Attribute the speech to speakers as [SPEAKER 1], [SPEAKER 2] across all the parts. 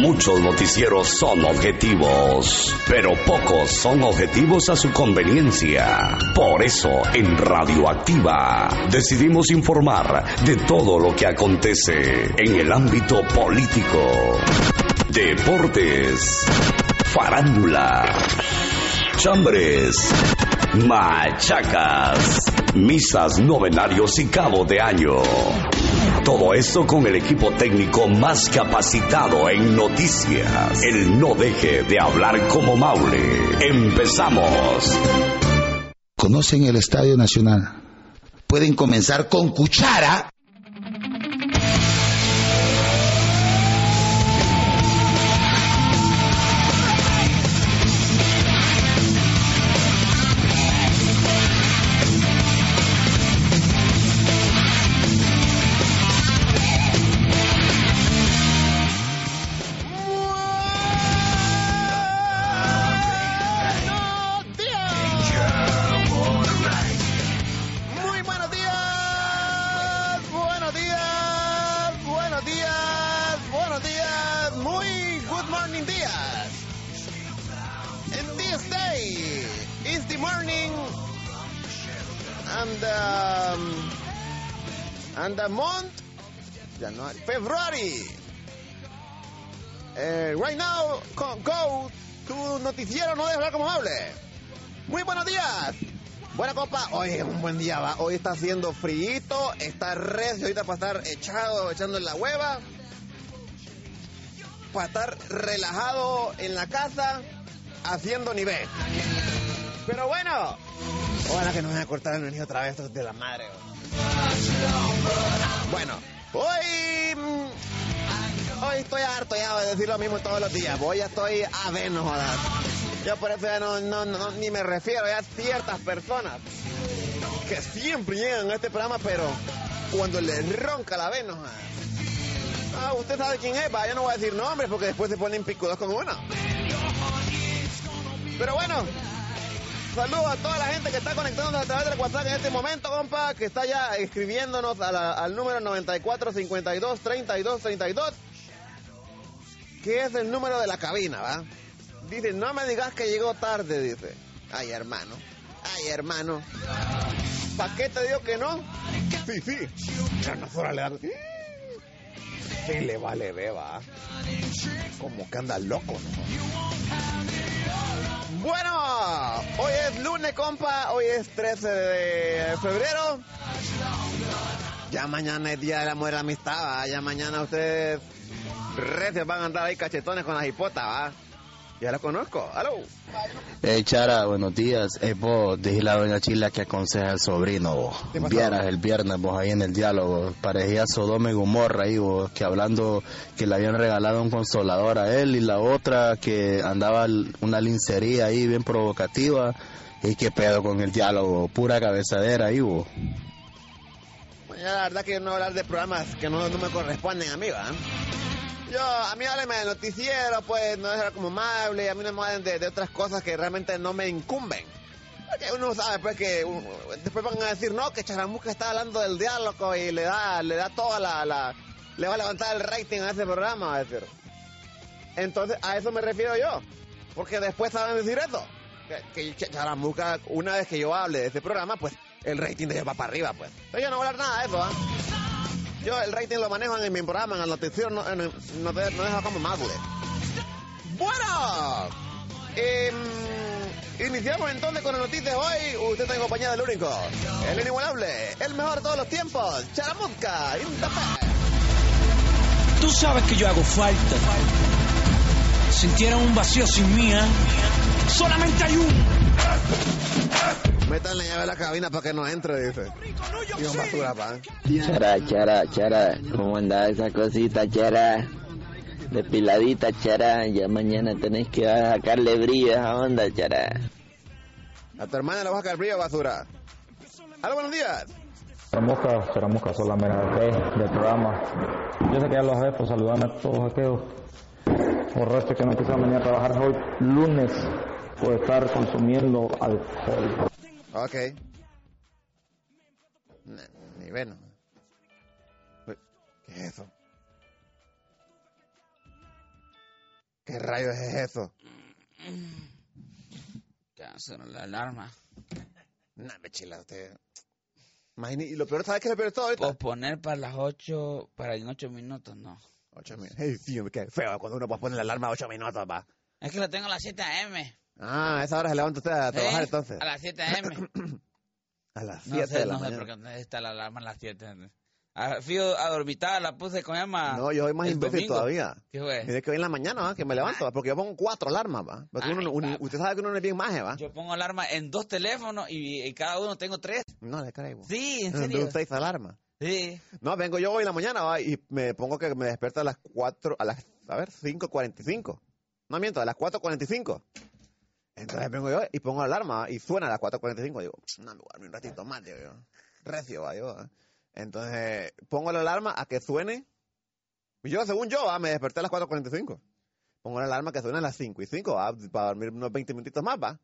[SPEAKER 1] Muchos noticieros son objetivos, pero pocos son objetivos a su conveniencia. Por eso, en Radioactiva, decidimos informar de todo lo que acontece en el ámbito político, deportes, farándula, chambres, machacas, misas, novenarios y cabo de año. Todo esto con el equipo técnico más capacitado en noticias. El no deje de hablar como Maule. Empezamos.
[SPEAKER 2] Conocen el Estadio Nacional. Pueden comenzar con cuchara.
[SPEAKER 3] Buenos días, buenos días, buenos días, muy good morning días. And this day is the morning and um, and the month January, February. Eh, right now, co- go to noticiero no deja hablar como hable. Muy buenos días. Buena copa, hoy es un buen día, va. Hoy está haciendo frío, está recio ahorita para estar echado, echando en la hueva. Para estar relajado en la casa, haciendo nivel. Pero bueno, ojalá que no me van a cortar el niño otra vez estos de la madre. va. Bueno, hoy. mm, Hoy estoy harto ya de decir lo mismo todos los días. Hoy ya estoy a no jodas. Yo por eso ya no, no, no, ni me refiero ya a ciertas personas que siempre llegan a este programa, pero cuando le ronca la vena. jodas. Ah, usted sabe quién es, va. Yo no voy a decir nombres porque después se ponen picudos con uno. Pero bueno, Saludos a toda la gente que está conectándonos a través del WhatsApp en este momento, compa, que está ya escribiéndonos a la- al número 9452-3232, que es el número de la cabina, ¿va? Dice, no me digas que llegó tarde, dice. Ay, hermano. Ay, hermano. ¿Para qué te digo que no? Sí, sí. Ya no fuera le da- Sí, ¡Eh! le vale, beba. Como que anda loco, ¿no? Bueno, hoy es lunes, compa. Hoy es 13 de febrero. Ya mañana es día del amor y la amistad, ¿va? Ya mañana ustedes recios van a andar ahí cachetones con las hipotas, ¿va? Ya lo conozco. ¡Aló!
[SPEAKER 4] Hey Chara, buenos días. Eh, vos, dije la doña Chila que aconseja al sobrino, vos.
[SPEAKER 3] ¿Qué pasó?
[SPEAKER 4] Vieras el viernes, vos, ahí en el diálogo. Parecía Sodoma y Gomorra ahí, vos, que hablando que le habían regalado un consolador a él y la otra que andaba l- una lincería ahí bien provocativa. Y qué pedo con el diálogo, pura cabezadera ahí, vos.
[SPEAKER 3] Bueno, ya la verdad que Pues yo no voy a hablar de programas que no, no me corresponden a mí, ¿va? Yo, a mí hábleme de noticiero, pues, no es como amable, a mí no me hablen de, de otras cosas que realmente no me incumben. Porque uno sabe, pues, que un- después van a decir, no, que Charamusca está hablando del diálogo y le da, le da toda la, la- le va a levantar el rating a ese programa, va a decir. Entonces, a eso me refiero yo. Porque después saben decir eso. Que, que Charamusca, una vez que yo hable de ese programa, pues el rating de ellos va para arriba, pues. Pero yo no voy a hablar nada de eso, ¿ah? Yo el rating lo manejo en mi programa, en la noticiero, no, en- no, te- no dejo como madre. Bueno, em, iniciamos entonces con las noticias de hoy. Usted está en compañía del único, el inigualable, el mejor de todos los tiempos, Charamusca, in the back.
[SPEAKER 5] Tú sabes que yo hago falta. Sintieron un vacío sin mí, ¿eh? Solamente hay un.
[SPEAKER 3] Metan la llave a la cabina para que no entre, dice. Y un basura, pa. ¿eh?
[SPEAKER 6] Chara, chara, chara, ¿cómo anda esa cosita, chara?
[SPEAKER 7] Depiladita, chará. Ya mañana tenés que sacarle brillo a esa onda, chará.
[SPEAKER 3] A tu hermana le vas a sacar brillo, basura. Hola, buenos días.
[SPEAKER 4] Será mosca, será mosca, son la mera fe del programa. Yo sé que ya los ves, pues saludame a todos aquellos borrachos que no quisieron venir a trabajar hoy, lunes, por estar consumiendo alcohol.
[SPEAKER 3] Ok. Nah, Y bueno. Uy, ¿Qué es eso? ¿Qué rayos es eso?
[SPEAKER 5] Ya sonó la alarma.
[SPEAKER 3] Nah, me chila usted. Imagínate, y lo peor, ¿sabes qué es lo peor de todo ahorita?
[SPEAKER 5] Posponer para las 8, para en 8 minutos, no.
[SPEAKER 3] Ocho minutos. Hey, tío, qué feo Ah, cuando uno pone la alarma a ocho minutos, pa.
[SPEAKER 5] Es que lo tengo a las 7 a.m.
[SPEAKER 3] Ah, a esa hora se levanta usted a trabajar
[SPEAKER 5] ¿eh?
[SPEAKER 3] entonces.
[SPEAKER 5] A las 7 a.m.
[SPEAKER 3] A las
[SPEAKER 5] No
[SPEAKER 3] 7
[SPEAKER 5] sé,
[SPEAKER 3] de la
[SPEAKER 5] no sé
[SPEAKER 3] mañana.
[SPEAKER 5] por qué está la alarma a las 7. Ah, Fui adormitada, la puse con Emma.
[SPEAKER 3] No, yo soy más
[SPEAKER 5] el
[SPEAKER 3] imbécil
[SPEAKER 5] domingo.
[SPEAKER 3] todavía.
[SPEAKER 5] ¿Qué fue?
[SPEAKER 3] Mire que hoy en la mañana, ¿va? que me levanto, ¿va? porque yo pongo cuatro alarmas, ¿va? Porque
[SPEAKER 5] Ay,
[SPEAKER 3] uno, no- uno-
[SPEAKER 5] papá.
[SPEAKER 3] usted sabe que uno no es bien maje, ¿va?
[SPEAKER 5] Yo pongo alarma en dos teléfonos y, y cada uno tengo tres.
[SPEAKER 3] No, le creo.
[SPEAKER 5] Sí, en
[SPEAKER 3] no,
[SPEAKER 5] serio.
[SPEAKER 3] no usáis alarma.
[SPEAKER 5] Sí.
[SPEAKER 3] No, vengo yo hoy en la mañana, ¿va? Y me pongo que me despierto a las cuatro, a las, a ver, 5.45. No miento, a las 4.45. Entonces vengo yo y pongo alarma ¿va? y suena a las 4.45. Digo, no, me voy a dormir un ratito más, digo yo. Recio, ¿va? Digo, ¿va? Entonces pongo la alarma a que suene. Y yo, según yo, ¿va? me desperté a las 4.45. Pongo la alarma que suena a las 5 y 5, ¿va? para dormir unos 20 minutitos más, va.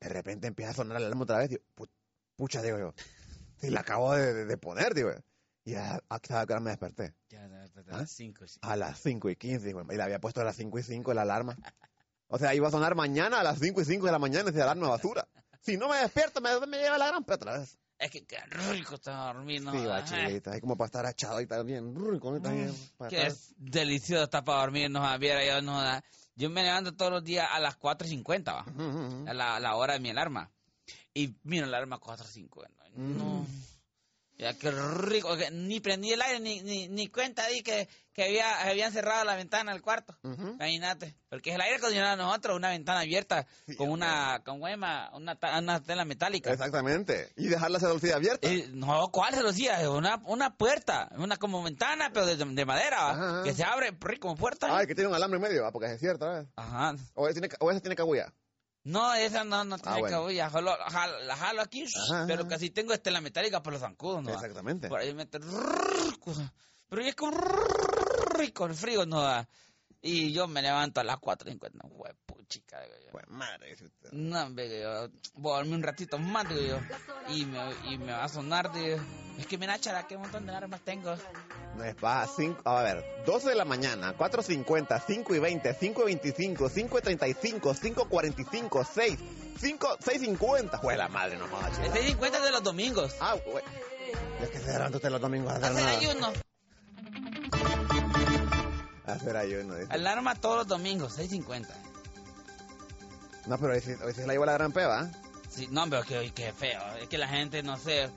[SPEAKER 3] De repente empieza a sonar la alarma otra vez, digo, "Pu- pucha, digo yo. Y la acabo de, de- de poner, digo. Y a, a, ¿sabes a qué hora me desperté.
[SPEAKER 5] Ya, a
[SPEAKER 3] ¿Ah?
[SPEAKER 5] las 5. Sí.
[SPEAKER 3] A las 5 y 15, digo, y le había puesto a las 5 y 5 la alarma. O sea, iba a sonar mañana a las 5 y 5 de la mañana esa alarma de basura. Si no me despierto, me, me lleva la gran otra vez.
[SPEAKER 5] Es que qué rico está ¿eh? dormir, ¿no?
[SPEAKER 3] sí, va,
[SPEAKER 5] Ajá.
[SPEAKER 3] chilita. Es como para estar achado y también. brr, como también para
[SPEAKER 5] Qué
[SPEAKER 3] estar-
[SPEAKER 5] es delicioso está para dormir, no Javier, yo no da- Yo me levanto todos los días a las 4.50, va,
[SPEAKER 3] Ujú, ujú.
[SPEAKER 5] a la, a la hora de mi alarma. Y miro la alarma 4.50.
[SPEAKER 3] Mm.
[SPEAKER 5] No. Ya qué rico, que ni prendí el aire, ni, ni, ni cuenta di que, que había, habían cerrado la ventana del cuarto.
[SPEAKER 3] Ujú.
[SPEAKER 5] Imagínate, porque es el aire acondicionado de nosotros, una ventana abierta con una con una, una, ta- una tela metálica.
[SPEAKER 3] Exactamente. Y dejar la celosía abierta.
[SPEAKER 5] Eh, no, ¿cuál se lo hacía? Una, una puerta, una como ventana, pero de, de madera, ¿va?
[SPEAKER 3] Ajá.
[SPEAKER 5] que se abre pri, como puerta.
[SPEAKER 3] Ay, que tiene un alambre en medio, ¿va? porque es cierto, ¿ves?
[SPEAKER 5] Ajá.
[SPEAKER 3] O esa tiene, o esa tiene cabulla.
[SPEAKER 5] No, esa no, no tiene
[SPEAKER 3] Ah, bueno.
[SPEAKER 5] cabulla, jalo- jalo- la jalo aquí,
[SPEAKER 3] Ajá,
[SPEAKER 5] pero
[SPEAKER 3] ajá.
[SPEAKER 5] casi tengo estela metálica por los zancudos, ¿no? va?
[SPEAKER 3] Exactamente.
[SPEAKER 5] Por ahí me meto rico, pero es como rico el frío, ¿no? va? Y yo me levanto a las 4.50, huevo, chica, digo yo.
[SPEAKER 3] Pues madre, dice usted.
[SPEAKER 5] No, hombre, digo yo, voy a dormir un ratito más, digo yo. Y me, y me va a sonar, digo. Es que mira, chara, qué montón de armas tengo. Este
[SPEAKER 3] No es paja, Pues cinco- a ver, 12 de la mañana, 4.50, 5 y 20, 5 y 25, 5 y 35, 5 y 45, 6, 5, 6 y 50. Jue la madre, no jodas,
[SPEAKER 5] El
[SPEAKER 3] chela.
[SPEAKER 5] 650 de los domingos.
[SPEAKER 3] Ah, güey. Es que se levanta usted los domingos a hacer
[SPEAKER 5] Hacer
[SPEAKER 3] nada.
[SPEAKER 5] ayuno.
[SPEAKER 3] A hacer ayuno, dice.
[SPEAKER 5] Alarma todos los domingos, 650.
[SPEAKER 3] No, pero hoy sí, hoy sí la llevo la gran peba.
[SPEAKER 5] Sí, no, pero que, que feo. Es que la gente, no sé,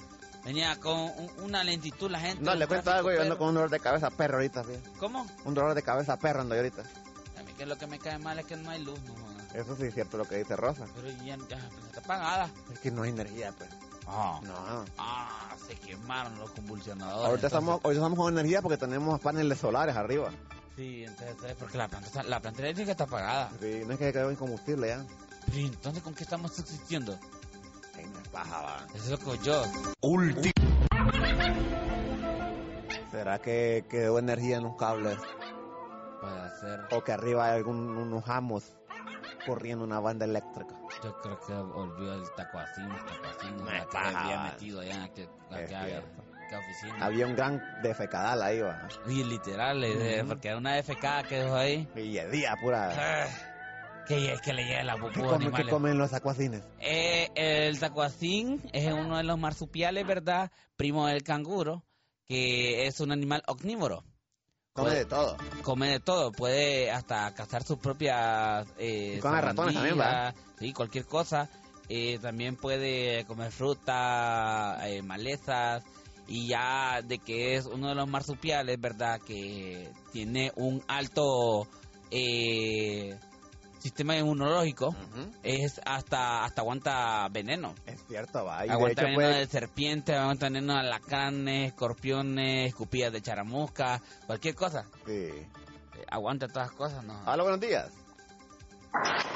[SPEAKER 5] venía con un- una lentitud la gente.
[SPEAKER 3] No, le
[SPEAKER 5] un
[SPEAKER 3] cuento
[SPEAKER 5] tráfico,
[SPEAKER 3] algo, yo ando
[SPEAKER 5] pero-
[SPEAKER 3] con un dolor de cabeza perro ahorita, fíjate.
[SPEAKER 5] ¿Cómo?
[SPEAKER 3] Un dolor de cabeza perro ando yo ahorita.
[SPEAKER 5] A mí que lo que me cae mal es que no hay luz, no. joda.
[SPEAKER 3] Eso sí es cierto lo que dice Rosa.
[SPEAKER 5] Pero ya, ya pues, está apagada.
[SPEAKER 3] Es que no hay energía, pues.
[SPEAKER 5] Ah.
[SPEAKER 3] No.
[SPEAKER 5] Ah, se quemaron los convulsionadores.
[SPEAKER 3] Ahorita
[SPEAKER 5] entonces.
[SPEAKER 3] estamos, ahorita estamos con energía porque tenemos paneles solares arriba.
[SPEAKER 5] Sí, entonces, ¿sabes? porque la planta, está- la planta eléctrica está apagada.
[SPEAKER 3] Sí, no es que quedó incombustible ya.
[SPEAKER 5] Pero ¿y entonces, ¿con qué estamos subsistiendo?
[SPEAKER 3] Ay, no es paja, va.
[SPEAKER 5] Eso es lo que yo.
[SPEAKER 1] Último.
[SPEAKER 3] ¿Será que quedó energía en los cables?
[SPEAKER 5] Para hacer,
[SPEAKER 3] ¿O que arriba hay algún, unos amos corriendo una banda eléctrica?
[SPEAKER 5] yo creo que volvió el tacuacín, el tacuacín,
[SPEAKER 3] No
[SPEAKER 5] la
[SPEAKER 3] es
[SPEAKER 5] que
[SPEAKER 3] paja,
[SPEAKER 5] había
[SPEAKER 3] vale.
[SPEAKER 5] metido allá en aquel-
[SPEAKER 3] Es
[SPEAKER 5] aquella-
[SPEAKER 3] cierto.
[SPEAKER 5] aquella oficina.
[SPEAKER 3] Había un gran defecadal ahí, va.
[SPEAKER 5] Y literal, le dije,
[SPEAKER 3] Ujú.
[SPEAKER 5] porque era una defecada que dejó ahí.
[SPEAKER 3] Y el día pura.
[SPEAKER 5] Que es que le llega la
[SPEAKER 3] Ah. ¿Qué
[SPEAKER 5] pupú
[SPEAKER 3] comen, qué
[SPEAKER 5] Ah. animales.
[SPEAKER 3] comen los acuacines?
[SPEAKER 5] Eh, el tacuacín es uno de los marsupiales, ¿verdad? Primo del canguro, que es un animal omnívoro.
[SPEAKER 3] Come
[SPEAKER 5] Pues-
[SPEAKER 3] de todo.
[SPEAKER 5] come de todo, puede hasta cazar sus propias... Eh,
[SPEAKER 3] Y come ratones también, ¿verdad?
[SPEAKER 5] sabandijas, Sí, cualquier cosa. Eh, también puede comer fruta, eh, malezas, y ya de que es uno de los marsupiales, ¿verdad? Que tiene un alto eh, sistema inmunológico,
[SPEAKER 3] Ujú.
[SPEAKER 5] es hasta, hasta aguanta veneno.
[SPEAKER 3] Es cierto, va. Y de
[SPEAKER 5] Aguanta
[SPEAKER 3] hecho,
[SPEAKER 5] veneno
[SPEAKER 3] puede,
[SPEAKER 5] de serpiente, aguanta veneno de alacranes, escorpiones, escupidas de charamusca, cualquier cosa.
[SPEAKER 3] sí.
[SPEAKER 5] Eh, aguanta todas las cosas, ¿no?
[SPEAKER 3] Hola, buenos días.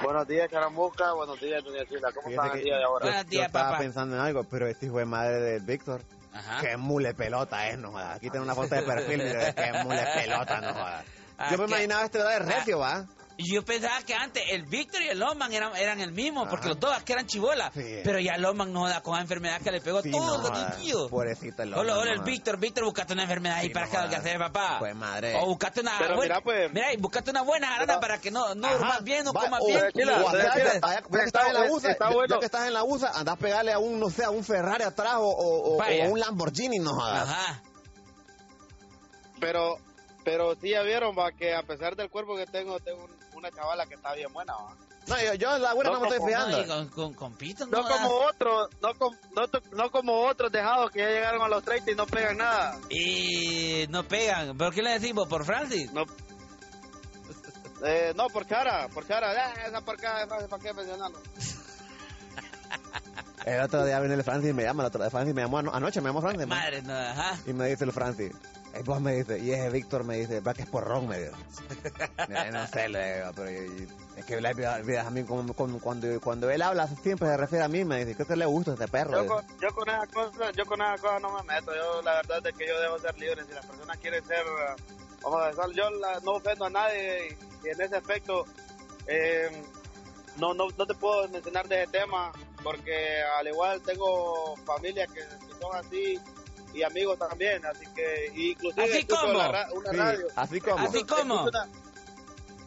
[SPEAKER 8] Buenos días, Caramusca. Buenos días, Doña Chila. ¿Cómo
[SPEAKER 3] Fíjese
[SPEAKER 8] están el
[SPEAKER 3] que
[SPEAKER 8] día de ahora?
[SPEAKER 3] yo-
[SPEAKER 5] Buenos
[SPEAKER 3] yo
[SPEAKER 5] días,
[SPEAKER 3] estaba
[SPEAKER 5] papá.
[SPEAKER 3] pensando en algo, pero este hijo de madre de Víctor,
[SPEAKER 5] Ajá.
[SPEAKER 3] qué mule pelota es, no jodas. Aquí tiene una foto de perfil, mira, qué mule pelota, no jodas.
[SPEAKER 5] Ah,
[SPEAKER 3] Yo me
[SPEAKER 5] qué- ah,
[SPEAKER 3] imaginaba este lado de recio, va.
[SPEAKER 5] Yo pensaba que antes el Víctor y el Loman eran, eran el mismo, porque
[SPEAKER 3] Ajá.
[SPEAKER 5] los dos que eran chibolas.
[SPEAKER 3] Sí.
[SPEAKER 5] Pero ya Loman no da con la enfermedad que le pegó
[SPEAKER 3] Sí,
[SPEAKER 5] todo
[SPEAKER 3] no jodas,
[SPEAKER 5] el tío.
[SPEAKER 3] Pobrecito el
[SPEAKER 5] Hola,
[SPEAKER 3] hombre,
[SPEAKER 5] hola,
[SPEAKER 3] no
[SPEAKER 5] el
[SPEAKER 3] jodas.
[SPEAKER 5] Víctor, Víctor, buscate una enfermedad ahí
[SPEAKER 3] Sí,
[SPEAKER 5] para
[SPEAKER 3] no
[SPEAKER 5] que
[SPEAKER 3] jodas.
[SPEAKER 5] lo que hacer, papá.
[SPEAKER 3] Pues madre.
[SPEAKER 5] O buscate una
[SPEAKER 8] Pero
[SPEAKER 5] buena.
[SPEAKER 8] mira, pues-
[SPEAKER 5] mira, y buscate una buena arana para que no, no
[SPEAKER 3] Ajá.
[SPEAKER 5] durmas bien, no
[SPEAKER 3] Va,
[SPEAKER 5] comas
[SPEAKER 3] o-
[SPEAKER 5] bien.
[SPEAKER 8] Doña Chila,
[SPEAKER 3] o
[SPEAKER 8] Doña
[SPEAKER 3] andate-
[SPEAKER 8] Chila,
[SPEAKER 3] allá- ya que estás en la
[SPEAKER 8] está-
[SPEAKER 3] USA,
[SPEAKER 8] está
[SPEAKER 3] ya- ya
[SPEAKER 8] bueno.
[SPEAKER 3] que estás en la USA, andás a pegarle a un, no sé, a un Ferrari atrás o, o, o-
[SPEAKER 5] Vaya.
[SPEAKER 3] o un Lamborghini, no jodas.
[SPEAKER 5] Ajá.
[SPEAKER 8] Pero, pero sí ya vieron, va, que a pesar del cuerpo que tengo, tengo un- una chavala que está bien buena, va.
[SPEAKER 3] No, yo, yo en la güera no,
[SPEAKER 8] No,
[SPEAKER 3] me estoy
[SPEAKER 8] como
[SPEAKER 5] No, y
[SPEAKER 3] fijando.
[SPEAKER 5] con, con, con pito,
[SPEAKER 8] No
[SPEAKER 5] no da.
[SPEAKER 8] como otros, no, com- no, to- no como otros dejados que ya llegaron a los 30 y no pegan nada.
[SPEAKER 5] Y no pegan. ¿Por qué le decimos? ¿Por Francis?
[SPEAKER 8] No, eh, no por cara, por cara. Ah, esa por cara, ¿para qué mencionarlo?
[SPEAKER 3] El otro día viene el Francis y me llama, el otro día Francis me llamó ano- anoche, me llamó Francis. man.
[SPEAKER 5] Madre, no, ajá.
[SPEAKER 3] Y me dice el Francis, el vos me dice, y ese Víctor me dice, va que es porrón, me dice. Mira, no sé, le digo, pero yo- yo- es que la vida- vida a mí como- como- cuando, cuando él habla siempre se refiere a mí, me dice, creo que le gusta este perro.
[SPEAKER 8] Yo
[SPEAKER 3] dice.
[SPEAKER 8] con, yo con esas cosas, yo con esas cosas no me meto. Yo la verdad es que yo debo ser libre. Si las personas quieren ser eh, ojos de sal, yo la- no ofendo a nadie y, y en ese aspecto eh, no, no, no te puedo mencionar de ese tema porque al igual tengo familias que, que son así y amigos también, así que inclusive
[SPEAKER 5] Así
[SPEAKER 8] escucho
[SPEAKER 5] como.
[SPEAKER 8] la ra- una
[SPEAKER 3] Sí,
[SPEAKER 8] radio
[SPEAKER 3] así como.
[SPEAKER 5] Así como.
[SPEAKER 8] Escucho una-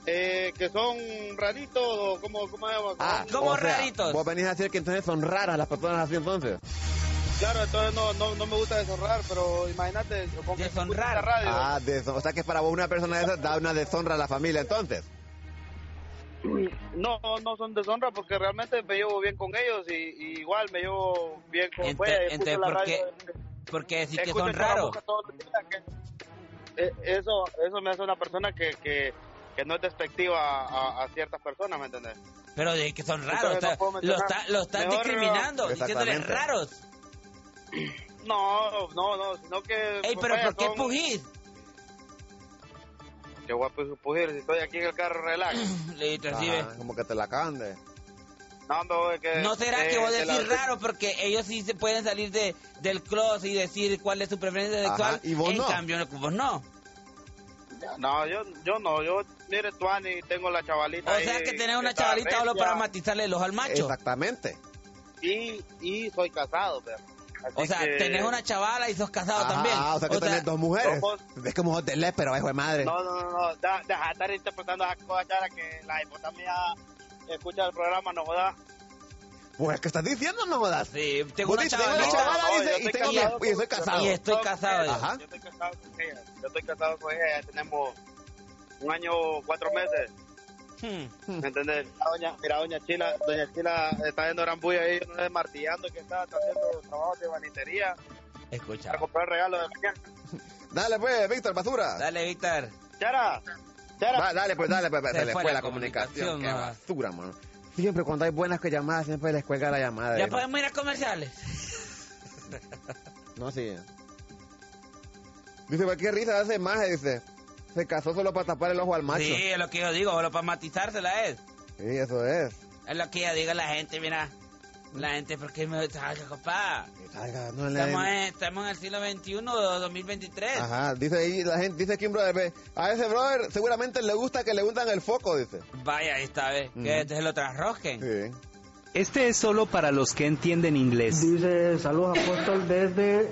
[SPEAKER 8] eh, que son raritos o como cómo se llama?
[SPEAKER 3] Ah,
[SPEAKER 8] Son-
[SPEAKER 5] como
[SPEAKER 3] o sea,
[SPEAKER 5] raritos.
[SPEAKER 3] Vos venís a decir que entonces son raras las personas así entonces.
[SPEAKER 8] Claro, entonces no, no, no me gusta deshonrar, pero imagínate, con que
[SPEAKER 5] Deshonrar.
[SPEAKER 8] escucho esta radio.
[SPEAKER 3] Ah, de- o sea que para vos una persona de esas da una deshonra a la familia entonces.
[SPEAKER 8] No, no son deshonra porque realmente me llevo bien con ellos y, y igual me llevo bien con
[SPEAKER 5] Ente-
[SPEAKER 8] Vaya,
[SPEAKER 5] ente,
[SPEAKER 8] escucho la
[SPEAKER 5] ¿por qué?
[SPEAKER 8] radio,
[SPEAKER 5] Porque decir que
[SPEAKER 8] escucho
[SPEAKER 5] son
[SPEAKER 8] el programa
[SPEAKER 5] raros.
[SPEAKER 8] todos los días, que- eh, eso, eso me hace una persona que, que, que no es despectiva a, a- a ciertas personas, ¿me entendés?
[SPEAKER 5] Pero de que son raros.
[SPEAKER 8] Entonces
[SPEAKER 5] o sea,
[SPEAKER 8] no puedo
[SPEAKER 5] lo,
[SPEAKER 8] mencionar.
[SPEAKER 5] está, lo están
[SPEAKER 8] Mejor no.
[SPEAKER 5] discriminando, diciéndoles
[SPEAKER 3] Exactamente.
[SPEAKER 5] raros.
[SPEAKER 8] No, no, no, sino que...
[SPEAKER 5] Ey, pero
[SPEAKER 8] vaya,
[SPEAKER 5] ¿por qué
[SPEAKER 8] son-
[SPEAKER 5] pugir?
[SPEAKER 8] Qué guapo es Pujir, si estoy aquí en el carro, relax.
[SPEAKER 5] Le recibe.
[SPEAKER 3] Ajá, Ah, como que te la acaban de.
[SPEAKER 8] No, hombre, Ah, que-
[SPEAKER 5] ¿No será
[SPEAKER 8] eh,
[SPEAKER 5] que vos
[SPEAKER 8] de la-
[SPEAKER 5] decís raro? Porque ellos sí se pueden salir de, del closet y decir cuál es su preferencia sexual.
[SPEAKER 3] y vos
[SPEAKER 5] en
[SPEAKER 3] no.
[SPEAKER 5] cambio, vos no.
[SPEAKER 8] No, yo, yo no, yo, mire, Tuani, tengo la chavalita
[SPEAKER 5] O
[SPEAKER 8] ahí,
[SPEAKER 5] sea que tenés una
[SPEAKER 8] está
[SPEAKER 5] chavalita solo
[SPEAKER 8] recia.
[SPEAKER 5] para matizarle los al macho.
[SPEAKER 3] Exactamente.
[SPEAKER 8] y, y soy casado, perro. Así
[SPEAKER 5] O sea,
[SPEAKER 8] que-
[SPEAKER 5] tenés una chavala y sos casado
[SPEAKER 3] Ajá,
[SPEAKER 5] Ah, también.
[SPEAKER 3] Ah, o sea que tenés dos mujeres.
[SPEAKER 8] Somos-
[SPEAKER 3] Es como un hotel, ¿eh? pero hijo de madre.
[SPEAKER 8] No, no, no, no, da- deja de estar interpretando esas cosas, cara, que la hipotamia escucha el programa, no joda.
[SPEAKER 3] Pues que estás diciendo, no jodas.
[SPEAKER 5] Sí, tengo
[SPEAKER 3] Vos
[SPEAKER 5] una
[SPEAKER 3] dices, tengo una
[SPEAKER 5] chavalita.
[SPEAKER 3] chavala,
[SPEAKER 8] No,
[SPEAKER 3] dice,
[SPEAKER 8] yo
[SPEAKER 3] y,
[SPEAKER 8] estoy
[SPEAKER 3] tengo mi-
[SPEAKER 8] casado.
[SPEAKER 3] y soy casado.
[SPEAKER 5] Y estoy casado.
[SPEAKER 3] eh, Ajá.
[SPEAKER 8] Yo estoy casado con ella, yo estoy casado con ella, ya tenemos un año, cuatro meses,
[SPEAKER 5] Hmm.
[SPEAKER 8] ¿me entiendes? La doña, mira, doña Chila, doña Chila está haciendo gran bulla ahí, no es martillando, que está haciendo trabajos de banitería
[SPEAKER 5] Escucha.
[SPEAKER 8] para comprar regalos de mañana.
[SPEAKER 3] Dale, pues, Víctor, basura.
[SPEAKER 5] Dale, Víctor.
[SPEAKER 8] Chara, Chara,
[SPEAKER 3] Va, dale, pues, dale, pues,
[SPEAKER 5] Se
[SPEAKER 3] se le
[SPEAKER 5] fue
[SPEAKER 3] fue
[SPEAKER 5] la
[SPEAKER 3] la comunicación.
[SPEAKER 5] comunicación,
[SPEAKER 3] Qué
[SPEAKER 5] mamá.
[SPEAKER 3] basura, mano. Siempre cuando hay buenas que llamadas, siempre les cuelga la llamada.
[SPEAKER 5] Ya
[SPEAKER 3] ¿eh?
[SPEAKER 5] podemos ir a comerciales.
[SPEAKER 3] No, sí. Dice, cualquier risa hace más, dice. Se casó solo para tapar el ojo al macho.
[SPEAKER 5] Sí, es lo que yo digo, solo para matizársela es.
[SPEAKER 3] Sí, eso es.
[SPEAKER 5] Es lo que yo digo a la gente, mira. La gente, ¿por qué me salga, compa?
[SPEAKER 3] Salga, no le
[SPEAKER 5] Estamos en, estamos en el siglo XXI, o 2023.
[SPEAKER 3] Ajá, dice ahí la gente, dice Kim Brother, ve, a ese brother seguramente le gusta que le hundan el foco, dice.
[SPEAKER 5] Vaya, esta vez,
[SPEAKER 3] Ujú.
[SPEAKER 5] que este se lo trasrosquen.
[SPEAKER 3] Sí.
[SPEAKER 9] Este es solo para los que entienden inglés.
[SPEAKER 10] Dice saludos apóstol desde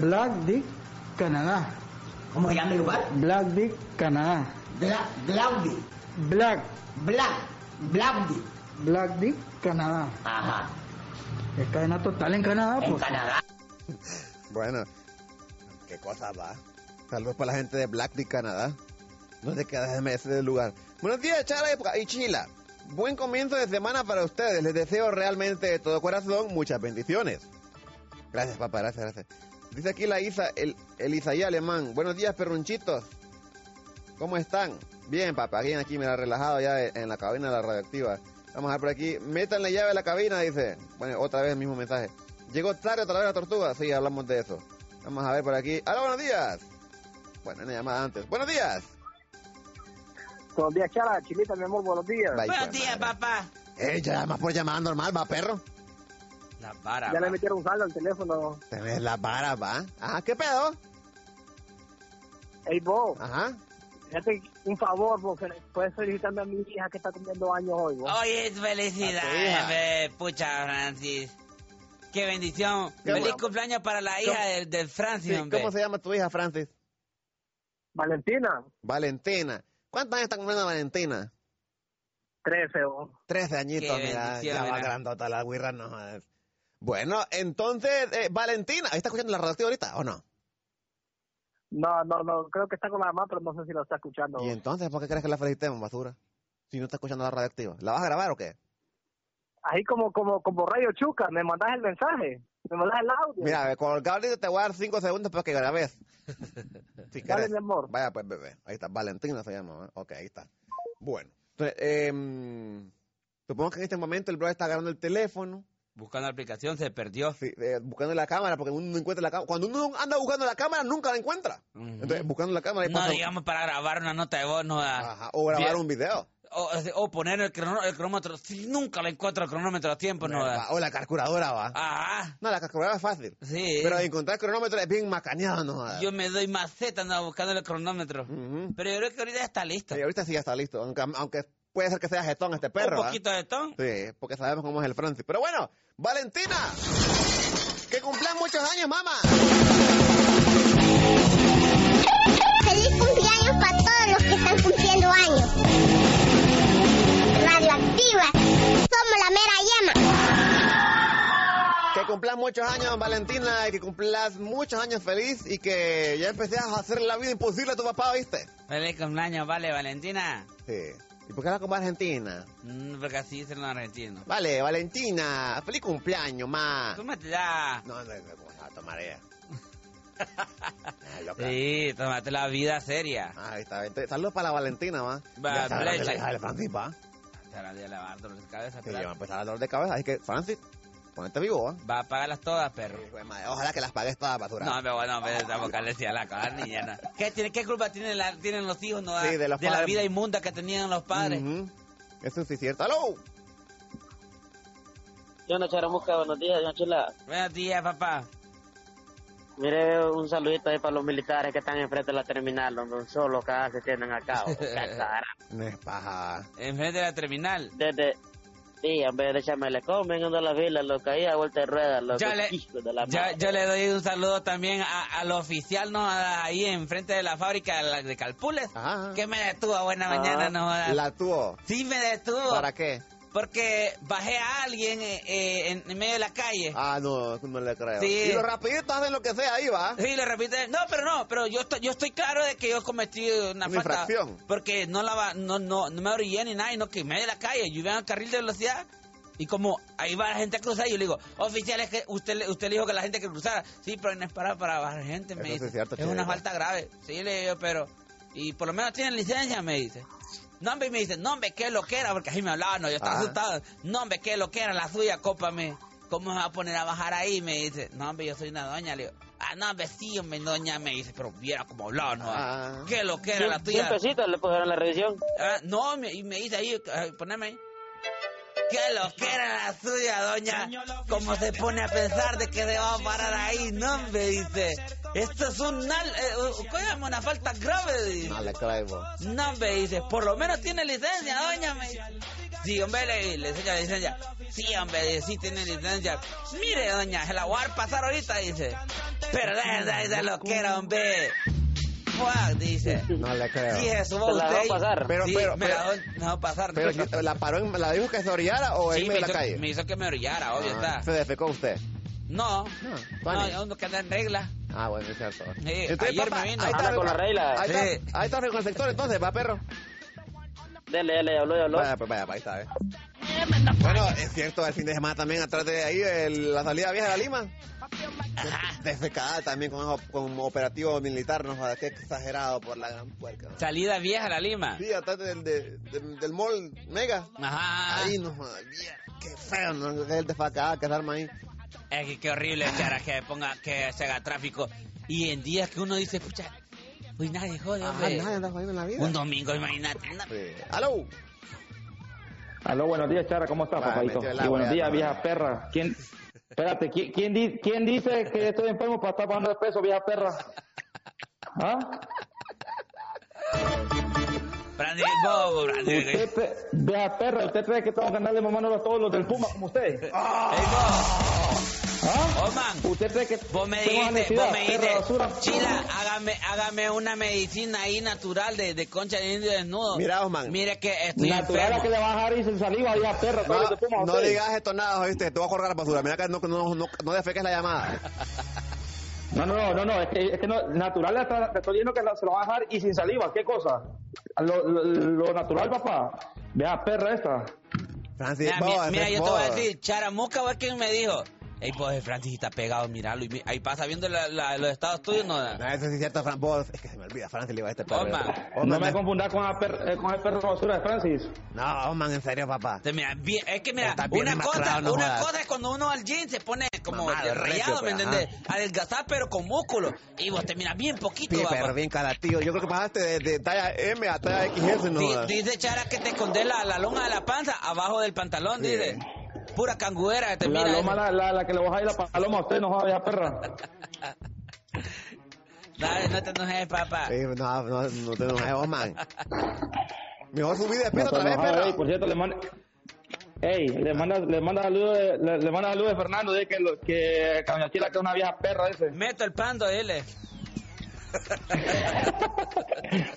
[SPEAKER 10] Black Dick, Canadá.
[SPEAKER 7] ¿Cómo se llama el lugar?
[SPEAKER 10] Black Dick, Canadá.
[SPEAKER 7] Bla Blaudi.
[SPEAKER 10] Black,
[SPEAKER 7] Black. Blaudi.
[SPEAKER 10] Black Dick, Canadá.
[SPEAKER 7] Ajá.
[SPEAKER 10] Es cadena total en Canadá,
[SPEAKER 7] En
[SPEAKER 10] pues.
[SPEAKER 7] Canadá.
[SPEAKER 3] Bueno, qué cosa va. Saludos para la gente de Black de Canadá. No te quedas en ese lugar. Buenos días, Chara y Chila. Buen comienzo de semana para ustedes. Les deseo realmente de todo corazón muchas bendiciones. Gracias, papá, gracias, gracias. Dice aquí la Isa, el, el Isaí Alemán. Buenos días, perrunchitos. ¿Cómo están? Bien, papá. Bien, aquí me la relajado ya en la cabina de la radioactiva. Vamos a ver por aquí. Metan la llave a la cabina, dice. Bueno, otra vez el mismo mensaje. Llegó tarde otra vez la tortuga. Sí, hablamos de eso. Vamos a ver por aquí. Hola, buenos días. Bueno, una llamada antes. Buenos días.
[SPEAKER 11] Buenos días, Chara. Chilita, mi amor, buenos días.
[SPEAKER 5] Buenos días, papá.
[SPEAKER 3] Eh, pues. ya llamas por llamada normal, va, perro.
[SPEAKER 5] La vara.
[SPEAKER 11] ya
[SPEAKER 5] va.
[SPEAKER 11] le metieron saldo al teléfono.
[SPEAKER 3] Tenés la vara, va. Ajá, Ah, ¿qué pedo?
[SPEAKER 11] Ey, Bo,
[SPEAKER 3] Ajá.
[SPEAKER 11] fíjate, un favor, vos, puedes felicitarme a mi hija que está cumpliendo años hoy, vos.
[SPEAKER 5] Oye,
[SPEAKER 11] A tu
[SPEAKER 5] felicidades, eh, pucha, Francis. Qué bendición.
[SPEAKER 3] Qué
[SPEAKER 5] Feliz
[SPEAKER 3] bueno.
[SPEAKER 5] cumpleaños para la hija del, del Francis,
[SPEAKER 3] Sí,
[SPEAKER 5] hombre.
[SPEAKER 3] ¿Cómo se llama tu hija, Francis?
[SPEAKER 11] Valentina.
[SPEAKER 3] Valentina. ¿Cuántos años está cumpliendo Valentina?
[SPEAKER 11] Trece, vos.
[SPEAKER 3] Trece añitos,
[SPEAKER 11] Qué
[SPEAKER 3] mira.
[SPEAKER 11] bendición,
[SPEAKER 3] Ya va
[SPEAKER 11] mira.
[SPEAKER 3] grandota la guirra, no jodas. Bueno, entonces, eh, Valentina, ¿ahí está escuchando la radio ahorita o no?
[SPEAKER 11] No, no, no, creo que está con la mamá, pero no sé si lo está escuchando.
[SPEAKER 3] ¿Y entonces por qué crees que la felicitemos, basura? Si no está escuchando la radioactiva. ¿La vas a grabar o qué?
[SPEAKER 11] Ahí como, como, como rayo chuca, me mandas el mensaje, me mandas el audio.
[SPEAKER 3] Mira, con el cable te voy a dar cinco segundos para que grabes. Si
[SPEAKER 11] Dale,
[SPEAKER 3] querés.
[SPEAKER 11] mi amor.
[SPEAKER 3] Vaya pues, bebé. Ahí está. Valentina se llama. ¿eh? Ok, ahí está. Bueno. Entonces, em, supongo que en este momento el brother está agarrando el teléfono.
[SPEAKER 5] Buscando la aplicación, se perdió.
[SPEAKER 3] Sí, eh, buscando la cámara, porque uno no encuentra la cámara. Cuando uno anda buscando la cámara, nunca la encuentra. Entonces, buscando la cámara, ahí
[SPEAKER 5] Mm. No,
[SPEAKER 3] pasa-
[SPEAKER 5] digamos para grabar una nota de voz, no da.
[SPEAKER 3] o grabar un video.
[SPEAKER 5] O, o poner el, crono- el cronómetro. Si nunca le encuentro el cronómetro a tiempo, pues, no eh. da.
[SPEAKER 3] O la Eh, calculadora va.
[SPEAKER 5] Ajá.
[SPEAKER 3] No, la calculadora es fácil.
[SPEAKER 5] Sí.
[SPEAKER 3] Pero encontrar el cronómetro es bien macaneado, no ah. jodas.
[SPEAKER 5] Yo me doy maceta andando buscando el cronómetro. Pero yo creo que ahorita ya está listo.
[SPEAKER 3] Sí, ahorita sí ya está listo. Aunque, aunque puede ser que sea jetón este perro.
[SPEAKER 5] Un
[SPEAKER 3] ¿ah?
[SPEAKER 5] poquito de ton.
[SPEAKER 3] Sí, porque sabemos cómo es el Francis. Pero bueno, Valentina, que cumplan muchos años, mamá.
[SPEAKER 12] Feliz cumpleaños para todos los que están cumpliendo años. Radioactiva, somos la mera yema.
[SPEAKER 3] Que cumplas muchos años, Valentina, y que cumplas muchos años feliz y que ya empecé a hacer la vida imposible a tu papá, ¿viste?
[SPEAKER 5] Feliz cumpleaños, vale, Valentina.
[SPEAKER 3] Sí. ¿Y por qué la como argentina?
[SPEAKER 5] Mm, Porque así dicen los argentinos.
[SPEAKER 3] Vale, Valentina, feliz cumpleaños, ma.
[SPEAKER 5] Tómatela.
[SPEAKER 3] Ah. No, no, no, ¿cómo se la tomaré? Ah, loca.
[SPEAKER 5] Sí, tómate la vida seria.
[SPEAKER 3] Ah, Ahí está. Entonces, Saludos para la Valentina, ma.
[SPEAKER 5] Va,
[SPEAKER 3] Ya está grande
[SPEAKER 5] leche.
[SPEAKER 3] la hija del Francis, va.
[SPEAKER 5] Te van a lavar dolor de cabeza,
[SPEAKER 3] Sí,
[SPEAKER 5] pero
[SPEAKER 3] ya va a empezar el dolor de cabeza. Así que, Francis, ponete vivo, ¿va?
[SPEAKER 5] Va a pagarlas todas, perro.
[SPEAKER 3] Ojalá que las pagues todas, basura.
[SPEAKER 5] No, pero bueno, pero esta boca le decía la cara, niña. no. ¿Qué, tiene, ¿Qué culpa tienen, la- tienen los hijos no,
[SPEAKER 3] Sí, de los
[SPEAKER 5] la
[SPEAKER 3] padres.
[SPEAKER 5] vida inmunda que tenían los padres?
[SPEAKER 3] Ujú. Eso sí es cierto. ¡Aló!
[SPEAKER 13] Yo no Charamusca, buenos días, yo Chila.
[SPEAKER 5] Buenos días, papá.
[SPEAKER 13] Mire, un saludito ahí para los militares que están enfrente de la terminal, donde un solo cada se tienen acá. o cazar.
[SPEAKER 3] No es paja.
[SPEAKER 5] Enfrente de la terminal.
[SPEAKER 13] Desde, sí, en vez de echarme le comen ando a la fila, lo caí a vuelta de rueda, los
[SPEAKER 5] Ya le-
[SPEAKER 13] de la
[SPEAKER 5] Yo,
[SPEAKER 13] madre.
[SPEAKER 5] yo le doy un saludo también a- al oficial, ¿no? A- Ahí enfrente de la fábrica la- de Calpules. Que me detuvo, buena
[SPEAKER 3] Ajá.
[SPEAKER 5] mañana, no jodas.
[SPEAKER 3] Ah, La tuvo.
[SPEAKER 5] Sí, me detuvo.
[SPEAKER 3] ¿Para qué?
[SPEAKER 5] Porque bajé a alguien eh, eh, en, en medio de la calle.
[SPEAKER 3] Ah, no, no le creo.
[SPEAKER 5] Sí.
[SPEAKER 3] Y los rapiditos hacen lo que sea, ahí va.
[SPEAKER 5] Sí, le repite, no, pero no, pero yo estoy, yo estoy claro de que yo cometí una,
[SPEAKER 3] Una
[SPEAKER 5] falta.
[SPEAKER 3] infracción.
[SPEAKER 5] Porque no, la, va- no, no, no me orillé ni nada, y no quemé de la calle. Yo iba en el carril de velocidad y como ahí va la gente a cruzar, yo le digo, oficial, es que usted, le- usted le dijo que la gente que cruzara. Sí, pero no es para, para bajar gente, me
[SPEAKER 3] Eso sí
[SPEAKER 5] dice.
[SPEAKER 3] es cierto,
[SPEAKER 5] es una
[SPEAKER 3] chico.
[SPEAKER 5] falta grave. Sí, le digo, pero... Y por lo menos tienen licencia, me dice. No, hombre, y me dice, no, hombre, qué lo que era, porque así me hablaban, no, yo estaba
[SPEAKER 3] Ajá.
[SPEAKER 5] asustado. No, hombre, qué lo que era, la suya, cópame. ¿Cómo me va a poner a bajar ahí? Me dice, no, hombre, yo soy una doña. Le digo, ah, no, hombre, sí, hombre, doña, me dice, pero viera cómo hablaba, no. Qué lo que era, la
[SPEAKER 13] Cien
[SPEAKER 5] tuya.
[SPEAKER 13] pesitos le pusieron la revisión.
[SPEAKER 5] Ah, no, me- y me dice ahí, eh, poneme ahí. Qué lo que era la suya, doña. Cómo se pone a pensar de que se va a parar ahí, no, me dice. Esto es un, al- eh, eh, ¿cómo llama? una falta grave, dice.
[SPEAKER 3] No le creo. bo.
[SPEAKER 5] No, me dice, por lo menos tiene licencia, doña. Me dice. Sí, hombre, le, le enseña la licencia. Sí, hombre, dice, sí tiene licencia. Mire, doña, se la voy a dar pasar ahorita, dice. Pero deja esa loquera, hombre. Fuck, dice.
[SPEAKER 3] No le creo.
[SPEAKER 5] Sí, eso va usted. ahí.
[SPEAKER 3] Pero,
[SPEAKER 5] Sí,
[SPEAKER 3] pero,
[SPEAKER 5] me
[SPEAKER 3] pero,
[SPEAKER 5] la doy- no va a pasar.
[SPEAKER 3] pero, si- ¿la paró en, la dijo que se orillara o
[SPEAKER 5] Sí,
[SPEAKER 3] en
[SPEAKER 5] me hizo-
[SPEAKER 3] medio de la calle?
[SPEAKER 5] Me hizo que me orillara, obvio
[SPEAKER 3] Ah,
[SPEAKER 5] está.
[SPEAKER 3] Se defecó usted.
[SPEAKER 5] No,
[SPEAKER 3] Fanny.
[SPEAKER 5] no, yo no queda en regla.
[SPEAKER 3] Ah, bueno, es cierto.
[SPEAKER 5] ayer me vino.
[SPEAKER 3] ahí está,
[SPEAKER 5] Anda con la regla.
[SPEAKER 3] Ahí
[SPEAKER 5] Sí.
[SPEAKER 3] está, ahí está con el sector entonces, va, perro.
[SPEAKER 13] Dele, dele, habló, habló.
[SPEAKER 3] Vaya, pues vaya, ahí está, eh. Bueno, es cierto, el fin de semana también atrás de ahí, el- la salida vieja de Lima. Defecada también con, esos- con operativo militar, no jodas, qué exagerado por la gran puerca. ¿no?
[SPEAKER 5] Salida vieja a la Lima.
[SPEAKER 3] Sí, atrás del, de- del, del mall Mega.
[SPEAKER 5] Ajá.
[SPEAKER 3] Ahí no jodas, bien, qué feo, ¿no? El desfacada que se arma ahí.
[SPEAKER 5] Es que qué horrible, Chara, que ponga, que se haga tráfico. Y en días que uno dice, pucha, Uy, nadie jode,
[SPEAKER 3] Ajá,
[SPEAKER 5] hombre.
[SPEAKER 3] nadie anda jodiendo en la vida.
[SPEAKER 5] Un domingo, imagínate. na-
[SPEAKER 3] ¡Aló!
[SPEAKER 4] Aló, buenos días, Chara, ¿cómo estás,
[SPEAKER 3] Ah,
[SPEAKER 4] papadito?
[SPEAKER 3] metió el agua
[SPEAKER 4] Y buenos
[SPEAKER 3] ya,
[SPEAKER 4] días,
[SPEAKER 3] no,
[SPEAKER 4] vieja perra. ¿Quién, espérate, ¿quién, quién, di- quién dice que estoy enfermo para estar bajando de peso, vieja perra? ¿Ah?
[SPEAKER 5] Brandy, bobo, Brandy.
[SPEAKER 4] Usted, pe- vieja perra, ¿usted cree que tengo que andarle mamando a todos los del Puma como usted? ¿Ah?
[SPEAKER 5] Oh, man.
[SPEAKER 4] ¿Usted cree que
[SPEAKER 5] Vos me
[SPEAKER 4] tengo
[SPEAKER 5] dijiste,
[SPEAKER 4] necesidad,
[SPEAKER 5] vos me dijiste,
[SPEAKER 4] perra basura?
[SPEAKER 5] Chila, hágame, hágame una medicina ahí natural de, de concha de indio desnudo.
[SPEAKER 3] Mira, Osman.
[SPEAKER 5] Mire que estoy
[SPEAKER 4] Natural a
[SPEAKER 5] enfermo.
[SPEAKER 4] que le va a dejar y se saliva, vieja perra, todos los del Puma
[SPEAKER 3] No, no
[SPEAKER 4] usted.
[SPEAKER 3] digas detonadas, oíste, te voy a colgar la basura. Mira que no, no, no, no defeques la llamada.
[SPEAKER 4] No, no, no, no, no, es que, es que no, natural hasta- te estoy diciendo que la- se lo va a dejar y sin saliva, ¿qué cosa? Lo, lo- lo natural, papá. Vea, perra esta.
[SPEAKER 3] Francis,
[SPEAKER 5] Pues. Mira, mira,
[SPEAKER 3] vos,
[SPEAKER 5] mira, yo te
[SPEAKER 3] vos.
[SPEAKER 5] voy a decir, Charamuca, ¿ver quién me dijo? Ey, pues Francis está pegado, miralo. Y mi- ahí pasa viendo la- la- los estados tuyos, no.
[SPEAKER 3] No, eso sí es cierto, Fran, vos. Es que se me olvida, Francis le iba a este perro.
[SPEAKER 5] Osman.
[SPEAKER 3] Osman,
[SPEAKER 4] No me confundas con, la per- eh, con el perro basura de Francis.
[SPEAKER 3] No, Osman, en serio, papá.
[SPEAKER 5] Te mira, bien- es que mira,
[SPEAKER 3] Está bien
[SPEAKER 5] una
[SPEAKER 3] demacrado,
[SPEAKER 5] cosa,
[SPEAKER 3] no
[SPEAKER 5] una
[SPEAKER 3] jodas.
[SPEAKER 5] cosa es cuando uno al gym se pone como
[SPEAKER 3] Mamado,
[SPEAKER 5] rayado,
[SPEAKER 3] recio,
[SPEAKER 5] ¿me
[SPEAKER 3] pues,
[SPEAKER 5] entendés? Adelgazar pero con músculo. Y vos te miras bien poquito,
[SPEAKER 3] Sí,
[SPEAKER 5] va, pues.
[SPEAKER 3] pero bien calatío. Yo creo que pasaste de, de talla M a talla XS, no.
[SPEAKER 5] Di-
[SPEAKER 3] jodas.
[SPEAKER 5] Dice Chara que te esconde la, la loma de la panza abajo del pantalón, dice. Pura cangurera, te
[SPEAKER 4] La
[SPEAKER 5] mira.
[SPEAKER 4] loma, la, la, la que le baja ahí la paloma a usted, no joda, vieja perra.
[SPEAKER 5] Dale, no te enojes, papá.
[SPEAKER 3] Sí, no, no, no te enojes, Osman. Mejor subí de
[SPEAKER 4] No
[SPEAKER 3] peso
[SPEAKER 4] está
[SPEAKER 3] otra vez,
[SPEAKER 4] enojado,
[SPEAKER 3] perro.
[SPEAKER 4] ey, por cierto, le manda... Ey, le manda, le manda saludos de, le, le manda saludos de Fernando, de que, lo, que Camiochila que es una vieja perra ese.
[SPEAKER 5] Meto el pando, dile.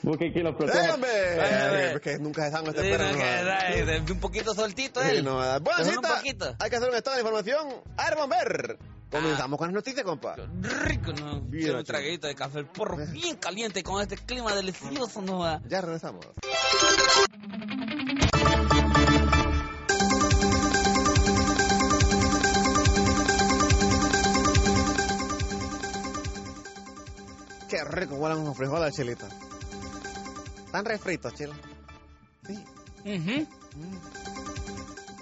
[SPEAKER 4] Busque quien lo
[SPEAKER 3] ¡Eh,
[SPEAKER 4] proteja.
[SPEAKER 3] hombre! Porque nunca se sabe este
[SPEAKER 5] Sí,
[SPEAKER 3] perro.
[SPEAKER 5] no,
[SPEAKER 3] no
[SPEAKER 5] que,
[SPEAKER 3] jodas.
[SPEAKER 5] dale, eh, de- un poquito soltito,
[SPEAKER 3] Sí,
[SPEAKER 5] él.
[SPEAKER 3] no jodas. Bueno, eh,
[SPEAKER 5] Solo un
[SPEAKER 3] cita,
[SPEAKER 5] poquito.
[SPEAKER 3] hay que hacer un estado de información. A ver, bomber. Comenzamos con las noticias, compa.
[SPEAKER 5] Rico, Ah. no.
[SPEAKER 3] Bien,
[SPEAKER 5] Quiero un
[SPEAKER 3] chico.
[SPEAKER 5] traguito de café, porro bien caliente con este clima delicioso, no va.
[SPEAKER 3] Ya regresamos. Qué rico huelen unos frijoles, chilito. Están refritos, chile. Sí.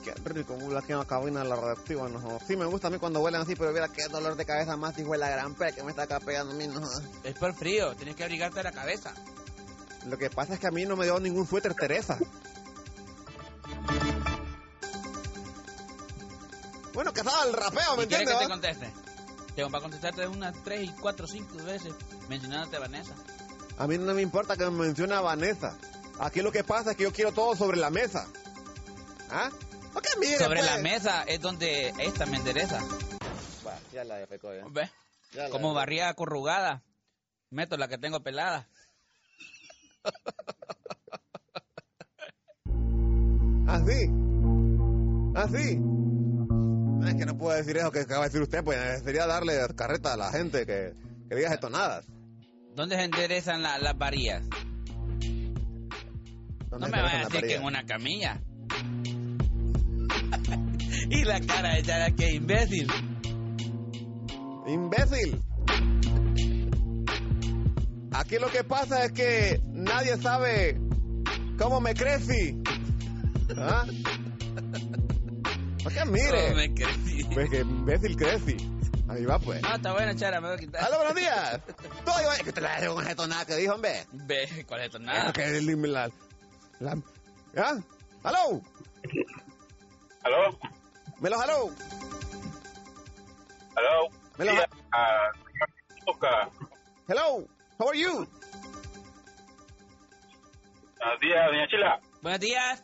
[SPEAKER 3] Qué rico huele aquí en la cabina de la radioactiva, no jodas. Sí, me gusta a mí cuando huelen así, pero viera qué dolor de cabeza más, hijo de la gran pera que me está acá pegando a mí, no jodas.
[SPEAKER 5] Es por frío, tienes que abrigarte la cabeza.
[SPEAKER 3] Lo que pasa es que a mí no me dio ningún suéter Teresa. Bueno, que estaba el rapeo, ¿me
[SPEAKER 5] ¿Y quieres que
[SPEAKER 3] entiendes?
[SPEAKER 5] te
[SPEAKER 3] va?
[SPEAKER 5] conteste? Te va a contestarte unas 3 y 4, 5 veces mencionándote a Vanessa.
[SPEAKER 3] A mí no me importa que me mencione a Vanessa. Aquí lo que pasa es que yo quiero todo sobre la mesa. ¿Ah? Ok, mire,
[SPEAKER 5] Sobre
[SPEAKER 3] pues.
[SPEAKER 5] la mesa es donde esta me endereza.
[SPEAKER 3] Va, ya la defecó ya.
[SPEAKER 5] ¿Ves?
[SPEAKER 3] Ya la
[SPEAKER 5] Como
[SPEAKER 3] defecó.
[SPEAKER 5] barriga acurrugada. Meto la que tengo pelada.
[SPEAKER 3] Así. Así. No, Es que no puedo decir eso que acaba de decir usted, pues sería darle carreta a la gente que, que diga detonadas.
[SPEAKER 5] ¿Dónde se enderezan la- las varillas? No me vayas a decir que en una camilla. y la cara de Chara, que imbécil.
[SPEAKER 3] ¡Imbécil! Aquí lo que pasa es que nadie sabe cómo me crecí. ¿Ah? Porque
[SPEAKER 5] No
[SPEAKER 3] mire,
[SPEAKER 5] me Ah, crecí.
[SPEAKER 3] pues que imbécil crecí. Ahí va pues.
[SPEAKER 5] No, está buena, Chara, me voy a quitar.
[SPEAKER 3] ¡Aló, buenos días! Todo iba- que te la dejo con Eh, esa nada que dijo, hombre.
[SPEAKER 5] Ve, ¿cuál es tu
[SPEAKER 3] Claro
[SPEAKER 5] nada?
[SPEAKER 3] que el- la- la- ¿Ah? ¡Aló!
[SPEAKER 14] ¿Aló?
[SPEAKER 3] ¡Me los aló!
[SPEAKER 14] ¿Aló?
[SPEAKER 3] ¡Me los aló!
[SPEAKER 14] Ah, Toca.
[SPEAKER 3] ¡Hello! ¿How are you?
[SPEAKER 14] Buenos días, doña Chila.
[SPEAKER 5] Buenos días.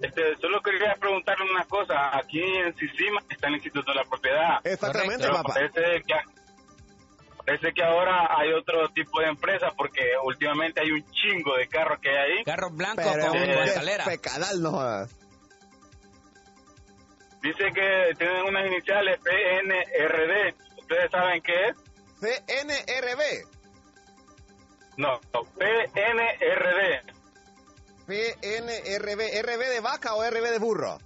[SPEAKER 14] Este, solo quería preguntarle una cosa. Aquí en Sisima está el Instituto de la Propiedad.
[SPEAKER 3] Exactamente,
[SPEAKER 14] Pero
[SPEAKER 3] papá.
[SPEAKER 14] Parece que, parece que ahora hay otro tipo de empresa porque últimamente hay un chingo de carros que hay ahí.
[SPEAKER 5] Carros blancos
[SPEAKER 3] Pero
[SPEAKER 5] con, con
[SPEAKER 3] es
[SPEAKER 5] escalera.
[SPEAKER 3] pecadal, no jodas.
[SPEAKER 14] Dice que tienen unas iniciales PNRD. ¿Ustedes saben qué es?
[SPEAKER 3] CNRB.
[SPEAKER 14] No, no, PNRD.
[SPEAKER 3] PNRB. ¿RB de vaca o RB de burro?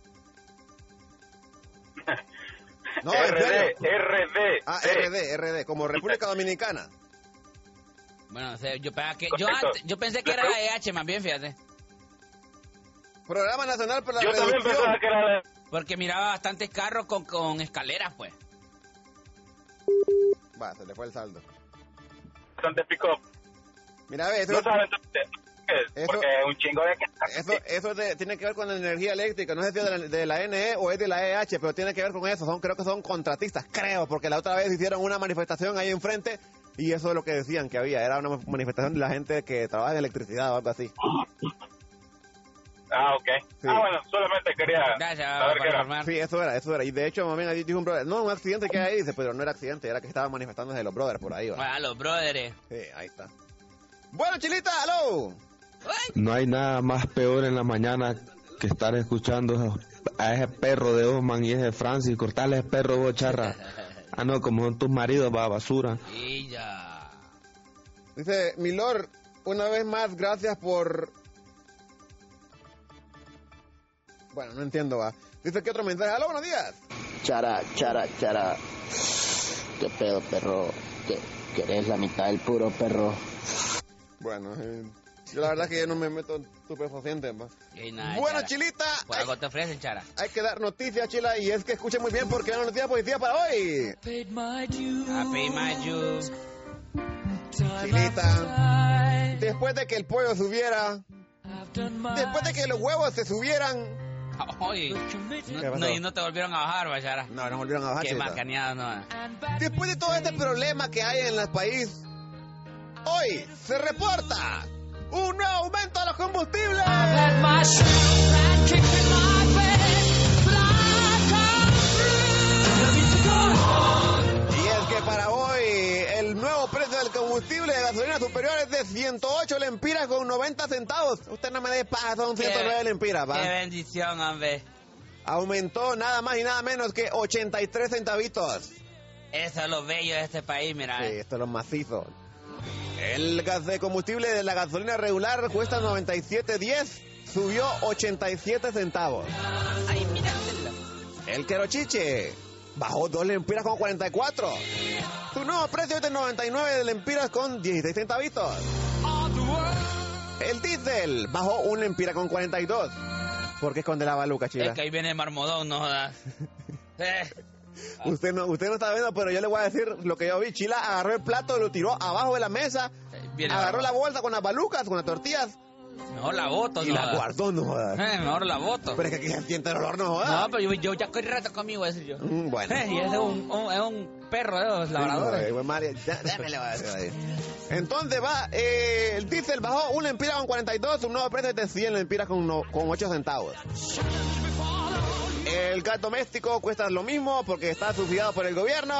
[SPEAKER 3] No, en serio.
[SPEAKER 14] RD, RD.
[SPEAKER 3] Ah, RD, RD, como República Dominicana.
[SPEAKER 5] Bueno, o sea, yo, pensaba que, yo,
[SPEAKER 14] Correcto.
[SPEAKER 5] antes- yo pensé que era la EH más bien, fíjate.
[SPEAKER 3] Programa Nacional para la
[SPEAKER 14] Yo también
[SPEAKER 3] Reducción.
[SPEAKER 14] pensaba que era E la-
[SPEAKER 5] Porque miraba bastantes carros con, con escaleras, pues.
[SPEAKER 3] Va, se le fue el saldo.
[SPEAKER 14] son de pick-up.
[SPEAKER 3] Mira, ve, eso,
[SPEAKER 14] No saben dónde es, porque es un chingo de
[SPEAKER 3] eso, eso de- tiene que ver con la energía eléctrica. No sé si es de la, de la NE o es de la EH, pero tiene que ver con eso. Son, creo que son contratistas, creo, porque la otra vez hicieron una manifestación ahí enfrente y eso es lo que decían que había. Era una manifestación de la gente que trabaja en electricidad o algo así.
[SPEAKER 14] Ah, ok. Ah, bueno, solamente quería
[SPEAKER 4] Ah,
[SPEAKER 14] saber qué era.
[SPEAKER 3] Sí, eso era, eso era. Y de hecho, más bien ahí dijo un brother, no, un accidente que hay, dice, pero no era accidente, era que estaban manifestando desde los brothers por ahí. ¿verdad?
[SPEAKER 5] A los brothers.
[SPEAKER 3] Sí, ahí está. Bueno, Chilita, aló.
[SPEAKER 15] No hay nada más peor en la mañana que estar escuchando esos- a ese perro de Osman y ese Francis. Cortarle ese perro, vos, charra. Ah, no, como son tus maridos, va, basura.
[SPEAKER 3] Dice, Milor, una vez más, gracias por... Bueno, no entiendo, va. Dice, ¿qué otro mensaje? Aló, buenos días.
[SPEAKER 7] Chara, chara, chara. ¿Qué pedo, perro? ¿Qué, que eres la mitad del puro, perro?
[SPEAKER 3] Bueno, eh, yo la verdad es que yo no me meto en estupefacientes, va. Bueno, Chilita.
[SPEAKER 5] Por algo te ofrecen, Chara.
[SPEAKER 3] Hay que dar noticias, Chila, y es que escuchen muy bien porque es una noticia positiva para hoy.
[SPEAKER 5] Happy my juice.
[SPEAKER 3] Chilita, después de que el pollo subiera, después de que los huevos se subieran,
[SPEAKER 5] Oye, no,
[SPEAKER 3] pasó?
[SPEAKER 5] no, y no te volvieron a bajar, va, Chara.
[SPEAKER 3] No, no volvieron a bajar,
[SPEAKER 5] Qué
[SPEAKER 3] Chilita.
[SPEAKER 5] macaneado, no.
[SPEAKER 3] después de todo este problema que hay en el país, hoy se reporta un nuevo aumento a los combustibles. Y es que para hoy el nuevo precio del combustible de gasolina superior es de 108 lempiras con 90 centavos. Usted no me dé paja, son 109 lempiras,
[SPEAKER 5] Qué
[SPEAKER 3] va.
[SPEAKER 5] bendición, hombre.
[SPEAKER 3] Aumentó nada más y nada menos que 83 centavitos.
[SPEAKER 5] Eso es lo bello de este país, mira.
[SPEAKER 3] Sí, esto es lo macizo. El gas de combustible de la gasolina regular cuesta 97.10, subió 87 centavos. El querochiche bajó 2 lempiras con 44. Su nuevo precio es de 99 lempiras con 16 centavitos. El diésel bajó 1 lempira con 42. Porque es con de la baluca,
[SPEAKER 5] Es
[SPEAKER 3] chica.
[SPEAKER 5] que ahí viene el marmodón, no jodas. Eh,
[SPEAKER 3] Usted no, usted no está viendo, pero yo le voy a decir lo que yo vi. Chila agarró el plato, lo tiró abajo de la mesa,
[SPEAKER 5] viene
[SPEAKER 3] agarró
[SPEAKER 5] bárbaro.
[SPEAKER 3] la bolsa con las balucas, con las tortillas,
[SPEAKER 5] mejor la voto,
[SPEAKER 3] y
[SPEAKER 5] no
[SPEAKER 3] la
[SPEAKER 5] jodas.
[SPEAKER 3] guardó, no jodas.
[SPEAKER 5] Eh, mejor la voto.
[SPEAKER 3] Pero es que aquí se siente el olor, no jodas.
[SPEAKER 5] No, pero yo, yo ya corrí rato conmigo, decir yo.
[SPEAKER 3] Mm, bueno.
[SPEAKER 5] Eh, y es un, un- es un perro de los labradores.
[SPEAKER 3] Sí, güey, Mario, ya- ya me lo voy a decir ahí. Entonces va, eh, el diésel bajó una empira con 42, un nuevo precio es de 100 empiras con, uno- con 8 centavos. El gas doméstico cuesta lo mismo porque está subsidiado por el gobierno.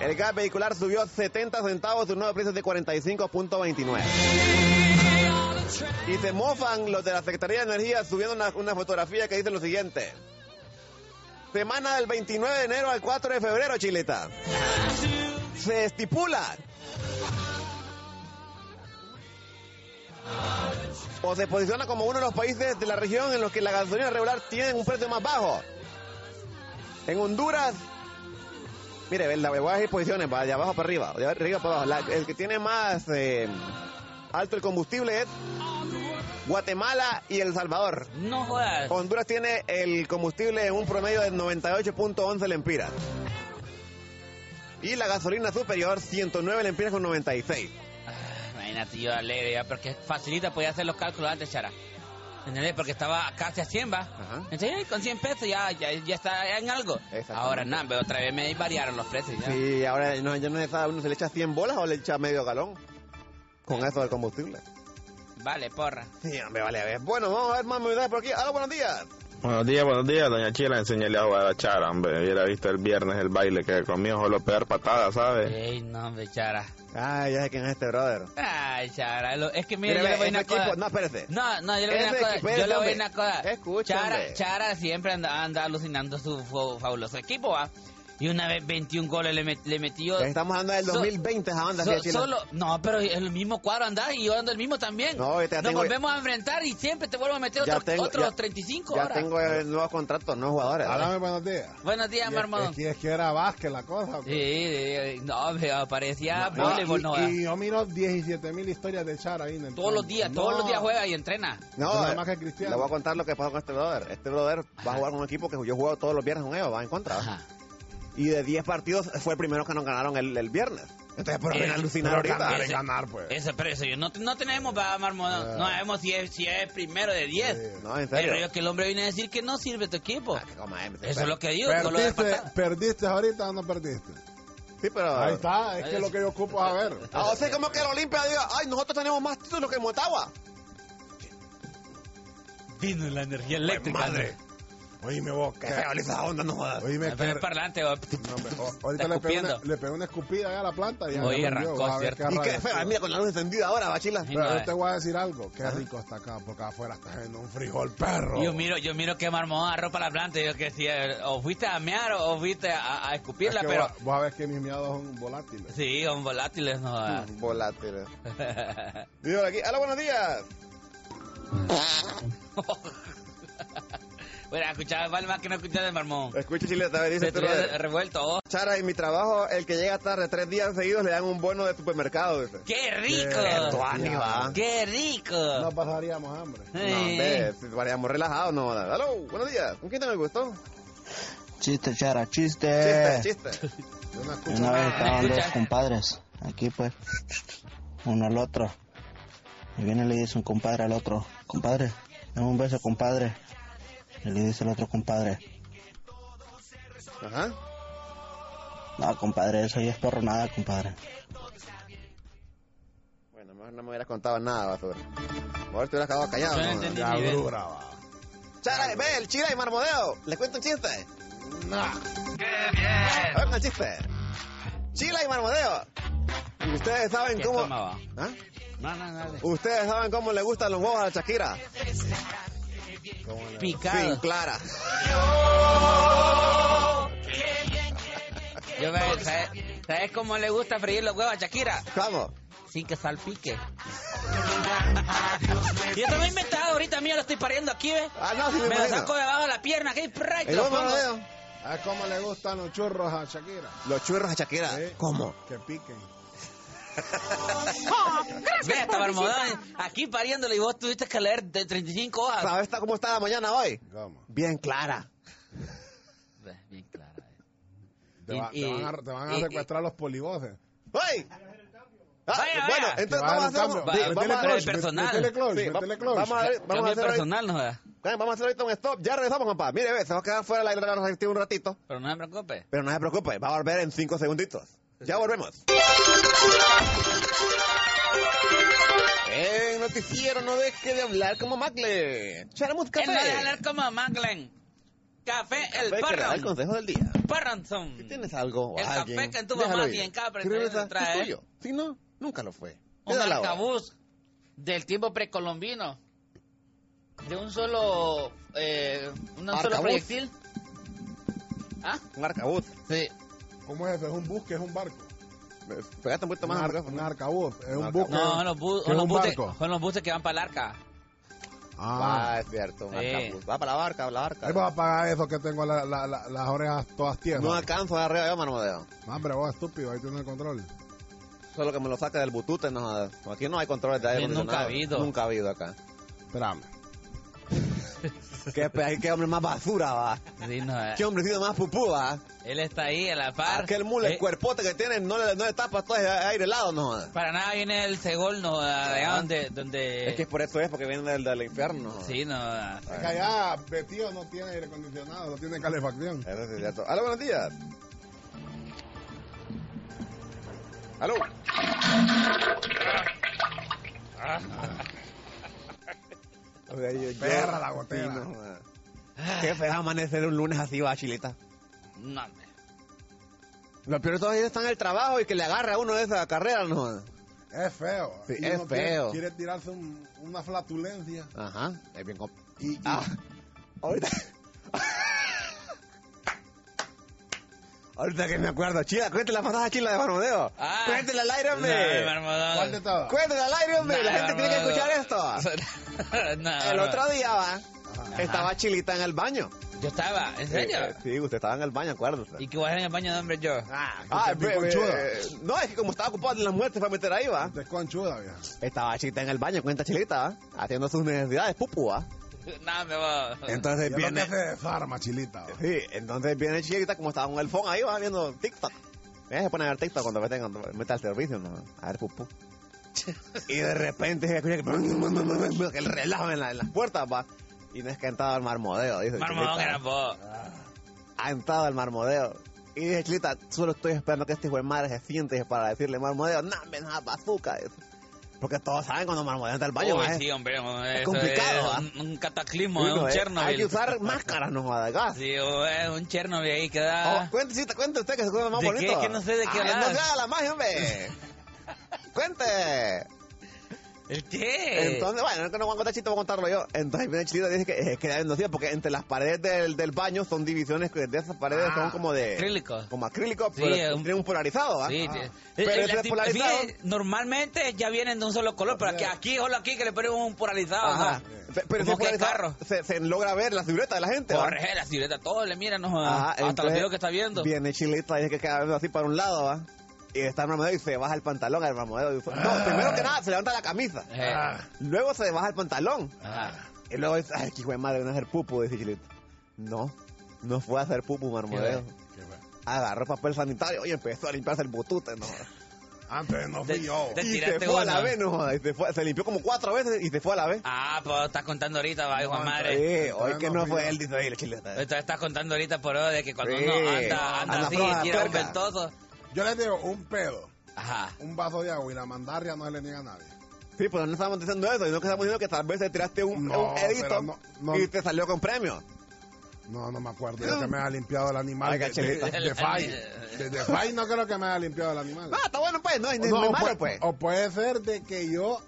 [SPEAKER 3] El gas vehicular subió 70 centavos, un nuevo precio es de 45.29. Y se mofan los de la Secretaría de Energía subiendo una, una fotografía que dice lo siguiente. Semana del 29 de enero al 4 de febrero, Chileta. Se estipula. O se posiciona como uno de los países de la región en los que la gasolina regular tiene un precio más bajo. En Honduras. Mire, ve, la voy a decir posiciones, va de abajo para arriba, de arriba para abajo. La- el que tiene más eh, alto el combustible es Guatemala y El Salvador.
[SPEAKER 5] No jodas.
[SPEAKER 3] Honduras tiene el combustible en un promedio de 98.11 lempiras. Y la gasolina superior, 109 lempiras con 96.
[SPEAKER 5] Imagínate, yo alegre, ya, porque facilita, podía hacer los cálculos antes, Chara. ¿Entendés? Porque estaba casi a 100, va. Entonces, eh, con 100 pesos ya, ya, ya está en algo. Ahora, nada, pero otra vez me variaron los precios. Ya.
[SPEAKER 3] Sí, ahora no, ya no se sabe, uno se le echa 100 bolas o le echa medio galón. Con eso del combustible.
[SPEAKER 5] Vale, porra.
[SPEAKER 3] Sí, hombre, vale, a ver. Bueno, vamos a ver más novedades por aquí. Hola, buenos días.
[SPEAKER 16] Buenos días, buenos días, doña Chila, enseñale a jugar a Chara, hombre. Hubiera visto el viernes el baile que comió, solo pegar patadas, ¿sabe?
[SPEAKER 5] Ey, no, hombre, Chara.
[SPEAKER 3] Ay, ya sé quién es este brother.
[SPEAKER 5] Ay, Chara, lo- es que mira,
[SPEAKER 3] Mira,
[SPEAKER 5] yo le
[SPEAKER 3] ve,
[SPEAKER 5] voy a
[SPEAKER 3] ese
[SPEAKER 5] una cosa.
[SPEAKER 3] equipo- no, espérate.
[SPEAKER 5] No, no, yo le voy a
[SPEAKER 3] Ese
[SPEAKER 5] una cosa.
[SPEAKER 3] equipo-
[SPEAKER 5] Yo le voy
[SPEAKER 3] hombre.
[SPEAKER 5] a una cosa.
[SPEAKER 3] Escucha,
[SPEAKER 5] Chara,
[SPEAKER 3] hombre.
[SPEAKER 5] Chara siempre anda, anda alucinando su fa- fabuloso equipo, va. Y una vez 21 goles le, met- le metió.
[SPEAKER 3] Ya estamos hablando del
[SPEAKER 5] So-
[SPEAKER 3] 2020, esa banda.
[SPEAKER 5] So-
[SPEAKER 3] sí, Chile.
[SPEAKER 5] solo, no, pero el mismo cuadro anda y yo ando el mismo también.
[SPEAKER 3] No, yo te- ya
[SPEAKER 5] Nos
[SPEAKER 3] tengo-
[SPEAKER 5] volvemos a enfrentar y siempre te vuelvo a meter
[SPEAKER 3] Ya
[SPEAKER 5] otros
[SPEAKER 3] tengo-
[SPEAKER 5] otros
[SPEAKER 3] ya-
[SPEAKER 5] 35
[SPEAKER 3] Ya
[SPEAKER 5] ahora.
[SPEAKER 3] tengo eh, nuevos contratos, nuevos jugadores.
[SPEAKER 17] Háblame, buenos días.
[SPEAKER 5] Buenos
[SPEAKER 17] Y
[SPEAKER 5] días,
[SPEAKER 17] es-
[SPEAKER 5] Marmón.
[SPEAKER 17] Es, que- es que era Vázquez la cosa.
[SPEAKER 5] Sí, sí, sí, no, pero parecía voleibol, no,
[SPEAKER 17] Ah, y,
[SPEAKER 5] va.
[SPEAKER 17] y yo miro 17 mil historias de Chara ahí en el
[SPEAKER 5] Todos los días, todos los días juega y entrena.
[SPEAKER 3] No,
[SPEAKER 17] Nada
[SPEAKER 3] eh,
[SPEAKER 17] más que Cristiano.
[SPEAKER 3] Le voy a contar lo que pasó con este brother. Este brother va a jugar con un equipo que yo juego todos los viernes con ellos, va en contra. Y de 10 partidos fue el primero que nos ganaron el, el viernes. Entonces, por ven a alucinar
[SPEAKER 5] Eh, pero
[SPEAKER 3] ahorita,
[SPEAKER 5] también
[SPEAKER 3] ven
[SPEAKER 5] ese-
[SPEAKER 3] ganar, pues. Eh.
[SPEAKER 5] Ese precio, yo no, no tenemos, va, Marmo, no, no sabemos si es, si es primero de 10.
[SPEAKER 3] No, en
[SPEAKER 5] Pero
[SPEAKER 3] serio. Ah,
[SPEAKER 5] yo que el hombre viene a decir que no sirve tu equipo.
[SPEAKER 3] eh,
[SPEAKER 5] Eso es lo que digo, con lo de
[SPEAKER 17] ¿Perdiste,
[SPEAKER 5] patada.
[SPEAKER 17] ¿Perdiste ahorita o no perdiste?
[SPEAKER 3] Sí, pero...
[SPEAKER 17] Ahí está, es que lo que yo ocupo es saber.
[SPEAKER 3] Ah, o sea, como que el Olimpia diga, ay, nosotros tenemos más títulos que Motagua.
[SPEAKER 5] Vino la energía eléctrica.
[SPEAKER 3] madre. Oíme vos, qué feo le hizo esa onda, no jodas.
[SPEAKER 17] Oíme,
[SPEAKER 5] Pero es
[SPEAKER 17] que-
[SPEAKER 5] parlante, va.
[SPEAKER 17] ahorita
[SPEAKER 5] está
[SPEAKER 17] le pegó, una,
[SPEAKER 5] escupiendo.
[SPEAKER 17] le pegó una escupida allá a la planta y ya
[SPEAKER 5] Oye,
[SPEAKER 17] ya murió,
[SPEAKER 5] arrancó,
[SPEAKER 17] vas a ver
[SPEAKER 5] ¿cierto? eh.
[SPEAKER 3] Y
[SPEAKER 17] arranca.
[SPEAKER 3] qué feo, ay, mira, con la luz encendida ahora, bachila.
[SPEAKER 17] Pero
[SPEAKER 5] Mira,
[SPEAKER 17] yo te voy a decir algo, qué rico está acá, porque afuera está haciendo un frijol perro.
[SPEAKER 5] Yo miro, yo miro que Marmo arropa la planta. y Yo que si eh, o fuiste a mear o, o fuiste a, a
[SPEAKER 17] Es
[SPEAKER 5] escupirla,
[SPEAKER 17] que
[SPEAKER 5] pero.
[SPEAKER 17] vos, vos a ver que mis miados son volátiles.
[SPEAKER 5] Sí, son volátiles, no. va.
[SPEAKER 3] Volátiles. Digo aquí, hola, buenos días.
[SPEAKER 5] bueno, escuchaba vale más que no escuchaba de Marmón.
[SPEAKER 3] Escucha Chileta, a ver, dice
[SPEAKER 5] Se
[SPEAKER 3] este
[SPEAKER 5] tuviera
[SPEAKER 3] brother.
[SPEAKER 5] revuelto, oh.
[SPEAKER 3] Chara, en mi trabajo, el que llega tarde tres días seguidos le dan un bono de supermercado. Dice.
[SPEAKER 5] ¡Qué rico!
[SPEAKER 3] Qué tuani, va.
[SPEAKER 5] ¡Qué rico!
[SPEAKER 17] No pasaríamos hambre.
[SPEAKER 3] No, hombre, si variamos relajados, no. jodas. Aló, buenos días. ¿Con quién te me gustó?
[SPEAKER 18] Chiste, Chara, chiste.
[SPEAKER 3] Chiste, chiste. Yo no escucho
[SPEAKER 18] Una vez
[SPEAKER 3] nada.
[SPEAKER 18] estaban dos
[SPEAKER 3] Escucha.
[SPEAKER 18] compadres, aquí pues, uno al otro. Y viene y le dice un compadre al otro, compadre, dame un beso, compadre. Y le dice el otro compadre,
[SPEAKER 3] Ajá.
[SPEAKER 18] no, compadre, eso ya es por nada, compadre.
[SPEAKER 3] Bueno, mejor no me hubieras contado nada, basura. Mejor te hubieras quedado callado.
[SPEAKER 17] Yo
[SPEAKER 3] no
[SPEAKER 17] no entendí
[SPEAKER 3] Ya,
[SPEAKER 17] ni ver.
[SPEAKER 3] brura, va. Chara, ve, el chira y marmodeo. ¿Les cuento un chiste? No. A ver, un chiste. Chila y marmodeo. ¿Y ustedes saben
[SPEAKER 5] ¿Qué
[SPEAKER 3] cómo...?
[SPEAKER 5] tomaba?
[SPEAKER 3] ¿Ah?
[SPEAKER 5] No, no, dale.
[SPEAKER 3] ¿Ustedes saben cómo le gustan los huevos a la Shakira?
[SPEAKER 5] Picado.
[SPEAKER 3] Sin clara.
[SPEAKER 5] Yo me, ¿sabes, sabes cómo le gusta freír los huevos a Shakira?
[SPEAKER 3] ¿Cómo?
[SPEAKER 5] Sin que salpique. Yo también inventado ahorita, mía, lo estoy pariendo aquí, ¿ves?
[SPEAKER 17] Ah, no, sí me
[SPEAKER 5] me lo
[SPEAKER 17] imagino.
[SPEAKER 5] saco debajo de la pierna, que prra, y te
[SPEAKER 17] El
[SPEAKER 5] lo
[SPEAKER 17] otro
[SPEAKER 5] pongo.
[SPEAKER 17] dedo. ¿A Ah, cómo le gustan los churros a Shakira?
[SPEAKER 3] Los churros a Shakira. ¿Cómo?
[SPEAKER 17] Que piquen.
[SPEAKER 5] Ve, hasta
[SPEAKER 17] por
[SPEAKER 5] Barmodón, aquí pariéndolo y vos tuviste que leer de 35 hojas.
[SPEAKER 3] ¿Sabes Ah, cómo está la mañana hoy?
[SPEAKER 17] ¿Cómo?
[SPEAKER 3] Bien clara.
[SPEAKER 5] Bien clara.
[SPEAKER 17] Te,
[SPEAKER 5] Y-
[SPEAKER 17] va- te
[SPEAKER 5] y-
[SPEAKER 17] van a, te van a
[SPEAKER 5] y-
[SPEAKER 17] secuestrar los polivoces.
[SPEAKER 3] ¡Ay! Ah,
[SPEAKER 5] Vaya,
[SPEAKER 3] bueno,
[SPEAKER 5] vaya.
[SPEAKER 3] entonces
[SPEAKER 17] Te va
[SPEAKER 3] vamos a
[SPEAKER 17] a dar
[SPEAKER 3] hacer
[SPEAKER 17] un
[SPEAKER 3] un-
[SPEAKER 17] cambio.
[SPEAKER 3] sí,
[SPEAKER 17] Métele
[SPEAKER 3] vamos a-
[SPEAKER 17] clutch,
[SPEAKER 3] el
[SPEAKER 17] métele clutch,
[SPEAKER 3] Sí, va-
[SPEAKER 17] métele clutch.
[SPEAKER 3] Vamos a ver- vamos a
[SPEAKER 5] Cambio
[SPEAKER 3] hacer ahorita-
[SPEAKER 5] personal, no jodas.
[SPEAKER 3] Dale, Vamos a hacer ahorita un stop. Ya regresamos, compa. Mire, ve, se va a quedar fuera la la- la la- un ratito.
[SPEAKER 5] Pero no me preocupes.
[SPEAKER 3] Pero no se preocupe, va a volver en 5 segunditos. Ya volvemos. En Eh, noticiero no deje de hablar como Macle. Charmut
[SPEAKER 5] Él no deja
[SPEAKER 3] Café.
[SPEAKER 5] hablar como Manglen. Café el
[SPEAKER 3] Café que le da El
[SPEAKER 5] Parron.
[SPEAKER 3] consejo del día.
[SPEAKER 5] Parronson.
[SPEAKER 3] ¿Tienes algo o
[SPEAKER 5] El café
[SPEAKER 3] alguien?
[SPEAKER 5] que en tu
[SPEAKER 3] Déjalo
[SPEAKER 5] mamá
[SPEAKER 3] ir.
[SPEAKER 5] y en cada
[SPEAKER 3] Si regresa,
[SPEAKER 5] presentación trae. ¿eh?
[SPEAKER 3] es tuyo. Si no, nunca lo fue.
[SPEAKER 5] un
[SPEAKER 3] Queda la hora.
[SPEAKER 5] arcabuz del tiempo precolombino de un solo eh, un solo
[SPEAKER 3] ¿Arcabuz?
[SPEAKER 5] proyectil ah
[SPEAKER 3] Un arcabuz.
[SPEAKER 5] Sí.
[SPEAKER 17] ¿Cómo es eso? ¿Es un buque? ¿Es un barco?
[SPEAKER 3] Pegate un poquito más.
[SPEAKER 17] un, ar-
[SPEAKER 3] al micrófono.
[SPEAKER 17] un arcabuz. Es un
[SPEAKER 3] arcabuz.
[SPEAKER 17] buque.
[SPEAKER 5] no son los, bu-
[SPEAKER 17] que
[SPEAKER 5] son
[SPEAKER 17] es
[SPEAKER 5] los
[SPEAKER 17] un
[SPEAKER 5] buses
[SPEAKER 17] barco.
[SPEAKER 5] son los buses que van para el arca
[SPEAKER 17] Ah.
[SPEAKER 3] Ah, es cierto. un
[SPEAKER 5] Sí.
[SPEAKER 3] arcabuz. Va para la barca, la barca.
[SPEAKER 17] Ahí vas a pagar eso que tengo la- la- la- las orejas todas tiernas.
[SPEAKER 3] No alcanzo de arriba yo, Marmodeo.
[SPEAKER 17] No, hombre, vos estúpido, ahí tienes el control.
[SPEAKER 3] Solo que me lo saca del butute. No, jodas. aquí no hay controles de aire
[SPEAKER 5] Aquí nunca
[SPEAKER 3] acondicionado.
[SPEAKER 5] ha habido.
[SPEAKER 3] Nunca ha habido acá.
[SPEAKER 17] Espérame.
[SPEAKER 3] qué, pe- qué hombre más basura, va.
[SPEAKER 5] Sí, no, eh.
[SPEAKER 3] Qué hombrecito más pupú, va.
[SPEAKER 5] él está ahí a la par
[SPEAKER 3] Aquel mule,
[SPEAKER 5] Eh,
[SPEAKER 3] el cuerpote que tiene, no le, no le tapa todo el aire helado, no. jodas.
[SPEAKER 5] para nada viene el segol no de allá donde donde
[SPEAKER 3] Es que por eso es, porque viene del, del infierno. no.
[SPEAKER 5] sí no ah.
[SPEAKER 17] Es que allá Betío no tiene aire acondicionado, no tiene calefacción.
[SPEAKER 3] Eso sí es cierto. Aló, buenos días. Aló. O sea, yo- yo-
[SPEAKER 17] Perra la gotera.
[SPEAKER 3] Sí, no, eh. jodas. Ah. Qué feo amanecer un lunes así, va, chileta.
[SPEAKER 5] no hombre.
[SPEAKER 3] Lo peor de todo es que está en el trabajo y que le agarre a uno de esa carrera, no. jodas.
[SPEAKER 17] Es feo.
[SPEAKER 3] Sí,
[SPEAKER 17] Y
[SPEAKER 3] es
[SPEAKER 17] uno quiere-
[SPEAKER 3] feo.
[SPEAKER 17] Quiere, tirarse un- una flatulencia.
[SPEAKER 3] Ajá, es bien comp-
[SPEAKER 17] Y, y-
[SPEAKER 3] Ah, ahorita. ahorita que me acuerdo, chila, cuéntale la pasada chila de Marmodeo.
[SPEAKER 5] Ah.
[SPEAKER 3] Cuéntela al aire,
[SPEAKER 5] No,
[SPEAKER 3] hombre.
[SPEAKER 5] Marmodón.
[SPEAKER 17] ¿Cuál de todas?
[SPEAKER 3] Cuéntela al aire, hombre. la
[SPEAKER 5] No,
[SPEAKER 3] gente tiene que
[SPEAKER 5] Marmodón.
[SPEAKER 3] escuchar esto.
[SPEAKER 5] No,
[SPEAKER 3] el
[SPEAKER 5] no.
[SPEAKER 3] otro día va, estaba chilita en el baño.
[SPEAKER 5] yo estaba en serio
[SPEAKER 3] Eh, eh, Sí, usted estaba en el baño, acuérdese.
[SPEAKER 5] y que voy a ir en el baño de hombre yo
[SPEAKER 17] Ah,
[SPEAKER 3] Ah,
[SPEAKER 17] usted es
[SPEAKER 3] pero,
[SPEAKER 17] conchuda.
[SPEAKER 3] no, es que como estaba ocupado en las muertes para meter ahí, va.
[SPEAKER 17] Usted es conchuda, vieja.
[SPEAKER 3] Estaba chilita en el baño, cuenta chilita, ¿va? haciendo sus necesidades, pupu, ¿va?
[SPEAKER 5] no me va
[SPEAKER 3] Entonces
[SPEAKER 17] Ya
[SPEAKER 3] viene.
[SPEAKER 17] lo que se desarma, chilita. va.
[SPEAKER 3] Sí, entonces viene Chilita como estaba en el phone ahí, va viendo TikTok. Ella se pone a ver TikTok cuando meten, cuando mete al servicio, ¿no? A ver, pupú. Y de repente se escucha que, que el relajo en, la- en las puertas, va. Y no es que ha entrado al marmodeo, dice.
[SPEAKER 5] Marmodón
[SPEAKER 3] Chilita.
[SPEAKER 5] era vos.
[SPEAKER 3] Ha entrado al marmodeo. Y dice, Chilita, solo estoy esperando que este hijo de madre se siente para decirle marmodeo. No, me da bazooka. dice. Porque todos saben cuando marmodeo entra al baño,
[SPEAKER 5] Uy,
[SPEAKER 3] maje.
[SPEAKER 5] Oh, sí, hombre,
[SPEAKER 3] Es
[SPEAKER 5] eso
[SPEAKER 3] complicado, ¿ah?
[SPEAKER 5] es un, un cataclismo, es
[SPEAKER 3] Uno,
[SPEAKER 5] un
[SPEAKER 3] eh,
[SPEAKER 5] Chernobyl.
[SPEAKER 3] Hay que usar máscaras, no jodas, gas.
[SPEAKER 5] Sí, o es un Chernobyl ahí que da...
[SPEAKER 3] Oh, cuente, sí, cuente usted que se cuenta más
[SPEAKER 5] Ah. ¿De
[SPEAKER 3] bonito.
[SPEAKER 5] qué? Que no sé de qué
[SPEAKER 3] Ay,
[SPEAKER 5] hablas.
[SPEAKER 3] No se haga la magia, hombre.
[SPEAKER 5] Ah.
[SPEAKER 3] cuente.
[SPEAKER 5] ¿El qué?
[SPEAKER 3] Entonces, bueno, no, no voy a contar chiste, voy a contarlo yo. Entonces viene Chilita y dice que eh, queda viendo así, porque entre las paredes del, del baño son divisiones, que de esas paredes son como
[SPEAKER 5] Ah,
[SPEAKER 3] de...
[SPEAKER 5] acrílico.
[SPEAKER 3] Como acrílico,
[SPEAKER 5] Sí,
[SPEAKER 3] pero
[SPEAKER 5] es un-
[SPEAKER 3] tiene un polarizado, ¿va?
[SPEAKER 5] Sí, sí.
[SPEAKER 3] Ah.
[SPEAKER 5] Eh,
[SPEAKER 3] Pero
[SPEAKER 5] eh,
[SPEAKER 3] ese
[SPEAKER 5] la tip-
[SPEAKER 3] polarizado...
[SPEAKER 5] fíjate, normalmente ya vienen de un solo color, pero aquí, aquí solo aquí que le ponemos un polarizado.
[SPEAKER 3] Ajá.
[SPEAKER 5] ¿no?
[SPEAKER 3] Se- Pero ese
[SPEAKER 5] Como que
[SPEAKER 3] polarizado
[SPEAKER 5] carro.
[SPEAKER 3] Se, se logra ver la silueta de la gente, ¿va?
[SPEAKER 5] Corre la silueta, todo le mira, no,
[SPEAKER 3] Ajá,
[SPEAKER 5] hasta los
[SPEAKER 3] entonces,
[SPEAKER 5] videos que está viendo.
[SPEAKER 3] Viene Chilita y dice que queda viendo así para un lado, ¿va? Y está el marmodeo y se baja el pantalón al marmodeo. Y fue- No, primero que nada se levanta la camisa.
[SPEAKER 5] Ah.
[SPEAKER 3] Luego se baja el pantalón. Y luego dice, ay, qué hijo de madre, no es hacer pupu, dice Chilita. No, no fue a hacer pupu marmodeo. Agarró papel sanitario y empezó a limpiarse el botute, no.
[SPEAKER 17] Antes no fui
[SPEAKER 5] Te-
[SPEAKER 17] yo.
[SPEAKER 5] te
[SPEAKER 3] Y se
[SPEAKER 5] tiraste
[SPEAKER 3] fue a
[SPEAKER 5] una.
[SPEAKER 3] la vez, no, jodas, y se, fue- se limpió como cuatro veces y se fue a la vez.
[SPEAKER 5] Ah, pues estás contando ahorita, va, hijo de
[SPEAKER 3] Sí,
[SPEAKER 5] madre.
[SPEAKER 3] hoy que no fue él, dice ahí la Chilita.
[SPEAKER 5] Entonces estás contando ahorita por hoy de que cuando
[SPEAKER 3] Sí.
[SPEAKER 5] uno anda, anda,
[SPEAKER 3] Anda
[SPEAKER 5] así,
[SPEAKER 3] floja la
[SPEAKER 5] tira un
[SPEAKER 3] tuerca.
[SPEAKER 5] ventoso.
[SPEAKER 17] Yo les digo un pedo,
[SPEAKER 5] Ajá.
[SPEAKER 17] un vaso de agua y la mandarria no se le niega a nadie.
[SPEAKER 3] Sí, pero no estamos diciendo eso, sino que estamos diciendo que tal vez te tiraste un,
[SPEAKER 17] No,
[SPEAKER 3] un
[SPEAKER 17] pero
[SPEAKER 3] edito
[SPEAKER 17] no- no-
[SPEAKER 3] y te salió con premio.
[SPEAKER 17] No, no me acuerdo. Yo que me haya limpiado el animal
[SPEAKER 3] Ay,
[SPEAKER 17] de,
[SPEAKER 3] cachelita.
[SPEAKER 17] de, de Fay. De, de Fay no creo que me haya limpiado el animal.
[SPEAKER 3] Ah, está bueno, pues, no, es no,
[SPEAKER 17] No,
[SPEAKER 3] es
[SPEAKER 17] o
[SPEAKER 3] malo,
[SPEAKER 17] puede-
[SPEAKER 3] pues.
[SPEAKER 17] O puede ser de que yo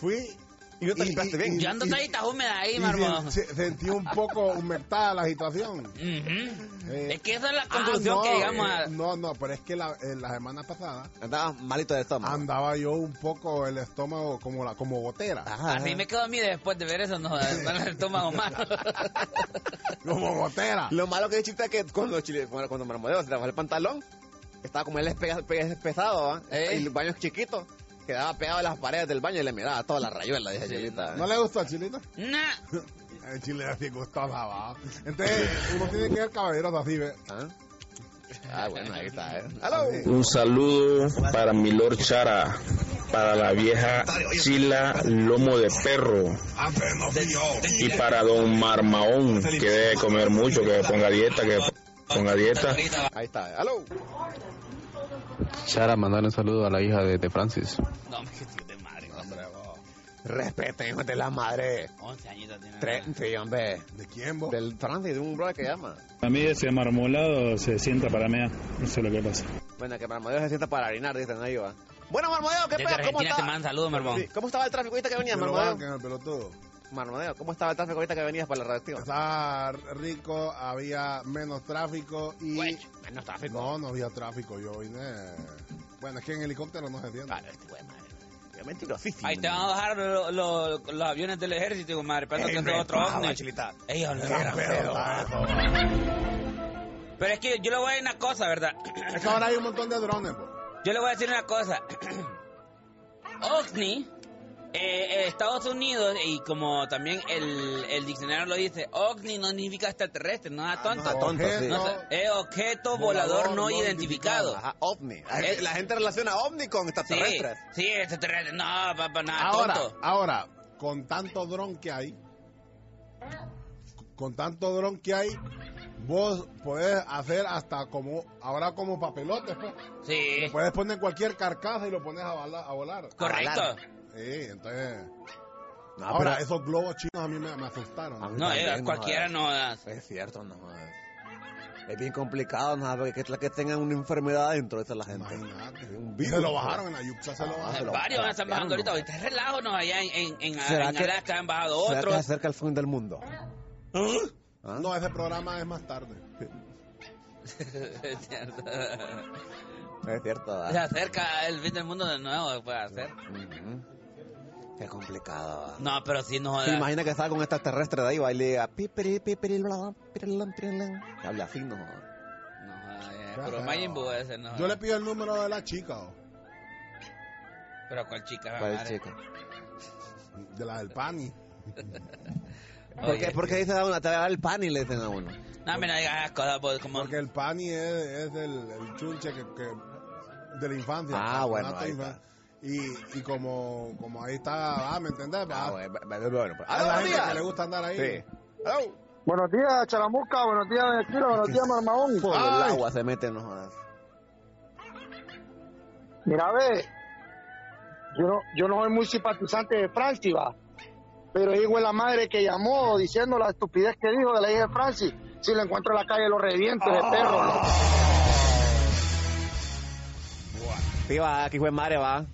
[SPEAKER 17] fui...
[SPEAKER 3] Y no te limpiaste bien.
[SPEAKER 5] Yo ando todita húmeda ahí,
[SPEAKER 17] y
[SPEAKER 5] marmón.
[SPEAKER 17] sen- se- sentí un poco humectada la agitación.
[SPEAKER 5] Ujú.
[SPEAKER 17] Eh,
[SPEAKER 5] Es que esa es
[SPEAKER 3] ah,
[SPEAKER 5] la conclusión que llegamos
[SPEAKER 17] eh,
[SPEAKER 5] a...
[SPEAKER 17] No, no, pero es que la, eh, la semana pasada
[SPEAKER 3] Andaba malito de estómago.
[SPEAKER 17] andaba yo un poco el estómago como la como gotera.
[SPEAKER 5] A mí me quedó a mí después de ver eso, no, con el estómago malo.
[SPEAKER 17] Como gotera.
[SPEAKER 3] Lo malo que es chiste es que cuando Chile, bueno, cuando Marmodeo se le bajó el pantalón, estaba como él es pega- pega- es pesado, ¿va?
[SPEAKER 5] Eh.
[SPEAKER 3] Y el baño es chiquito, quedaba pegado a las paredes del baño y le miraba toda la rayuela, dije Chilita.
[SPEAKER 17] ¿No le gustó a Chilita?
[SPEAKER 5] Nah.
[SPEAKER 17] El chile así gustaba, va. Entonces, uno tiene que ser caballero así, ve.
[SPEAKER 3] ¿Ah? Ah, bueno, ahí está, ¿eh? ¡Aló!
[SPEAKER 19] Un saludo para mi Lord Chara, para la vieja Chila Lomo de Perro
[SPEAKER 17] Antes no fui yo.
[SPEAKER 19] y para don Marmaón, que debe comer mucho, que ponga dieta, que ponga dieta.
[SPEAKER 3] Ahí está, ¿eh? ¡Aló!
[SPEAKER 20] Chara, mandar un saludo a la hija de, de Francis.
[SPEAKER 5] No, me tío de madre.
[SPEAKER 3] Hombre, vos. Respeten, hijo de la madre.
[SPEAKER 5] 11 añitos tiene.
[SPEAKER 3] Tres, sí, hombre.
[SPEAKER 17] ¿De quién, vos?
[SPEAKER 3] Del trance de un brother que llama.
[SPEAKER 21] A mí ese marmolado se sienta para mí, no sé lo que pasa.
[SPEAKER 3] Bueno, que Marmodeo se sienta para orinar, dicen ahí, va. Bueno, Marmodeo, ¿qué
[SPEAKER 5] Desde
[SPEAKER 3] pasa? ¿Cómo
[SPEAKER 5] Argentina te
[SPEAKER 3] estaba?
[SPEAKER 5] mandan este saludos, marmón.
[SPEAKER 3] Sí, ¿Cómo estaba el tráfico ahorita que venías,
[SPEAKER 17] Que lo
[SPEAKER 3] Marmodeo?
[SPEAKER 17] banquen el pelotudo.
[SPEAKER 3] Marmodeo, ¿cómo estaba el tráfico ahorita que venías para la reacción?
[SPEAKER 17] Estaba rico, había menos tráfico y...
[SPEAKER 3] Menos tráfico.
[SPEAKER 17] No, no había tráfico, yo vine... Bueno, es que en helicóptero no se entiende.
[SPEAKER 3] Claro, este güey, madre. Qué mentirosísimo.
[SPEAKER 5] Ahí te van a bajar lo- lo- los aviones del ejército, hijo de madre. Pero
[SPEAKER 3] Ey,
[SPEAKER 5] que entre
[SPEAKER 3] me
[SPEAKER 5] otro
[SPEAKER 3] baja,
[SPEAKER 5] ovni.
[SPEAKER 3] Chilita.
[SPEAKER 5] Ey, habla-
[SPEAKER 3] Qué grosero,
[SPEAKER 5] Pero es que yo le voy a decir una cosa, ¿verdad?
[SPEAKER 17] Es que ahora hay un montón de drones, pues. po.
[SPEAKER 5] Yo le voy a decir una cosa. OVNI, eh, eh, Estados Unidos, y como también el, el diccionario lo dice, OVNI no significa extraterrestre, no es tonto.
[SPEAKER 3] Ah, no, tonto, sí.
[SPEAKER 5] No sé, es objeto volador, no, identificado.
[SPEAKER 3] Ajá, ovni. La gente-
[SPEAKER 5] Eh.
[SPEAKER 3] La gente relaciona ovni con
[SPEAKER 5] Sí,
[SPEAKER 3] extraterrestres.
[SPEAKER 5] sí, extraterrestre. No, papá, nada,
[SPEAKER 17] ahora,
[SPEAKER 5] tonto.
[SPEAKER 17] ahora, con tanto dron que hay, con tanto dron que hay, vos podés hacer hasta como, ahora como papelotes, pues.
[SPEAKER 5] Sí,
[SPEAKER 17] Le puedes poner cualquier carcasa y lo pones a, bala- a volar. Ah,
[SPEAKER 5] correcto.
[SPEAKER 17] Sí, entonces. Ahora,
[SPEAKER 3] No, Ah, pero- Ah,
[SPEAKER 17] esos globos chinos a mí me, me asustaron.
[SPEAKER 3] A mí
[SPEAKER 5] No,
[SPEAKER 3] también,
[SPEAKER 5] eh, cualquiera
[SPEAKER 3] jodas.
[SPEAKER 5] no ah. das.
[SPEAKER 3] Es cierto, no jodas. Es bien complicado, no jodas, porque es la que tengan una enfermedad dentro de la gente.
[SPEAKER 17] Imagínate.
[SPEAKER 3] Un
[SPEAKER 17] Y
[SPEAKER 3] virus,
[SPEAKER 17] se lo
[SPEAKER 3] jodas.
[SPEAKER 17] bajaron en la yuxa,
[SPEAKER 3] Ah,
[SPEAKER 17] se lo bajaron.
[SPEAKER 5] Varios van a estar bajando ahorita. Ahorita es relajo, no, allá en, en, en, en Alaska han bajado
[SPEAKER 3] ¿Será que se
[SPEAKER 5] otros.
[SPEAKER 3] acerca el fin del mundo? ¿Ah?
[SPEAKER 17] No, ese programa es más tarde.
[SPEAKER 5] Es cierto.
[SPEAKER 3] Es cierto,
[SPEAKER 5] Se
[SPEAKER 3] ¿verdad?
[SPEAKER 5] acerca el fin del mundo de nuevo, puede hacer.
[SPEAKER 3] Ujú. Qué complicado, ¿verdad?
[SPEAKER 5] No, pero sí, no
[SPEAKER 3] ¿Te
[SPEAKER 5] jodas.
[SPEAKER 3] imaginas que salga un extraterrestre de ahí baile diga pipiri, pipiri, bla, pirilán, pirilán? Que hable así, no jodas.
[SPEAKER 5] No, jodas, eh, puro Majin Buu ese, no.
[SPEAKER 17] Yo le
[SPEAKER 5] jodas.
[SPEAKER 17] pido el número de la chica, oh. o,
[SPEAKER 5] Pero cuál chica,
[SPEAKER 3] ¿Cuál
[SPEAKER 5] madre?
[SPEAKER 3] chica?
[SPEAKER 17] de la del Pani.
[SPEAKER 3] ¿Por
[SPEAKER 5] Oye,
[SPEAKER 3] qué, por qué dices a uno? Te va a dar el pan y le dicen a uno.
[SPEAKER 5] no, No, me no digas esas cosas, pues, como...
[SPEAKER 17] Porque el Pani es, es el, el chunche que, que- de la infancia.
[SPEAKER 3] Ah, bueno,
[SPEAKER 17] campeonato
[SPEAKER 3] ahí
[SPEAKER 17] de infan- Y, y como, como ahí está, ah, ¿me entendés?
[SPEAKER 3] Ah,
[SPEAKER 17] Ah,
[SPEAKER 3] bueno, bueno, bueno. pues,
[SPEAKER 17] a
[SPEAKER 3] ¡Aló,
[SPEAKER 17] la
[SPEAKER 3] buenos
[SPEAKER 17] gente
[SPEAKER 3] días!
[SPEAKER 17] que le gusta andar ahí.
[SPEAKER 3] Sí.
[SPEAKER 22] Buenos días, Charamusca. Buenos días, Doña Chila. Buenos días, Marmaón.
[SPEAKER 3] Por el
[SPEAKER 22] Ay,
[SPEAKER 3] agua se meten los jodas.
[SPEAKER 22] Mira, ve. Yo no, yo no soy muy simpatizante de Francis, va. Pero hijo de la madre que llamó diciendo la estupidez que dijo de la hija de Francis. Si lo encuentro en la calle, lo reviento de perro. loco.
[SPEAKER 3] Sí, va, que fue madre, va.